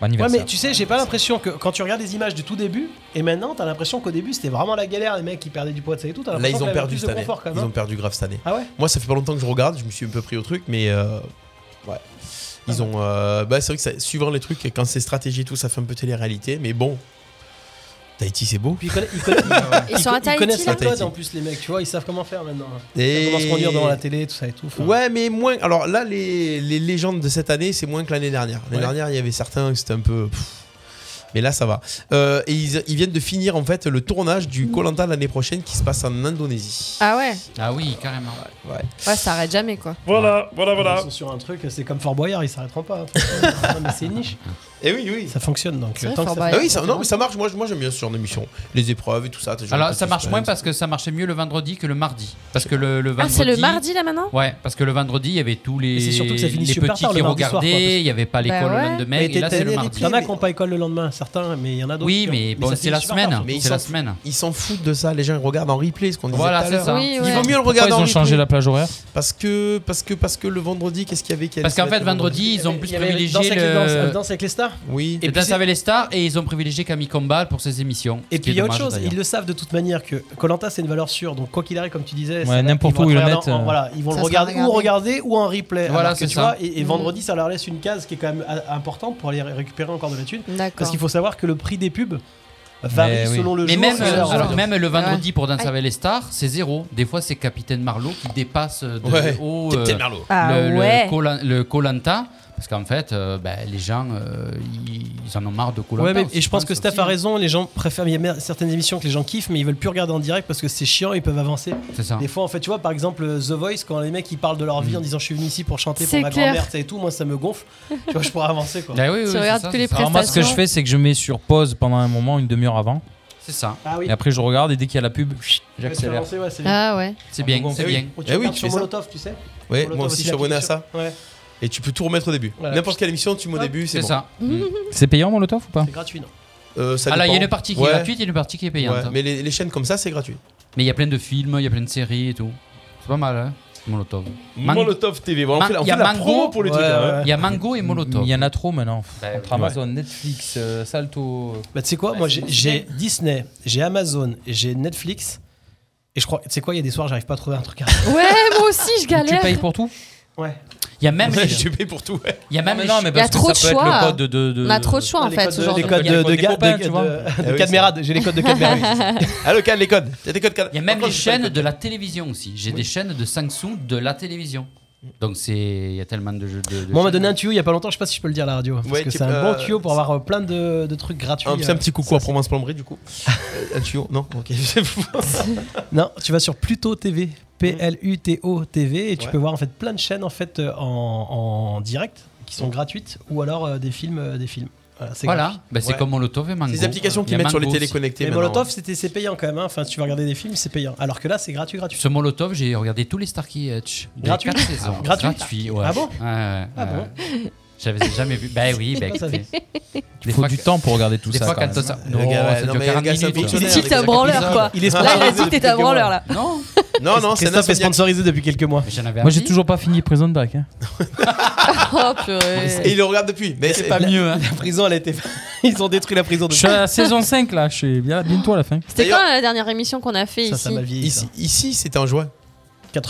Ouais, mais tu sais, j'ai pas l'impression que quand tu regardes les images du tout début et maintenant, t'as l'impression qu'au début, c'était vraiment la galère. Les mecs qui perdaient du poids, de ça et tout. t'as Là, l'impression ils qu'il y ont avait perdu plus de cette année. confort, quand même, Ils hein. ont perdu grave cette année. Ah ouais Moi, ça fait pas longtemps que je regarde. Je me suis un peu pris au truc, mais euh, Ah ouais. Ils ont. euh, bah, c'est vrai que ça- suivant les trucs, quand c'est stratégie et tout, ça fait un peu télé-réalité. Mais bon, Tahiti, c'est beau. Puis ils conna- ils conna- Ils sont à Tahiti, connaissent là la code en plus les mecs, tu vois, ils savent comment faire maintenant. hein. Ils Et- savent comment se conduire devant la télé, tout ça et tout. enfin. Ouais, mais moins. Alors là, les, les légendes de cette année, c'est moins que l'année dernière. L'année Ouais. dernière, il y avait certains, c'était un peu. pff, mais là, ça va. Euh, et ils, ils viennent de finir en fait le tournage du Colanta l'année prochaine qui se passe en Indonésie. Ah ouais Ah oui, carrément. Ouais. Ouais, ça arrête jamais quoi. Voilà, voilà, voilà. Ils sont sur un truc, c'est comme Fort Boyard, ils s'arrêteront pas. Non, mais c'est une niche. Et oui, oui. Ça fonctionne donc. C'est vrai, tant que Fort ça Boyard. Ah oui, ça, non, mais ça marche. Moi, je- moi j'aime bien ce genre d'émission. Les épreuves et tout ça. t'as toujours un Alors peu ça de marche suspense. moins parce que ça marchait mieux le vendredi que le mardi. Parce que le, le Ah, vendredi. c'est le mardi, là, maintenant Ouais, parce que le vendredi il y avait tous les, Et c'est surtout que ça finit les super petits tard, qui le mardi soir, quoi, parce regardaient, que- il n'y avait Bah pas l'école le lendemain Mais et là t'es- c'est le t'es- mardi. Il y en a qui n'ont pas école le lendemain, certains, mais il y en Ah, a d'autres. Oui, qui ont- mais bon, ça c'est finit la super semaine. tard. Mais ils C'est la s'en semaine. foutent- Ils s'en foutent de ça. Les gens ils regardent en replay, ce qu'on disait Voilà, tout à c'est l'heure. hein. ça. Oui, Il ouais. vaut mieux le Pourquoi regarder ils en ont replay. changé la plage horaire Parce que, parce que, parce que le vendredi, qu'est-ce qu'il y avait qui allait Parce se qu'en mettre fait le vendredi ils ont Il y plus avait Danse privilégié avec les- Danse- le. Danse avec les stars Oui. Et puis Danse c'est- avec les stars et ils ont privilégié Camille Combal pour ses émissions. Et ce qui puis est il y a autre dommage, chose, d'ailleurs. ils le savent de toute manière que Colanta c'est une valeur sûre, donc quoi qu'il arrive, comme tu disais, ça va- n'importe vont où être ils le regardés en- mettent, euh, voilà, ils vont ça le sera regarder ou regarder ou en replay. Voilà, Alors que c'est tu ça. vois, et, et Mm. vendredi, ça leur laisse une case qui est quand même a- importante pour aller ré- récupérer encore de la thune. Parce qu'il faut savoir que le prix des pubs varie Mais oui. selon le Mais jour. même, et l'heure. euh, alors, même le vendredi pour Danse Aïe. avec les stars, c'est zéro. Des fois, c'est Capitaine Marlowe qui dépasse euh, de Ouais. haut Capitaine Marlowe. Ah le- ouais. le Colan- le Colanta. Parce qu'en fait, euh, ben, les gens, euh, ils, ils en ont marre de Colanta. Ouais, mais- et je pense que Steph a raison. Les gens préfèrent. Il y a mer- certaines émissions que les gens kiffent, mais ils veulent plus regarder en direct parce que c'est chiant. Ils peuvent avancer. C'est ça. Mm. Des fois, en fait, tu vois, par exemple, euh, The Voice, quand les mecs ils parlent de leur vie en disant je suis venu ici pour chanter C'est pour ma clair. grand-mère ça et tout, moi ça me gonfle. tu vois, je pourrais avancer quoi. Bah Ah oui, oui, Tu c'est regardes ça, que c'est les ça. Alors moi, ce que je fais, c'est que je mets sur pause pendant un moment, une demi-heure avant. C'est ça. Ah oui. Et après, je regarde et dès qu'il y a la pub, j'accélère. avancer, ouais, c'est bah Ah ouais. C'est bien, c'est bien. Ou tu Eh oui, regardes tu sur fais ça. Molotov, tu sais. Ouais, Molotov moi aussi, je suis abonné à ça. Ouais. Et tu peux tout remettre au début. Voilà. N'importe quelle émission, tu mets au Hop. début, c'est C'est bon. Mm. ça. C'est payant Molotov ou pas C'est gratuit, non Euh, ça Ah là, il y a dépend. une partie qui est gratuite et une partie qui est payante. mais les, les chaînes comme ça, c'est gratuit. Mais il y a plein de films, il y a plein de séries et tout. C'est pas mal, hein Molotov. Mang- Molotov TV, voilà, on Man- fait la- on il y a fait la Mango- promo pour les trucs, hein. Il y a Mango et Molotov. Il y en a trop maintenant. Entre oui. Amazon, Netflix, euh, Salto. Bah, tu sais quoi, moi j'ai- j'ai Disney, j'ai Amazon, j'ai Netflix. Et je crois, tu sais quoi, il y a des soirs, j'arrive pas à trouver un truc. Ouais, moi aussi, je galère. tout Ouais. Il y a même Ouais, les... je paye pour tout. ouais. Il y a même Non, mais les- non, mais Il y a trop de choix. On a trop de choix en Les fait codes de- aujourd'hui. les codes de- de- de- de- de- de Cadmerade. J'ai les codes de Cadmerade. Ah, le les codes. Il y a des codes Il y a même les Par contre, j'ai pas les chaînes codes. de la télévision aussi. J'ai des chaînes de Samsung de la télévision. Donc c'est il y a tellement de jeux de. de Moi, on m'a chaînes. donné un tuyau il y a pas longtemps, je sais pas si je peux le dire à la radio. Parce Ouais, que tu- c'est un euh, bon tuyau pour avoir euh, plein de, de trucs gratuits. euh, Un, petit- un petit coucou à Ça, Provence Plomberie du coup. Euh, Un tuyau, non Ok. c'est- Non, tu vas sur Pluto TV, P-L-U-T-O TV, et tu Ouais. peux voir en fait plein de chaînes en fait euh, en, en direct qui sont gratuites ou alors euh, des films, euh, des films. Voilà, c'est Voilà. gratuit. Bah, c'est comme Molotov et Mango. C'est des Il applications y qu'ils a mettent sur les Mango télés connectés. Mais maintenant. Molotov, c'était c'est payant quand même. hein. Enfin, si tu vas regarder des films, c'est payant. Alors que là, c'est gratuit, gratuit. Ce Molotov, j'ai regardé tous les Starkey Hutch. des Gratuit quatre saisons. Ah, gratuit ouais. Ah bon Ouais, ouais, Ah bon ouais. J'avais jamais vu. Bah oui, bah Je savais écoutez. pas. Il faut du temps pour regarder tout des ça. fois, quand quand même. ça- Non, ça dure 40 minutes. Il dit que t'es un branleur quoi. Il est Là, il a dit sponsorisé que t'es depuis un quelques branleur mois. là. Non Non, non, Christophe c'est est Nassamiac. sponsorisé depuis quelques mois. Moi, j'ai toujours pas fini Prison Break. hein. Oh purée. Et il le regarde depuis. Mais c'est pas la- mieux. La prison, elle a été. Ils ont détruit la prison. hein. Je suis à la saison 5 là, je suis bien bientôt à la fin. C'était quand euh, la dernière émission qu'on a fait ici Ici, ici, c'était en juin.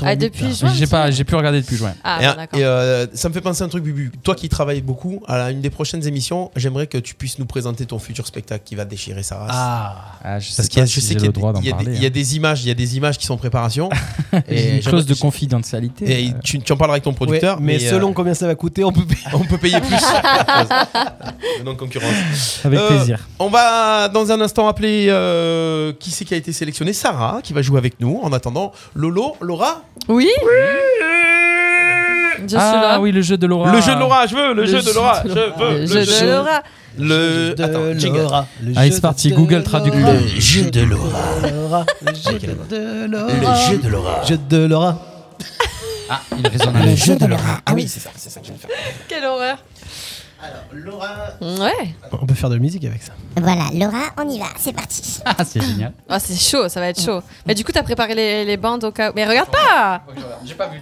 Ah, depuis putain. juin, J'ai pas, j'ai pu regarder depuis juin. Ah, et bon, d'accord. et, euh, ça me fait penser à un truc, Bubu. Toi qui travailles beaucoup, à la- une des prochaines émissions, j'aimerais que tu puisses nous présenter ton futur spectacle qui va déchirer sa race. Ah. Ah, je sais Parce qu'il y a, pas je si sais j'ai qu'il y a le des- droit d'en il y a des- parler, il y a hein. des images, il y a des images qui sont en préparation. J'ai une clause de j'aimerais- confidentialité. Et tu, tu en parleras avec ton producteur, mais, euh, selon combien ça va coûter, on peut payer. On peut payer plus. non concurrence. Avec Euh, plaisir. On va dans un instant appeler euh, qui c'est qui a été sélectionné, Sarah, qui va jouer avec nous. En attendant, Lolo, Laura. Oui. Je suis là. Ah oui, le jeu de Laura. Le jeu de Laura, je veux le, jeu de Laura, je veux Le jeu de Laura. Le Attends, jingle. Allez, c'est parti, Google traduit. Le jeu de Laura. Ah, Ah. Laura, le jeu de Laura. Le jeu de Laura. Jeu de Laura. Ah, il résonne. Le jeu de Laura. Ah oui, c'est ça, c'est ça que je vais faire. Quelle horreur. Alors, Laura. Ouais. On peut faire de la musique avec ça. Voilà, Laura, on y va, c'est parti. Ah, c'est génial. Ah, c'est chaud, ça va être chaud. Mais du coup, t'as préparé les, les bandes au cas où. Mais regarde pas J'ai pas vu.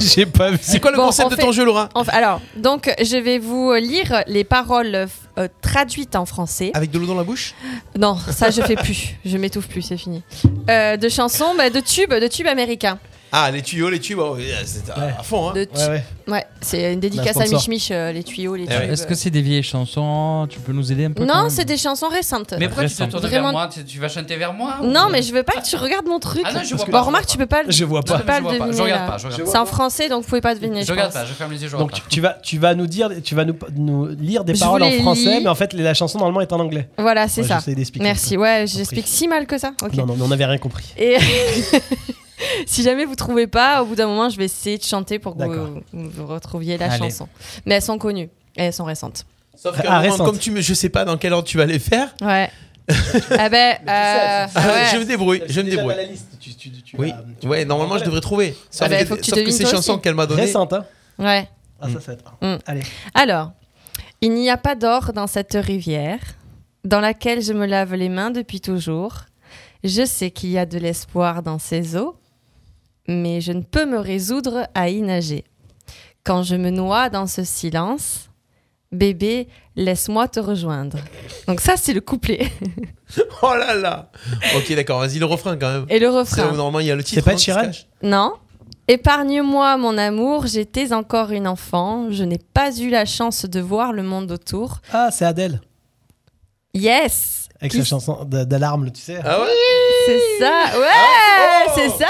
J'ai pas vu. C'est quoi le Bon, concept on de fait- ton jeu, Laura on fait- Alors, donc, je vais vous euh, lire les paroles euh, traduites en français. Avec de l'eau dans la bouche Non, ça je fais plus, je m'étouffe plus, c'est fini. Euh, de chansons, bah, de tubes, de tubes américains. Ah, les tuyaux, les tubes, oh, yeah, c'est à, à fond. Hein. De tu- Ouais, c'est une dédicace à sponsor. Mich Mich, euh, les tuyaux, Eh les tubes. Est-ce que c'est des vieilles chansons Tu peux nous aider un peu quand Non, même c'est des chansons récentes. Mais pourquoi tu te tournes vers Vraiment- moi Tu tu vas chanter vers moi ou- euh Non, mais je veux pas que tu regardes mon truc. Ah non, je vois Parce que- pas, Bon, je remarque, vois tu peux pas le. Je vois tu pas. peux pas Je le vois pas, je deviner. regarde là. pas, je regarde C'est pas. en français, donc vous pouvez pas deviner. Je regarde pas, je ferme les yeux, je Donc regarde tu, tu vas, tu vas nous dire, tu vas nous, nous lire des Je paroles vous en les français, lis. mais en fait la chanson normalement est en anglais. Voilà, c'est Ouais, ça. j'essaie d'expliquer. Merci. Ouais, j'explique si mal que ça. Ok. Non, non, mais on n'avait rien compris. Et si jamais vous trouvez pas, au bout d'un moment, je vais essayer de chanter pour que vous, vous retrouviez la Allez. chanson. Mais elles sont connues et elles sont récentes. Sauf qu'à Ah, un moment, récente. comme tu me, je sais pas dans quel ordre tu vas les faire. Ouais. ah ben, euh, ah ouais. Je me débrouille, je me débrouille. oui, ouais, normalement je devrais trouver. Sauf Ah bah, que, faut que tu sauf que devines ces toi chansons aussi. qu'elle m'a données. Récentes, hein Ouais. Ah, ça, ça va être. Mm. Allez. Alors, il n'y a pas d'or dans cette rivière dans laquelle je me lave les mains depuis toujours. Je sais qu'il y a de l'espoir dans ces eaux, mais je ne peux me résoudre à y nager. Quand je me noie dans ce silence, bébé, laisse-moi te rejoindre. Donc ça, c'est le couplet. Oh là là Ok, d'accord, vas-y, le refrain quand même. Et le refrain. C'est où, Normalement, il y a le titre. pas hein, qui se Chirel cache. Non. Épargne-moi, mon amour, j'étais encore une enfant, je n'ai pas eu la chance de voir le monde autour. Ah, c'est Adèle Yes avec Qui- sa chanson d'a- d'alarme, tu sais. Ah ouais C'est ça Ouais, c'est Oh. ça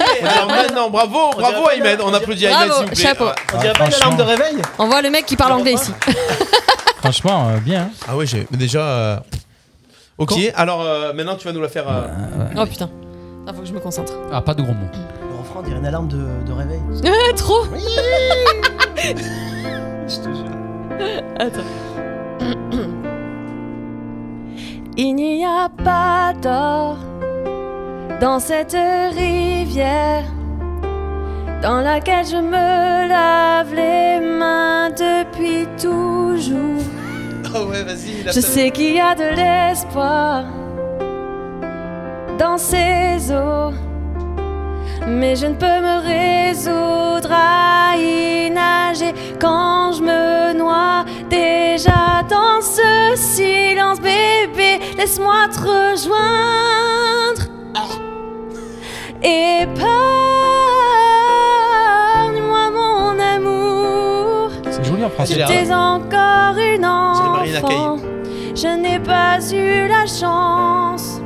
Ah, maintenant, bravo, bravo Ayman, on applaudit Ayman Bravo, s'il vous plaît. chapeau. Ah, On dirait pas une alarme de réveil On voit le mec qui parle anglais ici. Franchement, euh, bien. Ah ouais, j'ai mais déjà. euh, Ok, alors euh, maintenant tu vas nous la faire. euh, Oh putain. Ah, faut que je me concentre. Ah, pas de gros mots. Le refrain, on dirait une alarme de, de réveil. Euh, trop Je te jure. Il n'y a pas d'or dans cette rivière dans laquelle je me lave les mains depuis toujours. Ah ouais, vas-y. la Je seule- sais qu'il y a de l'espoir dans ces eaux, mais je ne peux me résoudre à y nager quand je me noie déjà dans ce silence, bébé. Laisse-moi te rejoindre. Ah. Épargne-moi mon amour. C'est joli en français. J'étais encore une Marina enfant. Je n'ai pas eu la chance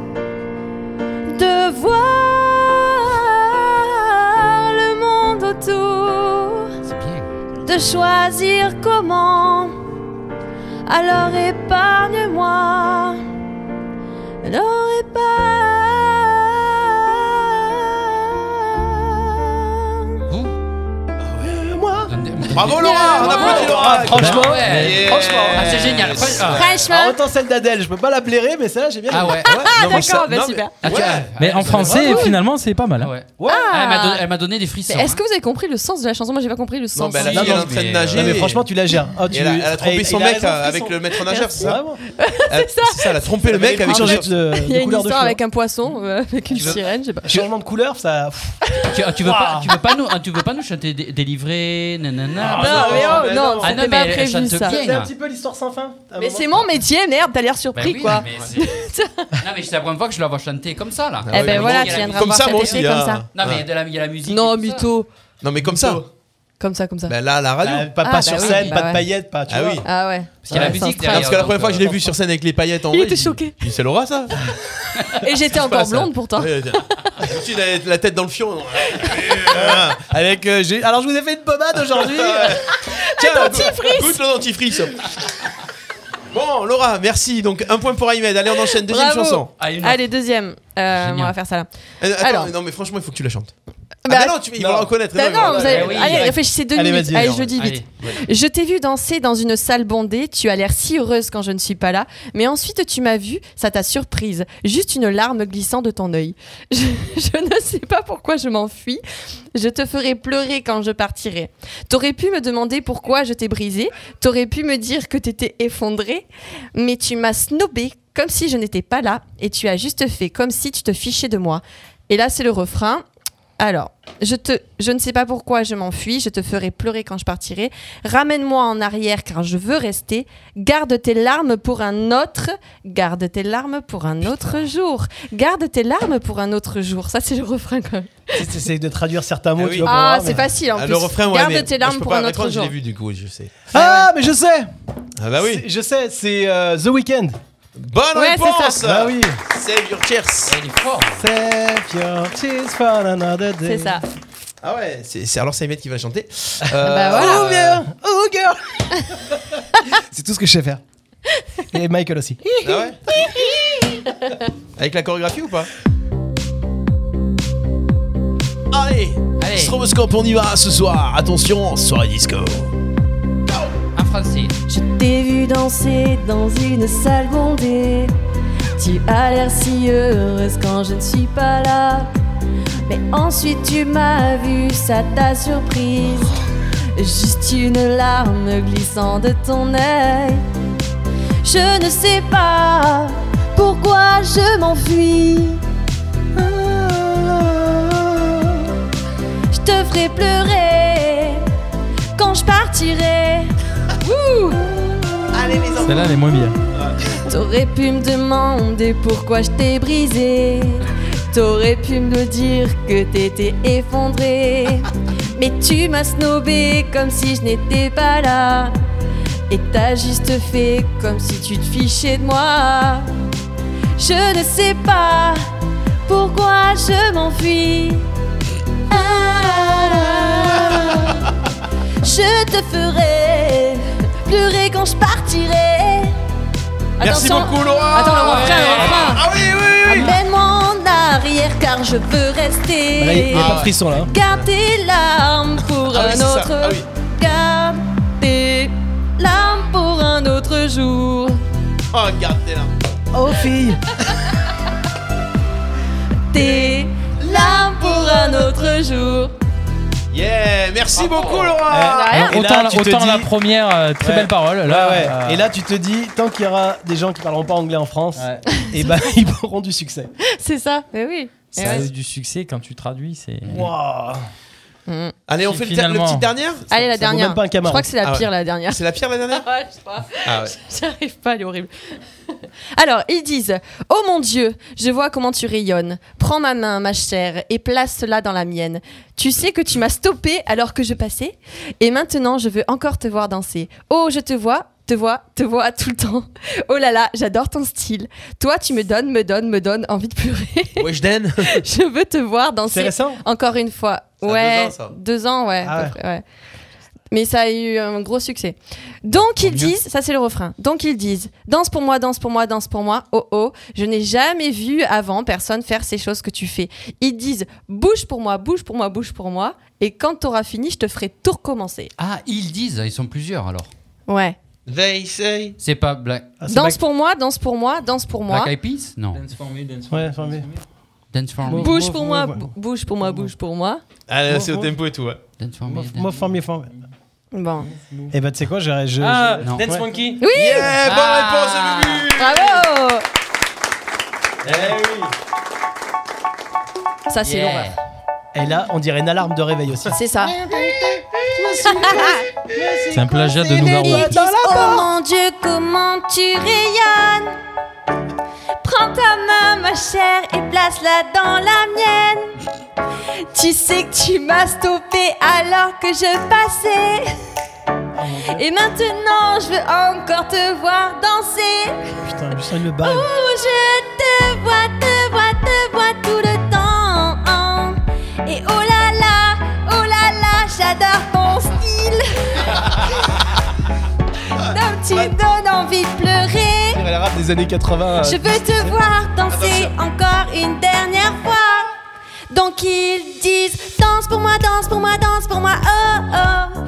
de voir le monde autour, de choisir comment. Alors épargne-moi, alors Oh. épargne-moi. Bravo Laura, on applaudit Laura. Ah, franchement, Bah ouais. yeah. franchement, Ah, c'est génial. Ah. Franchement. Alors, autant celle d'Adèle, je peux pas la blairer, mais celle-là j'ai bien. Ah aimé. ouais. Non, mais ça- D'accord, bah non, mais- super. Ouais. Ah, Mais en français, Bravo. finalement, c'est pas mal. hein. Ouais. Ah, elle m'a donné- elle m'a donné des frissons. Mais Est-ce que vous avez compris le sens de la chanson Moi, j'ai pas compris le sens. Non, mais elle a elle est en train de nager. Non, mais franchement, tu la gères. Ah, tu- Et elle, a, elle a trompé Et- son il a mec raison, euh, frisson. avec le maître nageur, c'est ça Elle- C'est ça, elle a trompé le Mais mec les avec couleurs son- de- de- Il y a une couleur de histoire cheveux. avec un poisson, euh, avec une veux- sirène, je sais pas. Changement de couleur, ça. tu, tu veux pas, tu veux pas nous, hein, tu veux pas nous chanter dé- délivré, nanana. Ah, non, mais oh, Ah, non, ah, c'était non, pas mais prévu, chante ça. bien. C'est un petit peu l'histoire sans fin. Mais c'est mon métier, merde, t'as l'air Bah surpris Ben oui, quoi. mais c'est- non mais c'est la première fois que je la vois chanter comme ça Ah là. Eh ben voilà, tu viendras Comme voir ça, cet moi été aussi, comme hein. ça. Non mais Ouais. de la- il y a la musique. Non, mytho. Non mais comme ça. Comme ça, comme ça. Bah là, à la radio. Bah, pas- Ah, pas bah sur oui, scène, bah pas de ouais. paillettes, pas. tu ah vois. oui. Ah ouais. Parce qu'il y a la musique Non, Parce que la derrière, première donc, euh, fois que je l'ai vue sur scène avec les paillettes en Il vrai, était j'ai dit, choqué. Puis c'est Laura ça. Et j'étais encore ça. blonde pourtant. Ouais, ouais, ouais. Je me suis dit, la- la tête dans le fion. Avec euh, j'ai- alors je vous ai fait une pommade aujourd'hui. Tiens, goûte- Goûte le dentifrice. Bon, Laura, merci. Donc, un point pour Ahmed. Allez, on enchaîne. Deuxième Bravo. chanson. Ah, Allez, deuxième. Euh, on va faire ça là. Euh, attends, Alors. mais non, mais franchement, il faut que tu la chantes. Bah, ah bah non, tu, ils vont la reconnaître. Bah ils non, vont la- vous allez- allez, réfléchissez deux Allez, minutes. vas-y, Allez, Laura. je dis vite. Allez, ouais. Je t'ai vu danser dans une salle bondée, tu as l'air si heureuse quand je ne suis pas là, mais ensuite tu m'as vu, ça t'a surprise, juste une larme glissant de ton œil. Je, je ne sais pas pourquoi je m'enfuis, je te ferai pleurer quand je partirai. T'aurais pu me demander pourquoi je t'ai brisé, t'aurais pu me dire que t'étais effondré, mais tu m'as snobé comme si je n'étais pas là, et tu as juste fait comme si tu te fichais de moi. Et là c'est le refrain. Alors, je, te, je ne sais pas pourquoi je m'enfuis, je te ferai pleurer quand je partirai. Ramène-moi en arrière car je veux rester. Garde tes larmes pour un autre, garde tes larmes pour un autre jour. Garde tes larmes pour un autre jour. Ça, c'est le refrain quand même. T'essayes de traduire certains mots. tu vois, pour Ah, voir, c'est mais- facile en Ah, plus. le refrain, ouais, garde mais tes je larmes peux pour pas un répondre, autre Je jour. l'ai vu du coup, je sais. Ah, mais je sais. Ah bah oui. C'est- Je sais, c'est euh, The Weeknd. Bonne Ouais, c'est réponse. ça. Bah oui. Save your tears. Save your tears for another day. C'est ça. Ah ouais, c'est c'est- alors c'est Ahmed qui va chanter. Euh, Bah voilà. Oh, bien. Oh, girl. C'est tout ce que je sais faire. Et Michael aussi. Ah ouais Avec la chorégraphie ou pas Allez, Allez. Stroboscope, on y va ce soir. Attention, soirée disco. En français. Je t'ai vu danser dans une salle bondée. Tu as l'air si heureuse quand je ne suis pas là. Mais ensuite tu m'as vu, ça t'a surprise. Juste une larme glissant de ton œil. Je ne sais pas pourquoi je m'enfuis. Je te ferai pleurer quand je partirai. Wouh Allez les Celle-là, elle est moins bien. T'aurais pu me demander pourquoi je t'ai brisé. T'aurais pu me le dire que t'étais effondré. Mais tu m'as snobé comme si je n'étais pas là. Et t'as juste fait comme si tu te fichais de moi. Je ne sais pas pourquoi je m'enfuis. Ah, ah, ah. je te ferai pleurer quand je partirai. Merci beaucoup, Laura. Attends, le refrain, Ouais. le refrain. Ah oui, oui, oui. Amène-moi en arrière car je veux rester. Bah Là, il y a pas de frisson là. Garde tes larmes pour Ah oui, un c'est ça. autre. Ah oui. Garde tes larmes pour un autre jour. Oh, regarde, t'es là. Oh fille. Tes larmes pour un autre jour. Ah, Yeah, merci beaucoup, Laura. Alors, Oh. Euh, Et là, autant la- tu te autant dis- la première, euh, très Ouais. belle parole. Là, Ouais, ouais. euh, Et là, tu te dis, tant qu'il y aura des gens qui parleront pas anglais en France, et ben ils auront du succès. C'est ça, mais oui. ça Eh ouais. a eu du succès quand tu traduis. C'est. Waouh. Mm. Allez, on Qui fait le, ter- le finalement- petit dernière Allez, la dernière. Je crois que c'est la Ah ouais. pire, la dernière. C'est la pire, la dernière Ouais, je sais pas. Ah ouais. J'arrive pas, elle est horrible. Alors, ils disent Oh mon Dieu, je vois comment tu rayonnes. Prends ma main, ma chère, et place-la dans la mienne. Tu sais que tu m'as stoppé alors que je passais Et maintenant, je veux encore te voir danser. Oh, je te vois. Te vois, te vois tout le temps. Oh là là, j'adore ton style. Toi, tu me donnes, me donnes, me donnes envie de pleurer. Weshden Je veux te voir danser. C'est récent Encore une fois. a ouais. deux ans, ça. ouais. Ah à peu ouais. près, ouais. Mais ça a eu un gros succès. Donc ils disent, ça c'est le refrain. Donc ils disent, danse pour moi, danse pour moi, danse pour moi. Oh oh, je n'ai jamais vu avant personne faire ces choses que tu fais. Ils disent, bouge pour moi, bouge pour moi, bouge pour moi. Et quand t'auras fini, je te ferai tout recommencer. Ah, ils disent, ils sont plusieurs alors. Ouais. They say. C'est pas Black. Ah, Ah, danse pour moi, danse pour moi, danse pour moi. Black Eyed Peas Non. Dance for me, dance for me. Dance for me. Bouge pour moi, bou- bouge pour moi, bouge pour moi. Ah, là, Euh, Moi, c'est au moi- tempo et tout, ouais. Moi, moi, formé, formé. Bon. Et bah, tu sais quoi, j'ai. je- Ah, je- Dance Ouais. Monkey Oui Yeah, bonne Ah. réponse, Bubu Bravo Eh Ça, c'est Yeah. l'horreur. Et là, on dirait une alarme de réveil aussi. C'est ça. C'est un plagiat de Nouveau Ils Roi. disent, Oh mon Dieu, comment tu rayonnes Prends ta main, ma chère, et place-la dans la mienne. Tu sais que tu m'as stoppé alors que je passais. Et maintenant, je veux encore te voir danser. Putain, Lucien, il me Oh, balle. je te vois, te vois, te vois tout le temps. Et oh là là, oh là là, j'adore ton style. Donc tu me donnes envie de pleurer. la rap des années euh. 80. Je veux te voir danser encore une dernière fois. Donc ils disent danse pour moi, danse pour moi, danse pour moi. Oh oh,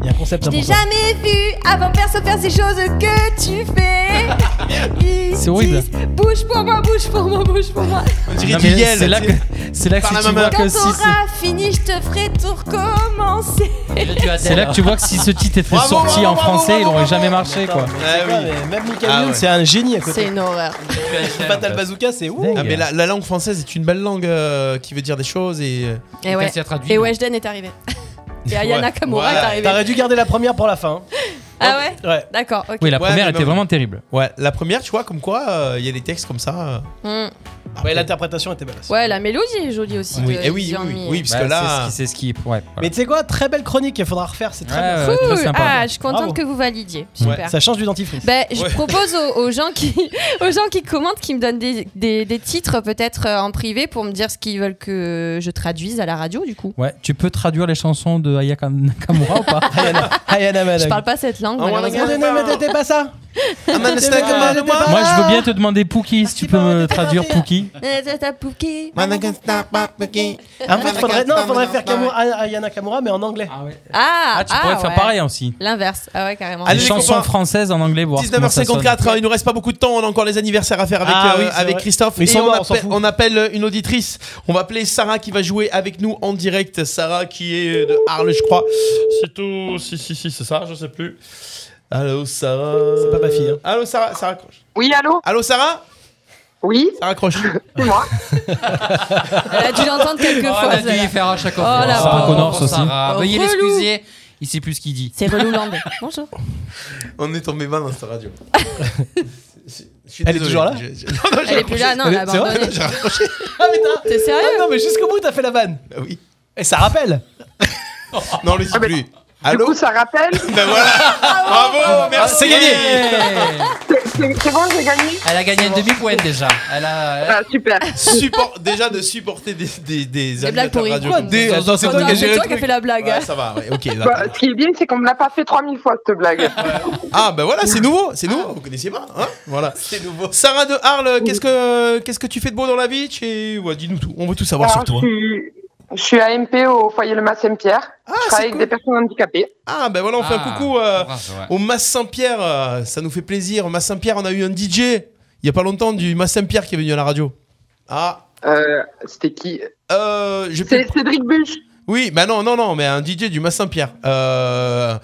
Il y a un concept je t'ai important. jamais vu avant personne faire ces choses que tu fais. Ils C'est horrible. Bouge pour moi, bouge pour moi, bouge pour moi. On dirait du Yel, C'est là tu que, sais. c'est là que Par si la tu maman. vois que Quand si t'auras fini, je te ferai tout recommencer. c'est- c'est là que tu vois que si ce titre était Bravo, sorti bravo, en bravo, français, il bravo, aurait bravo. jamais marché quoi. Mais c'est quoi, mais Même Michael Ah Ah Youn, c'est un génie à côté. une horreur. Fatal Bazooka, c'est ouf. Ah, mais la, la langue française est une belle langue euh, qui veut dire des choses et. euh, Et ouais. Et Weshden est arrivé. Et Ayana Ouais. Kamura Ouais. Ah, est arrivée. T'aurais dû garder la première pour la fin. hein. Ah ouais Ouais. D'accord, ok. Oui, la Ouais, première mais était non. vraiment terrible. Ouais, la première, tu vois, comme quoi, euh, il y a des textes comme ça. euh. Hmm. Ah, Ouais, l'interprétation était belle. Ouais, la mélodie est jolie aussi. euh, Oui, de- eh oui, ils y ont oui, mis. oui, parce que là. Bah, c'est ce qui, c'est ce qui- ouais. voilà. Mais tu sais quoi, très belle chronique, il faudra refaire, c'est très Ouais, bien. ouais, très Cool. sympa. Ah, je suis contente Bravo. que vous validiez. Super. Ça change du dentifrice. Ben, je Ouais. propose aux, aux gens qui, aux gens qui commentent, qui me donnent des, des- des titres peut-être euh, en privé pour me dire ce qu'ils veulent que je traduise à la radio du coup. Ouais, tu peux traduire les chansons de Aya Kam- Nakamura ou pas bah, Je parle pas cette langue. Ah, ouais, malheureusement. non, non, mais t'étais pas ça. Aman T'étais pas- Stack, t'étais pas Moi, là. je veux bien te demander Pookie si tu peux me traduire Pookie. Euh, t'as- Ah, t'as pouqué. Ah, En Ah, fait, faudrait, non, faudrait faire Kamura, Ayana Kamura, mais en anglais. Ah, Ah, tu pourrais faire ouais. pareil aussi. L'inverse. Ah ouais, carrément. les les chansons copains. françaises en anglais, voir. comment ça sonne. 19h54, hein, il nous reste pas beaucoup de temps, on a encore les anniversaires à faire avec, Ah euh, oui, c'est avec vrai. Christophe. Mais ils Et sont on, morts, on s'en appelle, fout. on appelle, euh, une auditrice, on va appeler Sarah qui va jouer avec nous en direct. Sarah qui est euh, de Arles, je crois. C'est tout, si, si, si, c'est ça, je sais plus. Allô Sarah. C'est pas ma fille. hein. Allô Sarah, Sarah Croche. Oui, allô Allô Sarah Oui. Sarah Croche. C'est moi. Elle a dû l'entendre quelques Oh, fois. elle a dû celle-là. y faire à chaque Oh fois. la Sarah pauvre. Connors Sarah. Sarah. Oh, Veuillez relou. l'excuser. Il sait plus ce qu'il dit. C'est relou l'anglais. Bonjour. On est tombé mal dans cette radio. Elle est toujours là Elle est plus là, non, elle a C'est vrai abandonné. Ah, mais t'as- T'es sérieux Ah, Non, mais jusqu'au bout, t'as fait la vanne. Bah oui. Et ça rappelle. Non, le dit plus. Ah, Du coup, ça rappelle Ah, Ben voilà Bravo, merci c'est gagné. C'est- C'est c'est bon, j'ai gagné Elle a gagné un demi-point déjà. Elle a. Ah, super. Support, déjà de supporter des, des, des animateurs pourries. radio. Quoi, Des- des- attends, c'est Attends, toi qui as c'est géré le toi qui as truc. fait la blague, Ouais, hein. ça va, ouais, ok. d'accord. Bah, ce qui est bien, c'est qu'on me l'a pas fait 3000 fois, cette blague. Ah ben voilà, c'est nouveau, c'est nouveau, vous connaissiez pas, hein Voilà. C'est nouveau. Sarah de Arles, qu'est-ce que qu'est-ce que tu fais de beau dans la vie Tu es- ouais, dis-nous tout, on veut tout savoir sur Alors, toi. Je suis, je suis AMP au foyer Le Mas Saint-Pierre. Ah, je travaille avec des personnes handicapées. Ah ben voilà, on fait un Ah, coucou euh, bravo, ouais. au Mas Saint-Pierre, euh, ça nous fait plaisir. Au Mas Saint-Pierre, on a eu un DJ il y a pas longtemps du Mas Saint-Pierre qui est venu à la radio. Ah. C'était qui euh, C'est Cédric Buche. Oui, bah non, non, non, mais un DJ du Mas Saint-Pierre. Euh,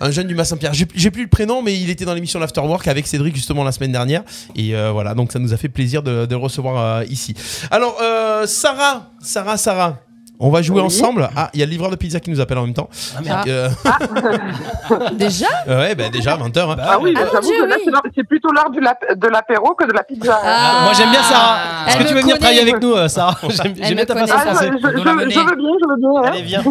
un jeune du Mas Saint-Pierre. J'ai j'ai plus le prénom, mais il était dans l'émission L'Afterwork avec Cédric justement la semaine dernière. Et euh, voilà, donc ça nous a fait plaisir de, de le recevoir euh, ici. Alors, euh, Sarah, Sarah, Sarah, On va jouer Oui. ensemble. Ah, il y a le livreur de pizza qui nous appelle en même temps. Ah, merde. Donc, euh, Ah, Déjà ouais, bah, déjà 20h. Ah oui, bah, j'avoue que là, c'est l'heure- c'est plutôt l'heure du lap- de l'apéro que de la pizza. Ah. Moi j'aime bien Sarah. Est-ce Ah. Elle que me tu veux venir connaît. travailler avec nous, euh, Sarah J'aime Elle j'aime me bien ta façon de connaît. Ah, penser. je- je- je- je veux bien, je veux hein. bien. Allez, viens.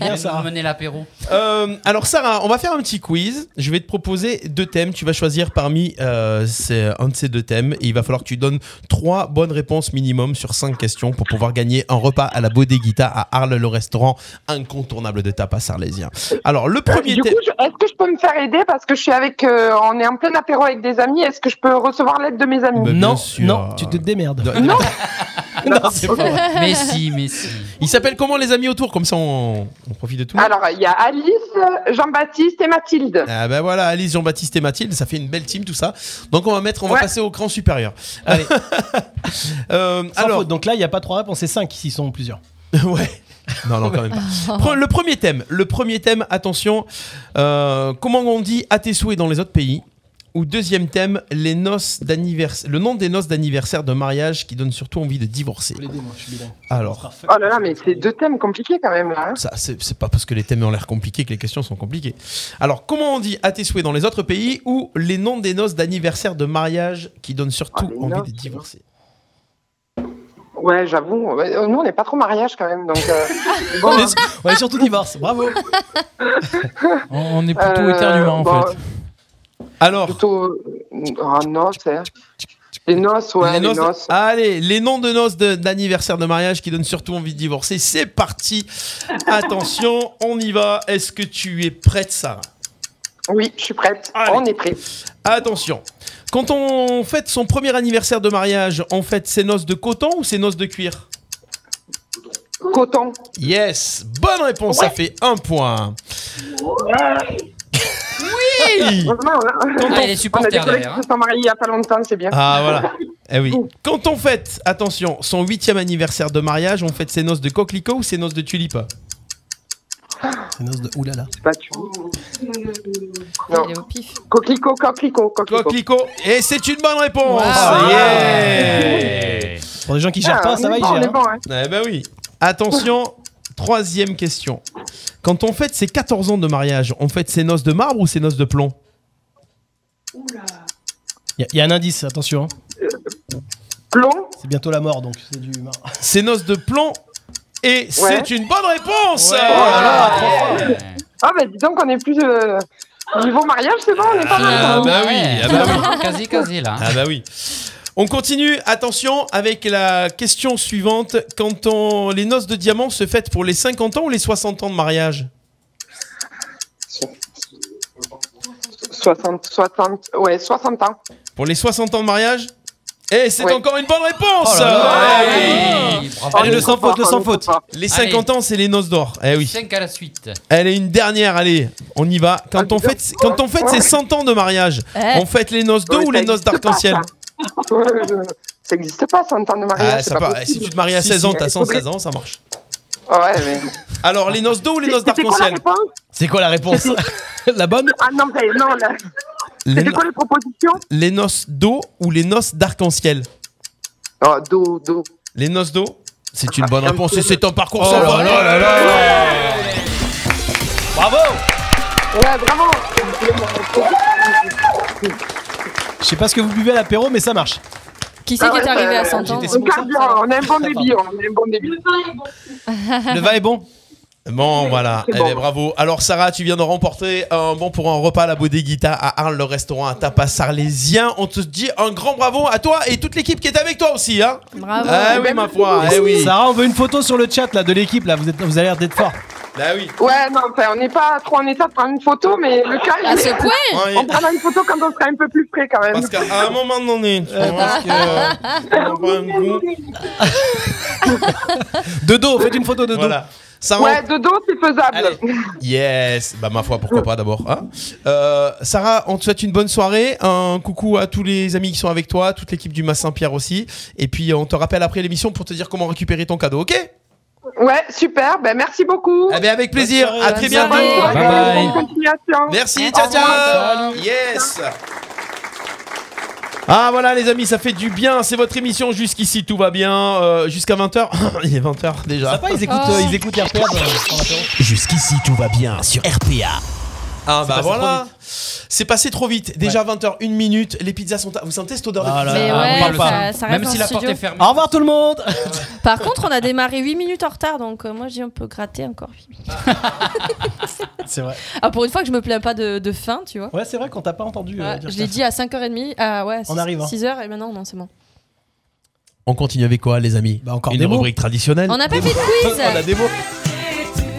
Viens, ça. Mener l'apéro. Euh, alors Sarah, on va faire un petit quiz. Je vais te proposer deux thèmes. Tu vas choisir parmi euh, ces- un de ces deux thèmes et il va falloir que tu donnes trois bonnes réponses minimum sur cinq questions pour pouvoir gagner un repas à la Bodeguita à Arles, le restaurant incontournable de tapas arlésien. Alors le premier Du coup, thème. je- est-ce que je peux me faire aider parce que je suis avec, euh, on est en plein apéro avec des amis. Est-ce que je peux recevoir l'aide de mes amis Non, non, tu te démerdes. Bah, Non, c'est pas vrai. Mais si, mais si. Il s'appelle comment les amis autour Comme ça, on, on profite de tout. Alors, il y a Alice, Euh, Jean-Baptiste et Mathilde. Ah ben voilà, Alice, Jean-Baptiste et Mathilde, ça fait une belle team tout ça. Donc on va mettre, on va passer au cran supérieur. Allez. Euh, alors, donc là, il n'y a pas trois réponses, c'est cinq s'ils sont plusieurs. ouais. Non, non, quand même pas. Pre- le premier thème, le premier thème, attention, euh, comment on dit à tes souhaits dans les autres pays Ou deuxième thème, les noces d'anniversaire, le nom des noces d'anniversaire de mariage qui donne surtout envie de divorcer. Alors, Oh là là, mais c'est deux thèmes compliqués quand même là. hein. ça, c'est c'est pas parce que les thèmes ont l'air compliqués que les questions sont compliquées. Alors, comment on dit à tes souhaits dans les autres pays ou les noms des noces d'anniversaire de mariage qui donnent surtout envie de divorcer Ouais, j'avoue. ouais, euh, Nous, on n'est pas trop mariage quand même, donc. euh, bon, On est- ouais, surtout divorce, bravo. On, on est plutôt Euh, éternuant, en bon. fait. Alors. Plutôt. Ah non, c'est. Les noces, ouais, les Les noces- noces. Allez, les noms de noces de- d'anniversaire de, mariage qui donnent surtout envie de divorcer. C'est parti. Attention, on y va. Est-ce que tu es prête, Sarah Oui, je suis prête. On est prêt. Attention. Quand on fête son premier anniversaire de mariage, on fête ses noces de coton ou ses noces de cuir Coton. Yes, bonne réponse. Ça fait un point. Oui Heureusement, on a, Ah, il est on a des supporter collègues derrière, qui se sont mariés il n'y a pas longtemps, c'est bien. Ah voilà. Eh oui. Quand on fête, attention, son huitième anniversaire de mariage, on fête ses noces de coquelicot ou ses noces de tulipe Ses noces de oulala. Pas tu. Non. Coquelicot, coquelicot, coquelicot. Coquelicot. Et c'est une bonne réponse. Ah, Wow. Yeah. Pour les gens qui gèrent Ah, pas, ça on va, est ils bon, gèrent, on est bon, hein. Eh ben oui. Attention, troisième question. Quand on fête ses 14 ans de mariage, on fête ses noces de marbre ou ses noces de plomb Il y, a un indice, attention. hein. Euh, Plomb C'est bientôt la mort, donc c'est du mar- Ses noces de plomb. Et c'est une bonne réponse. Ah bah dis donc, on est plus euh, niveau mariage, c'est bon, on est pas mal. Ah quand bah même. oui, ah bah oui. Quasi, quasi là. Ah bah oui. On continue, attention, avec la question suivante. Quand on... les noces de diamant se fêtent pour les 50 ans ou les 60 ans de mariage 60, 60, ouais, 60 ans. Pour les 60 ans de mariage Et c'est Oui. encore une bonne réponse Oh Ah, là là. Ouais. Oui, bravo. Allez, le On sans coupe pas, faute, le on sans coupe faute pas. Les 50 Allez. ans, c'est les noces d'or. Eh oui. 5 à la suite. Elle est une dernière, allez, on y va. Quand on fête, quand on fête ses 100 ans de mariage, Ouais. on fête les noces d'eau ou les noces d'arc-en-ciel Ouais, je- Ça n'existe pas, 100 ans de mariage. Ah, c'est ça pas peut- possible. Si tu te maries à Si, 16 ans, si. t'as 116 ans, ça marche. Ouais, mais. Alors, les noces d'eau ou les noces C'était quoi la d'arc-en-ciel réponse C'est quoi la réponse La bonne Ah non, mais non, là. Les C'était no- quoi les propositions Les noces d'eau ou les noces d'arc-en-ciel Oh, d'eau, d'eau. Ah, Les noces d'eau C'est une bonne réponse et c'est un parcours Oh sans là fin. là là Bravo Ouais, bravo Je sais pas ce que vous buvez à l'apéro, mais ça marche. Qui c'est qui est arrivé Ah à 100 ans J'étais sur On garde bien, on a un bon débit, on a un bon débit. Le vin est bon Bon, voilà. Eh bon. ben, bravo. Alors, Sarah, tu viens de remporter un bon pour un repas à la Bodeguita à Arles, le restaurant à tapas sarlésien. On te dit un grand bravo à toi et toute l'équipe qui est avec toi aussi. Hein Bravo. Ah oui, ma foi. Eh oui. Sarah, on veut une photo sur le chat là de l'équipe là. Vous êtes, vous avez l'air d'être fort. Bah oui. Ouais, non, enfin, on n'est pas trop en état de prendre une photo, mais le cas. À il- ce point On prendra une photo quand on sera un peu plus près, quand même. Parce qu'à un moment donné, tu comprends que, euh, on prend un goût. De dos, faites une photo de dos. Voilà. Sarah, Ouais, de dos, c'est faisable. Yes, bah ma foi, pourquoi pas d'abord. hein. Euh, Sarah, on te souhaite une bonne soirée. Un coucou à tous les amis qui sont avec toi, toute l'équipe du Mas Saint-Pierre aussi. Et puis on te rappelle après l'émission pour te dire comment récupérer ton cadeau, ok Ouais, super. Ben, merci beaucoup. Eh bien, avec plaisir. À très bientôt. Bonne soirée, bonne continuation. Merci, Au ciao, revoir. ciao. Yes. Ah voilà les amis, ça fait du bien. C'est votre émission jusqu'ici, tout va bien. Euh, Jusqu'à 20h. Il est 20h déjà. Sympa, ils écoutent, euh, ils écoutent RPA. dans- dans l'apéro. Jusqu'ici, tout va bien sur RPA. Ah bah passé voilà. C'est passé trop vite. Déjà 20h, une minute. Les pizzas sont. à- Vous sentez cette odeur Ah de là pizza là, Mais on ouais, parle pas. ça- ça reste Même un si la studio. porte est fermée. Au revoir tout le monde. Par contre, on a démarré 8 minutes en retard, donc euh, moi je dis on peut gratter encore. C'est vrai. Ah, pour une fois que je me plains pas de, de faim, tu vois. Ouais, c'est vrai qu'on t'a pas entendu. euh, Ouais, dire Ah, je ça. l'ai dit à 5h30, ah ouais, On arrive, hein. 6h et maintenant non, c'est bon. On continue avec quoi les amis Encore Une Bah, des mots. rubrique traditionnelle. On n'a pas fait de quiz On a des mots.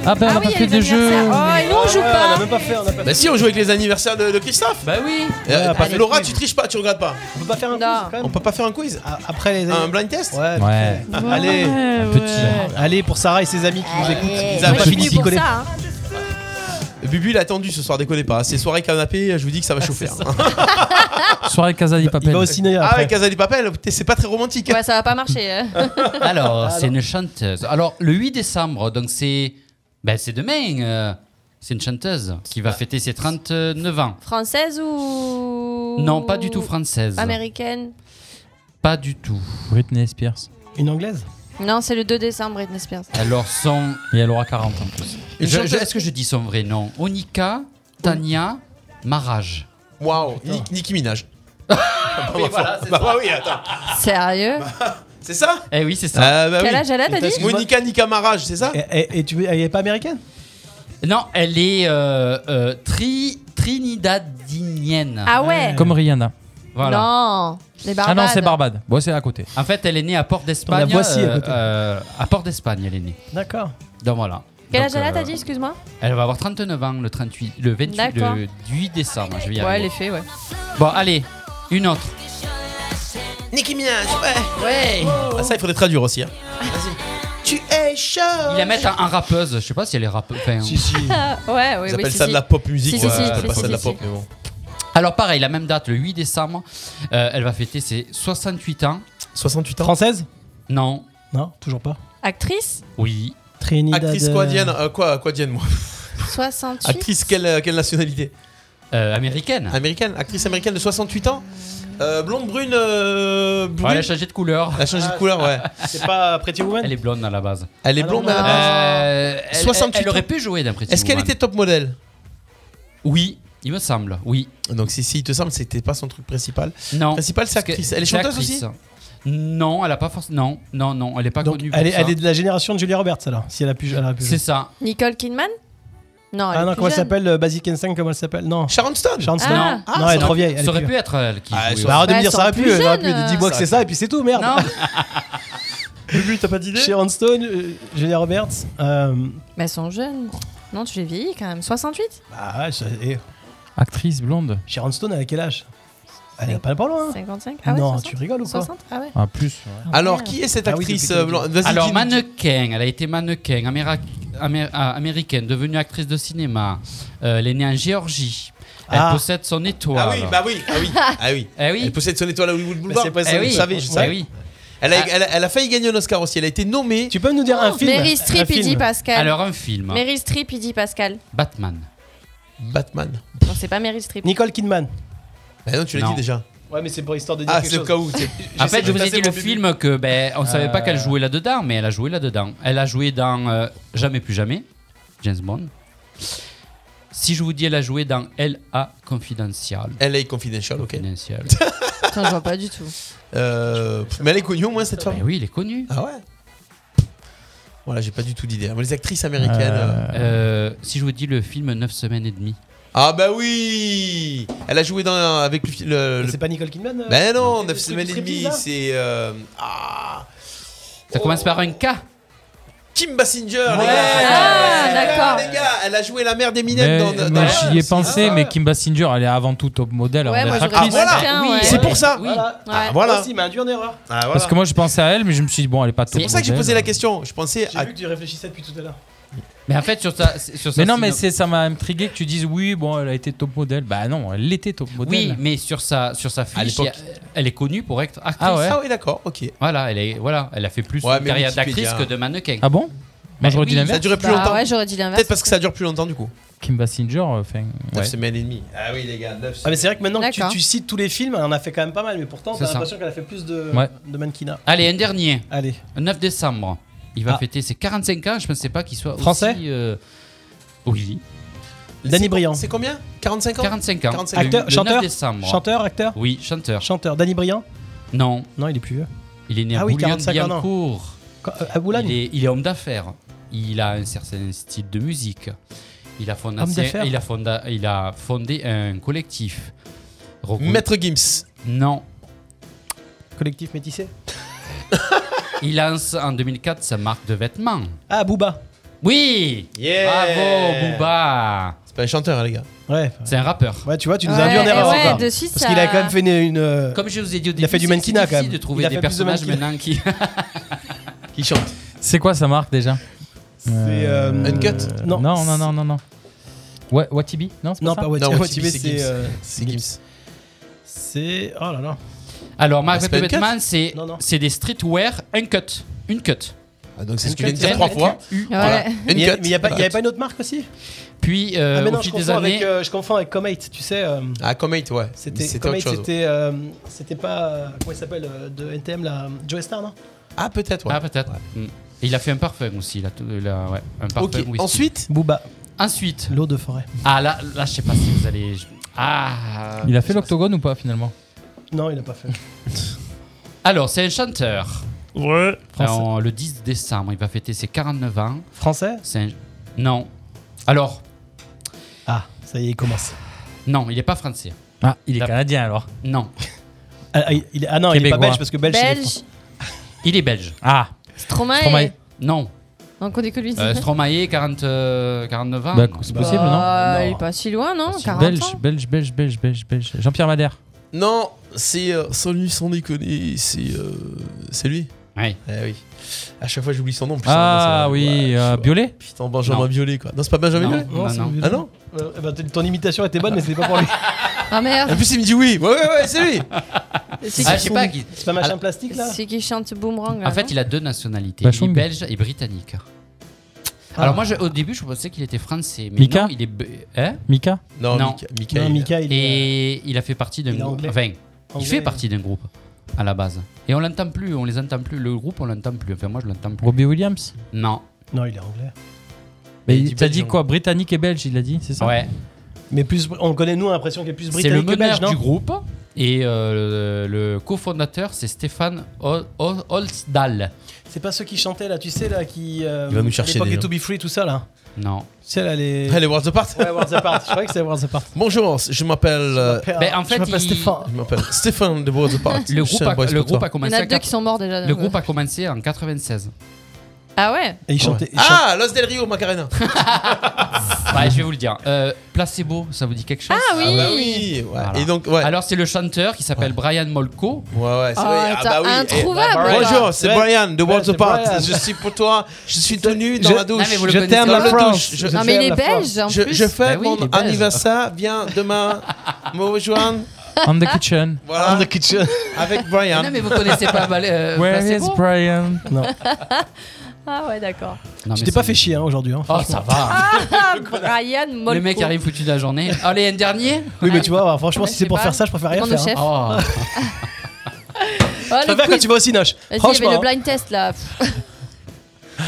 Ah ben Ah on a oui, pas il y a fait les de jeu. anniversaires. Oh, et nous on joue Ah, pas. même pas fait, on a pas Bah si, on joue avec les anniversaires de, de Christophe. Bah oui. Ah, Laura, tu triches pas, tu regardes pas. Euh, On peut pas faire un quiz quand même. On peut pas faire un quiz Après les Un blind test Ouais. Ouais. Ah, Allez, Un petit. allez pour Sarah et ses amis qui nous écoutent. Ils avaient pas fini de picoler. ça, hein. Bubu il a attendu ce soir, déconnez pas. C'est soirée canapé, je vous dis que ça Ah, va chauffer. hein. Soirée Casa di Papel. Il va au ciné Ah après. ouais, Casa di Papel, putain, c'est pas très romantique. Ouais, ça va pas marcher. euh. Alors, Alors. c'est une chanteuse. Alors, le 8 décembre, donc c'est ben, c'est demain. euh, c'est une chanteuse qui Bah. va fêter ses 39 ans. Française ou Non, pas du tout française. Américaine Pas du tout. Britney Spears. Une anglaise Non, c'est le 2 décembre, Britney Spears. Alors, son. Et elle aura 40 en plus. Je- je- chanteuse- Est-ce que je dis son vrai nom Onika Tania Maraj. Waouh, Ni- Nicki Minaj. Oui, voilà, bah, bah oui, attends. Sérieux C'est ça Eh oui, c'est ça. Ah, bah Quel oui. âge elle a, t'as dit Monica Nika Maraj, c'est ça Et, et- et tu, elle est pas américaine Non, elle est euh, euh, tri, Trinidadinienne. Ah ouais Comme Rihanna. Voilà. Non, les Ah Barbades. non, c'est Barbade. Bon, c'est à côté. En fait, elle est née à Port d'Espagne. La voici à côté. euh, à Port d'Espagne, elle est née. D'accord. Donc voilà. Quel Donc, âge elle a, euh, t'as dit, excuse-moi Elle va avoir 39 ans le 38, le 28, D'accord. le 8 décembre. Je vais y Ouais, arriver. elle est fait, ouais. Bon, allez, une autre. Nicki Minaj, ouais. Ouais. Ah, ça, il faudrait traduire aussi. hein. Tu es chaud. Ils la mettent en, en rappeuse. Je sais pas si elle est rappeuse. Si, si. Ah, ouais, oui, Ils oui, appellent si, ça si. de la pop musique. Si, si, ouais, si, ils appellent si, pas si, ça de la si, pop, si. mais bon. Alors pareil, la même date, le 8 décembre, euh, elle va fêter ses 68 ans. 68 ans Française Non. Non, toujours pas. Actrice Oui. Ah, Trinidad. Actrice euh, quadienne, euh, quoi, quadienne, moi. 68 Actrice, quelle, euh, quelle nationalité Euh, Américaine. Américaine, actrice américaine de 68 ans. Euh, blonde, brune, euh, brune. Ouais, elle a changé de couleur. Elle a changé de couleur, ouais. Ah, C'est pas Pretty Woman Elle est blonde à la base. Elle est blonde, à la Euh, elle- elle- 68 elle, aurait ans. pu jouer d'un Pretty Est-ce qu'elle Woman. était top modèle Oui, il me semble, oui. Donc si, si il te semble, c'était pas son truc principal. Non. Principal, c'est Parce que- actrice. Elle est chanteuse aussi actrice. Non, elle a pas forcément. Non, non, non, elle est pas Donc, connue. pour elle, est, ça. elle est de la génération de Julia Roberts, celle-là. Si elle a pu, elle a pu C'est ça. Nicole Kidman Non, elle Ah est non, plus comment elle jeune. s'appelle euh, Basic Instinct, comment elle s'appelle Non. Sharon Stone Sharon Stone. Ah. Non, Ah, elle est trop vieille. elle est Ça aurait plus- pu être Ah, elle Ah, qui. jouait. Bah, arrête de Ouais, me elles dire, ça aurait sont pu. plus euh, J'aurais pu. jeunes, Dis-moi euh. que c'est ça, et puis c'est tout, merde. Non. Bubu, t'as pas d'idée Sharon Stone, euh, Julia Roberts. euh, Mais elles sont jeunes. Non, tu les vieillis quand même. 68 Bah ouais, ça- eh, Actrice blonde. Sharon Stone, elle a quel âge Elle est pas pas loin. hein. 55 Ah ouais, non, 60 tu rigoles ou quoi 60 Ah ouais. Ah, plus. Alors, qui est cette Ah oui, actrice depuis euh, blonde Vas-y, Alors, dis- mannequin, elle a été mannequin améra- amé- ah, américaine, devenue actrice de cinéma. Euh, elle est née en Géorgie. Elle Ah. possède son étoile. Ah oui, bah oui, ah oui, ah oui. Eh oui. Elle possède son étoile à Hollywood Bah, Boulevard. c'est pas je Eh oui. le savais, je le Eh savais. oui. Elle, a, Ah. elle a- elle a failli gagner un Oscar aussi. Elle a été nommée. Tu peux nous dire un film Oh, Mary Un Streep, il film. dit Pascal. Alors, un film. Mary Streep, il dit Pascal. Batman. Batman. Non, c'est pas Mary Streep. Nicole Kidman. Bah non, tu l'as Non. dit déjà. Ouais, mais c'est pour histoire de dire Ah, quelque c'est au chose. cas où. c'est- En j'essaie fait, de je vous ai placer dit mon Euh. le public. film que ben on savait pas qu'elle jouait là-dedans, mais elle a joué là-dedans. Elle a joué dans euh, Jamais plus jamais, James Bond. Si je vous dis, elle a joué dans L.A. Confidential. LA Confidential, ok. Confidential. Attends, je vois pas du tout. Euh, pff, mais elle est connue au moins cette femme. Eh oui, il est connu. Ah ouais Voilà, j'ai pas du tout d'idée. Moi, Les actrices américaines. euh, Euh, si je vous dis le film 9 semaines et demie. Ah bah oui Elle a joué dans, avec le. fi- le, le- C'est pas Nicole Kidman euh, Ben non, le 9 truc semaines du et demie, striptease, là c'est. euh, Ah Ça commence par un K. Kim Basinger, les Ouais. gars Ah, d'accord. Les gars, elle a joué la mère d'Eminem Mais, dans. dans- mais dans- j'y ai pensé, mais Kim Basinger, elle est avant tout top modèle. Ouais, avant moi d'être j'aurais Ah, dit actrice. voilà. Pascal, ouais. C'est pour ça Voilà. Ouais. Ah, Voilà Moi aussi, il m'a induit en erreur. Ah, voilà. Parce que moi, je pensais à elle, mais je me suis dit, bon, elle est pas top C'est modèle. pour ça que j'ai posé la question. Je pensais J'ai à. vu que tu réfléchissais depuis tout à l'heure. Mais en fait, sur ça. Sur sa Mais non, mais syno- c'est ça m'a intrigué que tu dises oui, bon, elle a été top modèle. Bah non, elle était top Oui, modèle. mais sur sa, sur sa fiche, l'époque. il y a- elle est connue pour être actrice. Ah ouais. Ah oui, d'accord, ok. Voilà, elle, est, voilà, elle a fait plus Ouais, de mais carrière Wikipédia. d'actrice que de mannequin. Ah bon Moi, j'aurais dit l'inverse. Ça durait plus Bah longtemps. ouais, j'aurais dit l'inverse. Peut-être parce que ça dure plus longtemps du coup. Kim Basinger, euh, enfin. 9 semaines et demie. Ah oui, les gars, 9 Ah, mais c'est vrai que maintenant que tu, D'accord. tu cites tous les films, elle en a fait quand même pas mal, mais pourtant, C'est t'as ça. l'impression qu'elle a fait plus de, Ouais. de mannequinat. Allez, un dernier. Allez. 9 décembre. Il va Ah. fêter ses 45 ans. Je ne pensais pas qu'il soit Français aussi, euh, Oui. Danny Briand. C'est combien 45 ans 45 ans. Acteur, Le 9 chanteur, décembre. chanteur, acteur Oui, chanteur. Chanteur, Danny Briand Non. Non, il est plus vieux. Il est né à Ah oui, Boulogne-Billancourt. 45 ans, euh, à Boulogne il est, il est homme d'affaires. Il a un certain style de musique. Il a fondé, Homme d'affaires il a fonda- il a fondé un collectif. Recon- Maître Gims. Non. Collectif métissé Il lance en 2004 sa marque de vêtements. Ah, Booba Oui Yeah Bravo, Booba C'est pas un chanteur, les gars. Ouais. C'est un rappeur. Ouais, tu vois, tu nous Ouais, as mis en et erreur. ouais, encore. de suite, Parce qu'il a ça- quand même fait une. une- Comme je vous ai dit au début, Euh, il a fait du c'est- c'est mannequinat quand difficile même. de trouver Il a des fait plus de personnages mannequinat. maintenant qui. Qui chante C'est quoi sa marque déjà C'est. euh, Uncut Uncut Non, non, Non. non, non, non. non. Wa- Watibi Non, c'est Non, ça pas Watibi. Non, Watibi, c'est c'est. Gims. euh, C'est Gims. C'est. Oh là là. Alors, Ah, Margaret c'est pas une Batman, cut c'est Non, non. c'est des streetwear, un cut. Une cut. donc c'est ce que tu viens de dire trois fois. Voilà. Mais il n'y avait pas une autre marque aussi Puis, euh, Ah, mais au non, je fil des confonds, avec, années. euh, je confonds avec Comate, tu sais. euh, Ah, Comate, ouais. C'était C'était Comate, autre chose. c'était euh, c'était pas euh, comment il s'appelle euh, de NTM là, Joe Star non Ah, peut-être, ouais. Ah, peut-être. Mm. Et Il a fait un parfum aussi. Il a tout- il a- ouais, un parfum Ok, whisky. ensuite Booba. Ensuite. L'eau de forêt. Ah, là, là, je sais pas si vous allez. je- Ah. Il a fait l'octogone ou pas finalement Non, il a pas fait. Alors, c'est un chanteur. Ouais. Alors, le 10 décembre, il va fêter ses 49 ans. Français C'est un- Non. Alors. Ah, ça y est, il commence. Non, il n'est pas français. Ah, il est canadien alors Non. Ah, ah, il est- ah non, il est Québécois. pas belge parce que belge. c'est les Français. Belge. Il est belge. Ah. Stromae. Stromae. Non. Donc on est que lui. Euh, Stromae, 40, euh, 49 ans. Bah, c'est possible, non Bah, Non. Il est pas si loin, non 40 Belge, ans. belge, belge, belge, belge, belge. Jean-Pierre Madère. Non, c'est. euh, sans lui, sans déconner, c'est. euh, c'est lui Oui. Eh oui. À chaque fois, j'oublie son nom. putain, Ah ça- oui, euh, Biolay Putain, Benjamin Biolay, quoi. Non, c'est pas Benjamin Non, Biolay non, c'est- non. Ah non Euh, eh ben, t- ton imitation était bonne, mais c'était pas pour lui. Ah merde. En plus, il me dit oui. Ouais, ouais, ouais, c'est lui. C'est Ah, qui- je sais pas qui- C'est pas machin plastique là C'est qui chante Boomerang là, En fait, non il a deux nationalités. Bah, il est Chung. belge et britannique. Ah. Alors moi, je- au début, je pensais qu'il était français. Mais Mika non, il est... be- Hein Mika Non, Mika- Mika, Non, il- Mika, il euh, Et il a fait partie d'un il est groupe. anglais. Enfin, il Anglais. fait partie d'un groupe, à la base. Et on l'entend plus, on les entend plus. Le groupe, on l'entend plus. Enfin, moi, je l'entends plus. Robbie Williams Non. Non, il est anglais. Mais Il il dit t'as belge, dit hein. quoi Britannique et belge, il a dit, c'est ça Ouais. Mais plus, on connaît nous l'impression qu'il est plus C'est le britannique que meneur belge, non du groupe. Et euh, le cofondateur, c'est Stéphane Hol- Hol- Holsdahl. C'est pas ceux qui chantaient là, tu sais là, qui. euh, Il va nous à chercher, l'époque, déjà. les To Be Free, tout ça là. Non. Tu sais là, les. Ah, les Worlds Apart Ouais, Worlds Apart. Je croyais que c'est Worlds Apart. Bonjour, je m'appelle. euh, Ben, en Je fait, m'appelle il- Stéphane. Je m'appelle Stéphane de Worlds Apart. Le Je suis groupe, un a, boys le pour groupe toi. a commencé. Il y en a à deux quatre- qui sont morts déjà, Le donc, euh. groupe a commencé en 96. Ah ouais. Et il chantait. Ah, Los Del Rio, Macarena. Bah, je vais vous le dire. Euh, placebo, ça vous dit quelque chose Ah oui. Ah bah oui, Voilà. Et donc, ouais. Alors c'est le chanteur qui s'appelle Brian Molko. Ouais, ouais, Oh, c'est Ah, vrai. t'as introuvable, Eh, quoi. Bonjour, c'est Ouais. Brian de Ouais, Worlds c'est Apart. Brian. Je suis pour toi. Je suis tout nu dans Je- la douche. Ah, mais vous le Je connaissez t'aime, pas. la Dans France. douche. Je Non, Ah, mais t'aime, il est la belge, France. en Je, plus. je fais Bah oui, mon il est belge. anniversaire. Viens demain me rejoindre. On the kitchen. Voilà. Avec Brian. Non, mais vous connaissez pas Bal- euh, Where is Placebo Brian Non. Ah ouais, d'accord. Je t'ai pas fait chier hein, aujourd'hui. Hein, Oh, ça va. Ah, Brian Molko. Oh, Le mec arrive Oh, foutu de la journée. Allez, un dernier Oui, mais tu vois, bah, franchement, si je c'est sais pour pas. faire ça, je préfère rien Demande au chef. faire. hein. Oh. Oh, Je le préfère quand quiz. tu vas aussi Noche. Vas-y, il y avait Franchement. le blind test là. hein.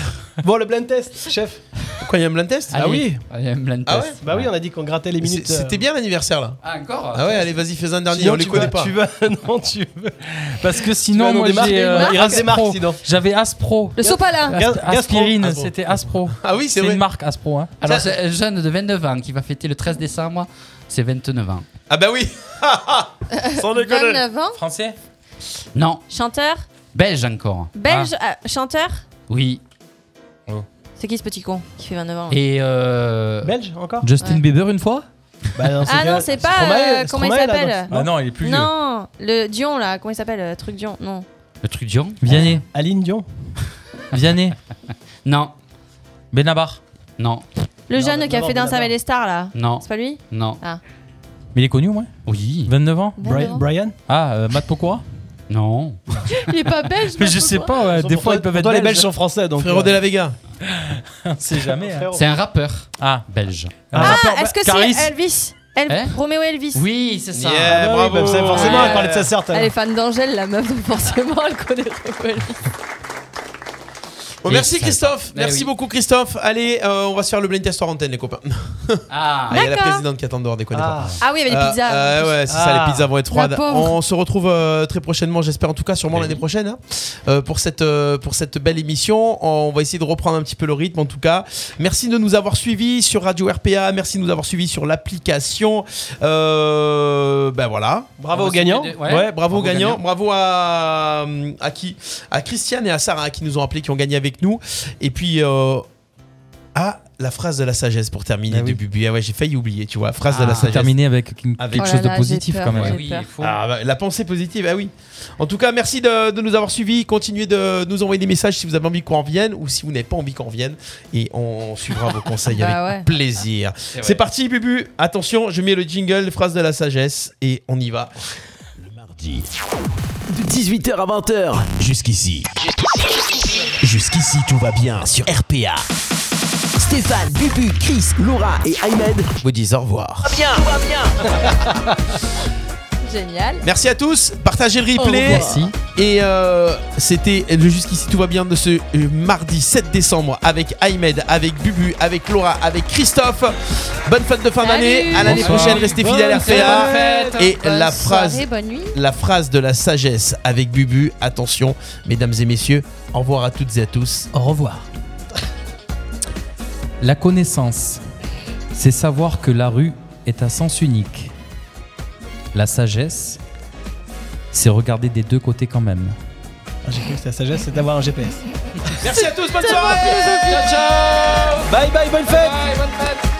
Bon, le blind test, chef. Pourquoi il y a un blind test Ah oui. Allez, un blind Ah test. ouais Bah oui, on a dit qu'on grattait les minutes. euh. C'est- C'était bien l'anniversaire là. Ah, encore Ah ouais, allez, vas-y, fais un dernier. Sinon, on les tu connaît vas- pas. Tu vas, non, tu veux. Parce que Tu vas sinon, nous moi démarquer j'ai. une marque Il reste des marques, Aspro. sinon. J'avais Aspro. Le sopalin. As- Gas- Aspirine, Gaspro. c'était Aspro. Ah oui, c'est C'est vrai. une marque Aspro. Hein. Alors c'est un jeune de 29 ans qui va fêter le 13 décembre. C'est 29 ans. Ah bah oui. Sans déconner. 29 ans. Français. Non, Chanteur. belge encore. Belge. ah, chanteur. Ah, oui. C'est qui ce petit con qui fait 29 ans là Et euh, Belge encore Justin Ouais. Bieber une fois Bah, Bah, Ah non, c'est pas. euh, comment il s'appelle Ah non, il est plus vieux. Non, le Dion là. Comment il s'appelle euh, Truc Dion. Non. le truc dur. Vianney. Aline Dion. Vianney. Non, Benabar. non, Le Non, jeune qui a d'abord, fait danser d'abord. avec les stars là. non, C'est pas lui non. Ah. Mais il est connu au moins Oui. 29 ans Bri- D'accord. Brian Ah, euh, Matt Pokora Non. Il est pas belge. Mais je sais pas, ouais, des fois ils peuvent être Toi, les Belges belges. sont français donc. Frérot de la Vega. On sait jamais. hein. euh, C'est un rappeur ah. belge. Ah, est-ce que c'est Elvis El- Hein Roméo Elvis Oui, c'est ça. Yeah, Ah bah oui, bravo. bah vous savez forcément, elle parlait de sa sœur, tout à Elle l'heure. est fan d'Angèle, la meuf, donc forcément, elle connaît Roméo Elvis. Bon, Et merci ça- Christophe, Eh merci oui. beaucoup Christophe. Allez, euh, on va se faire le blind test hors antenne, les copains. Ah, il y a la D'accord. présidente qui attend dehors, déconnez Ah. pas. Ah oui, il y avait les Euh, pizzas, euh, en plus. ouais, c'est Ah. ça, les pizzas vont être La froides. pauvre. On se retrouve euh, très prochainement, j'espère en tout cas, sûrement l'année prochaine, hein, euh, pour, cette, euh, pour cette belle émission. On va essayer de reprendre un petit peu le rythme en tout cas. Merci de nous avoir suivis sur Radio RPA, merci de nous avoir suivis sur l'application. Euh, ben voilà. Bravo On aux va s'occuper gagnants. de- Ouais, Ouais, bravo aux bravo aux gagnants. gagnants. Bravo à, à qui À Christiane et à Sarah qui nous ont appelés, qui ont gagné avec nous. Et puis euh, à la phrase de la sagesse pour terminer de Bubu. Ah ouais, j'ai failli oublier, tu vois. Phrase de Ah. la sagesse. Terminer avec quelque Oh là chose de là, positif, j'ai peur, quand même. j'ai Oui, peur. il faut- Ah, bah, la pensée positive, ah oui. En tout cas, merci de, de nous avoir suivis. Continuez de nous envoyer des messages si vous avez envie qu'on revienne ou si vous n'avez pas envie qu'on revienne. Et on suivra vos conseils avec Bah ouais. plaisir. vrai. C'est parti, Bubu. Attention, je mets le jingle, phrase de la sagesse et on y va. De 18h à 20h. Jusqu'ici. Jusqu'ici, tout va bien sur RPA. Stéphane, Bubu, Chris, Laura et Ahmed. Vous dis au revoir. Bien, bien. Génial. Merci à tous, partagez le Au replay. revoir. Merci. Et euh, c'était le Jusqu'ici tout va bien de ce euh, mardi 7 décembre avec Ahmed, avec Bubu, avec Laura, avec Christophe. Bonne fête de fin d'année, à l'année Bonsoir. prochaine, restez Bonne fidèles à RPA. fête. Et Bonne la soirée, phrase, bonne nuit. la phrase de la sagesse avec Bubu. Attention, mesdames et messieurs, au revoir à toutes et à tous. Au revoir. La connaissance, c'est savoir que la rue est à sens unique. La sagesse, c'est regarder des deux côtés quand même. Ah, J'ai cru que ta sagesse, c'est d'avoir un GPS. Merci à tous, bonne soirée. Bye bye, bonne fête. Bye, bonne fête.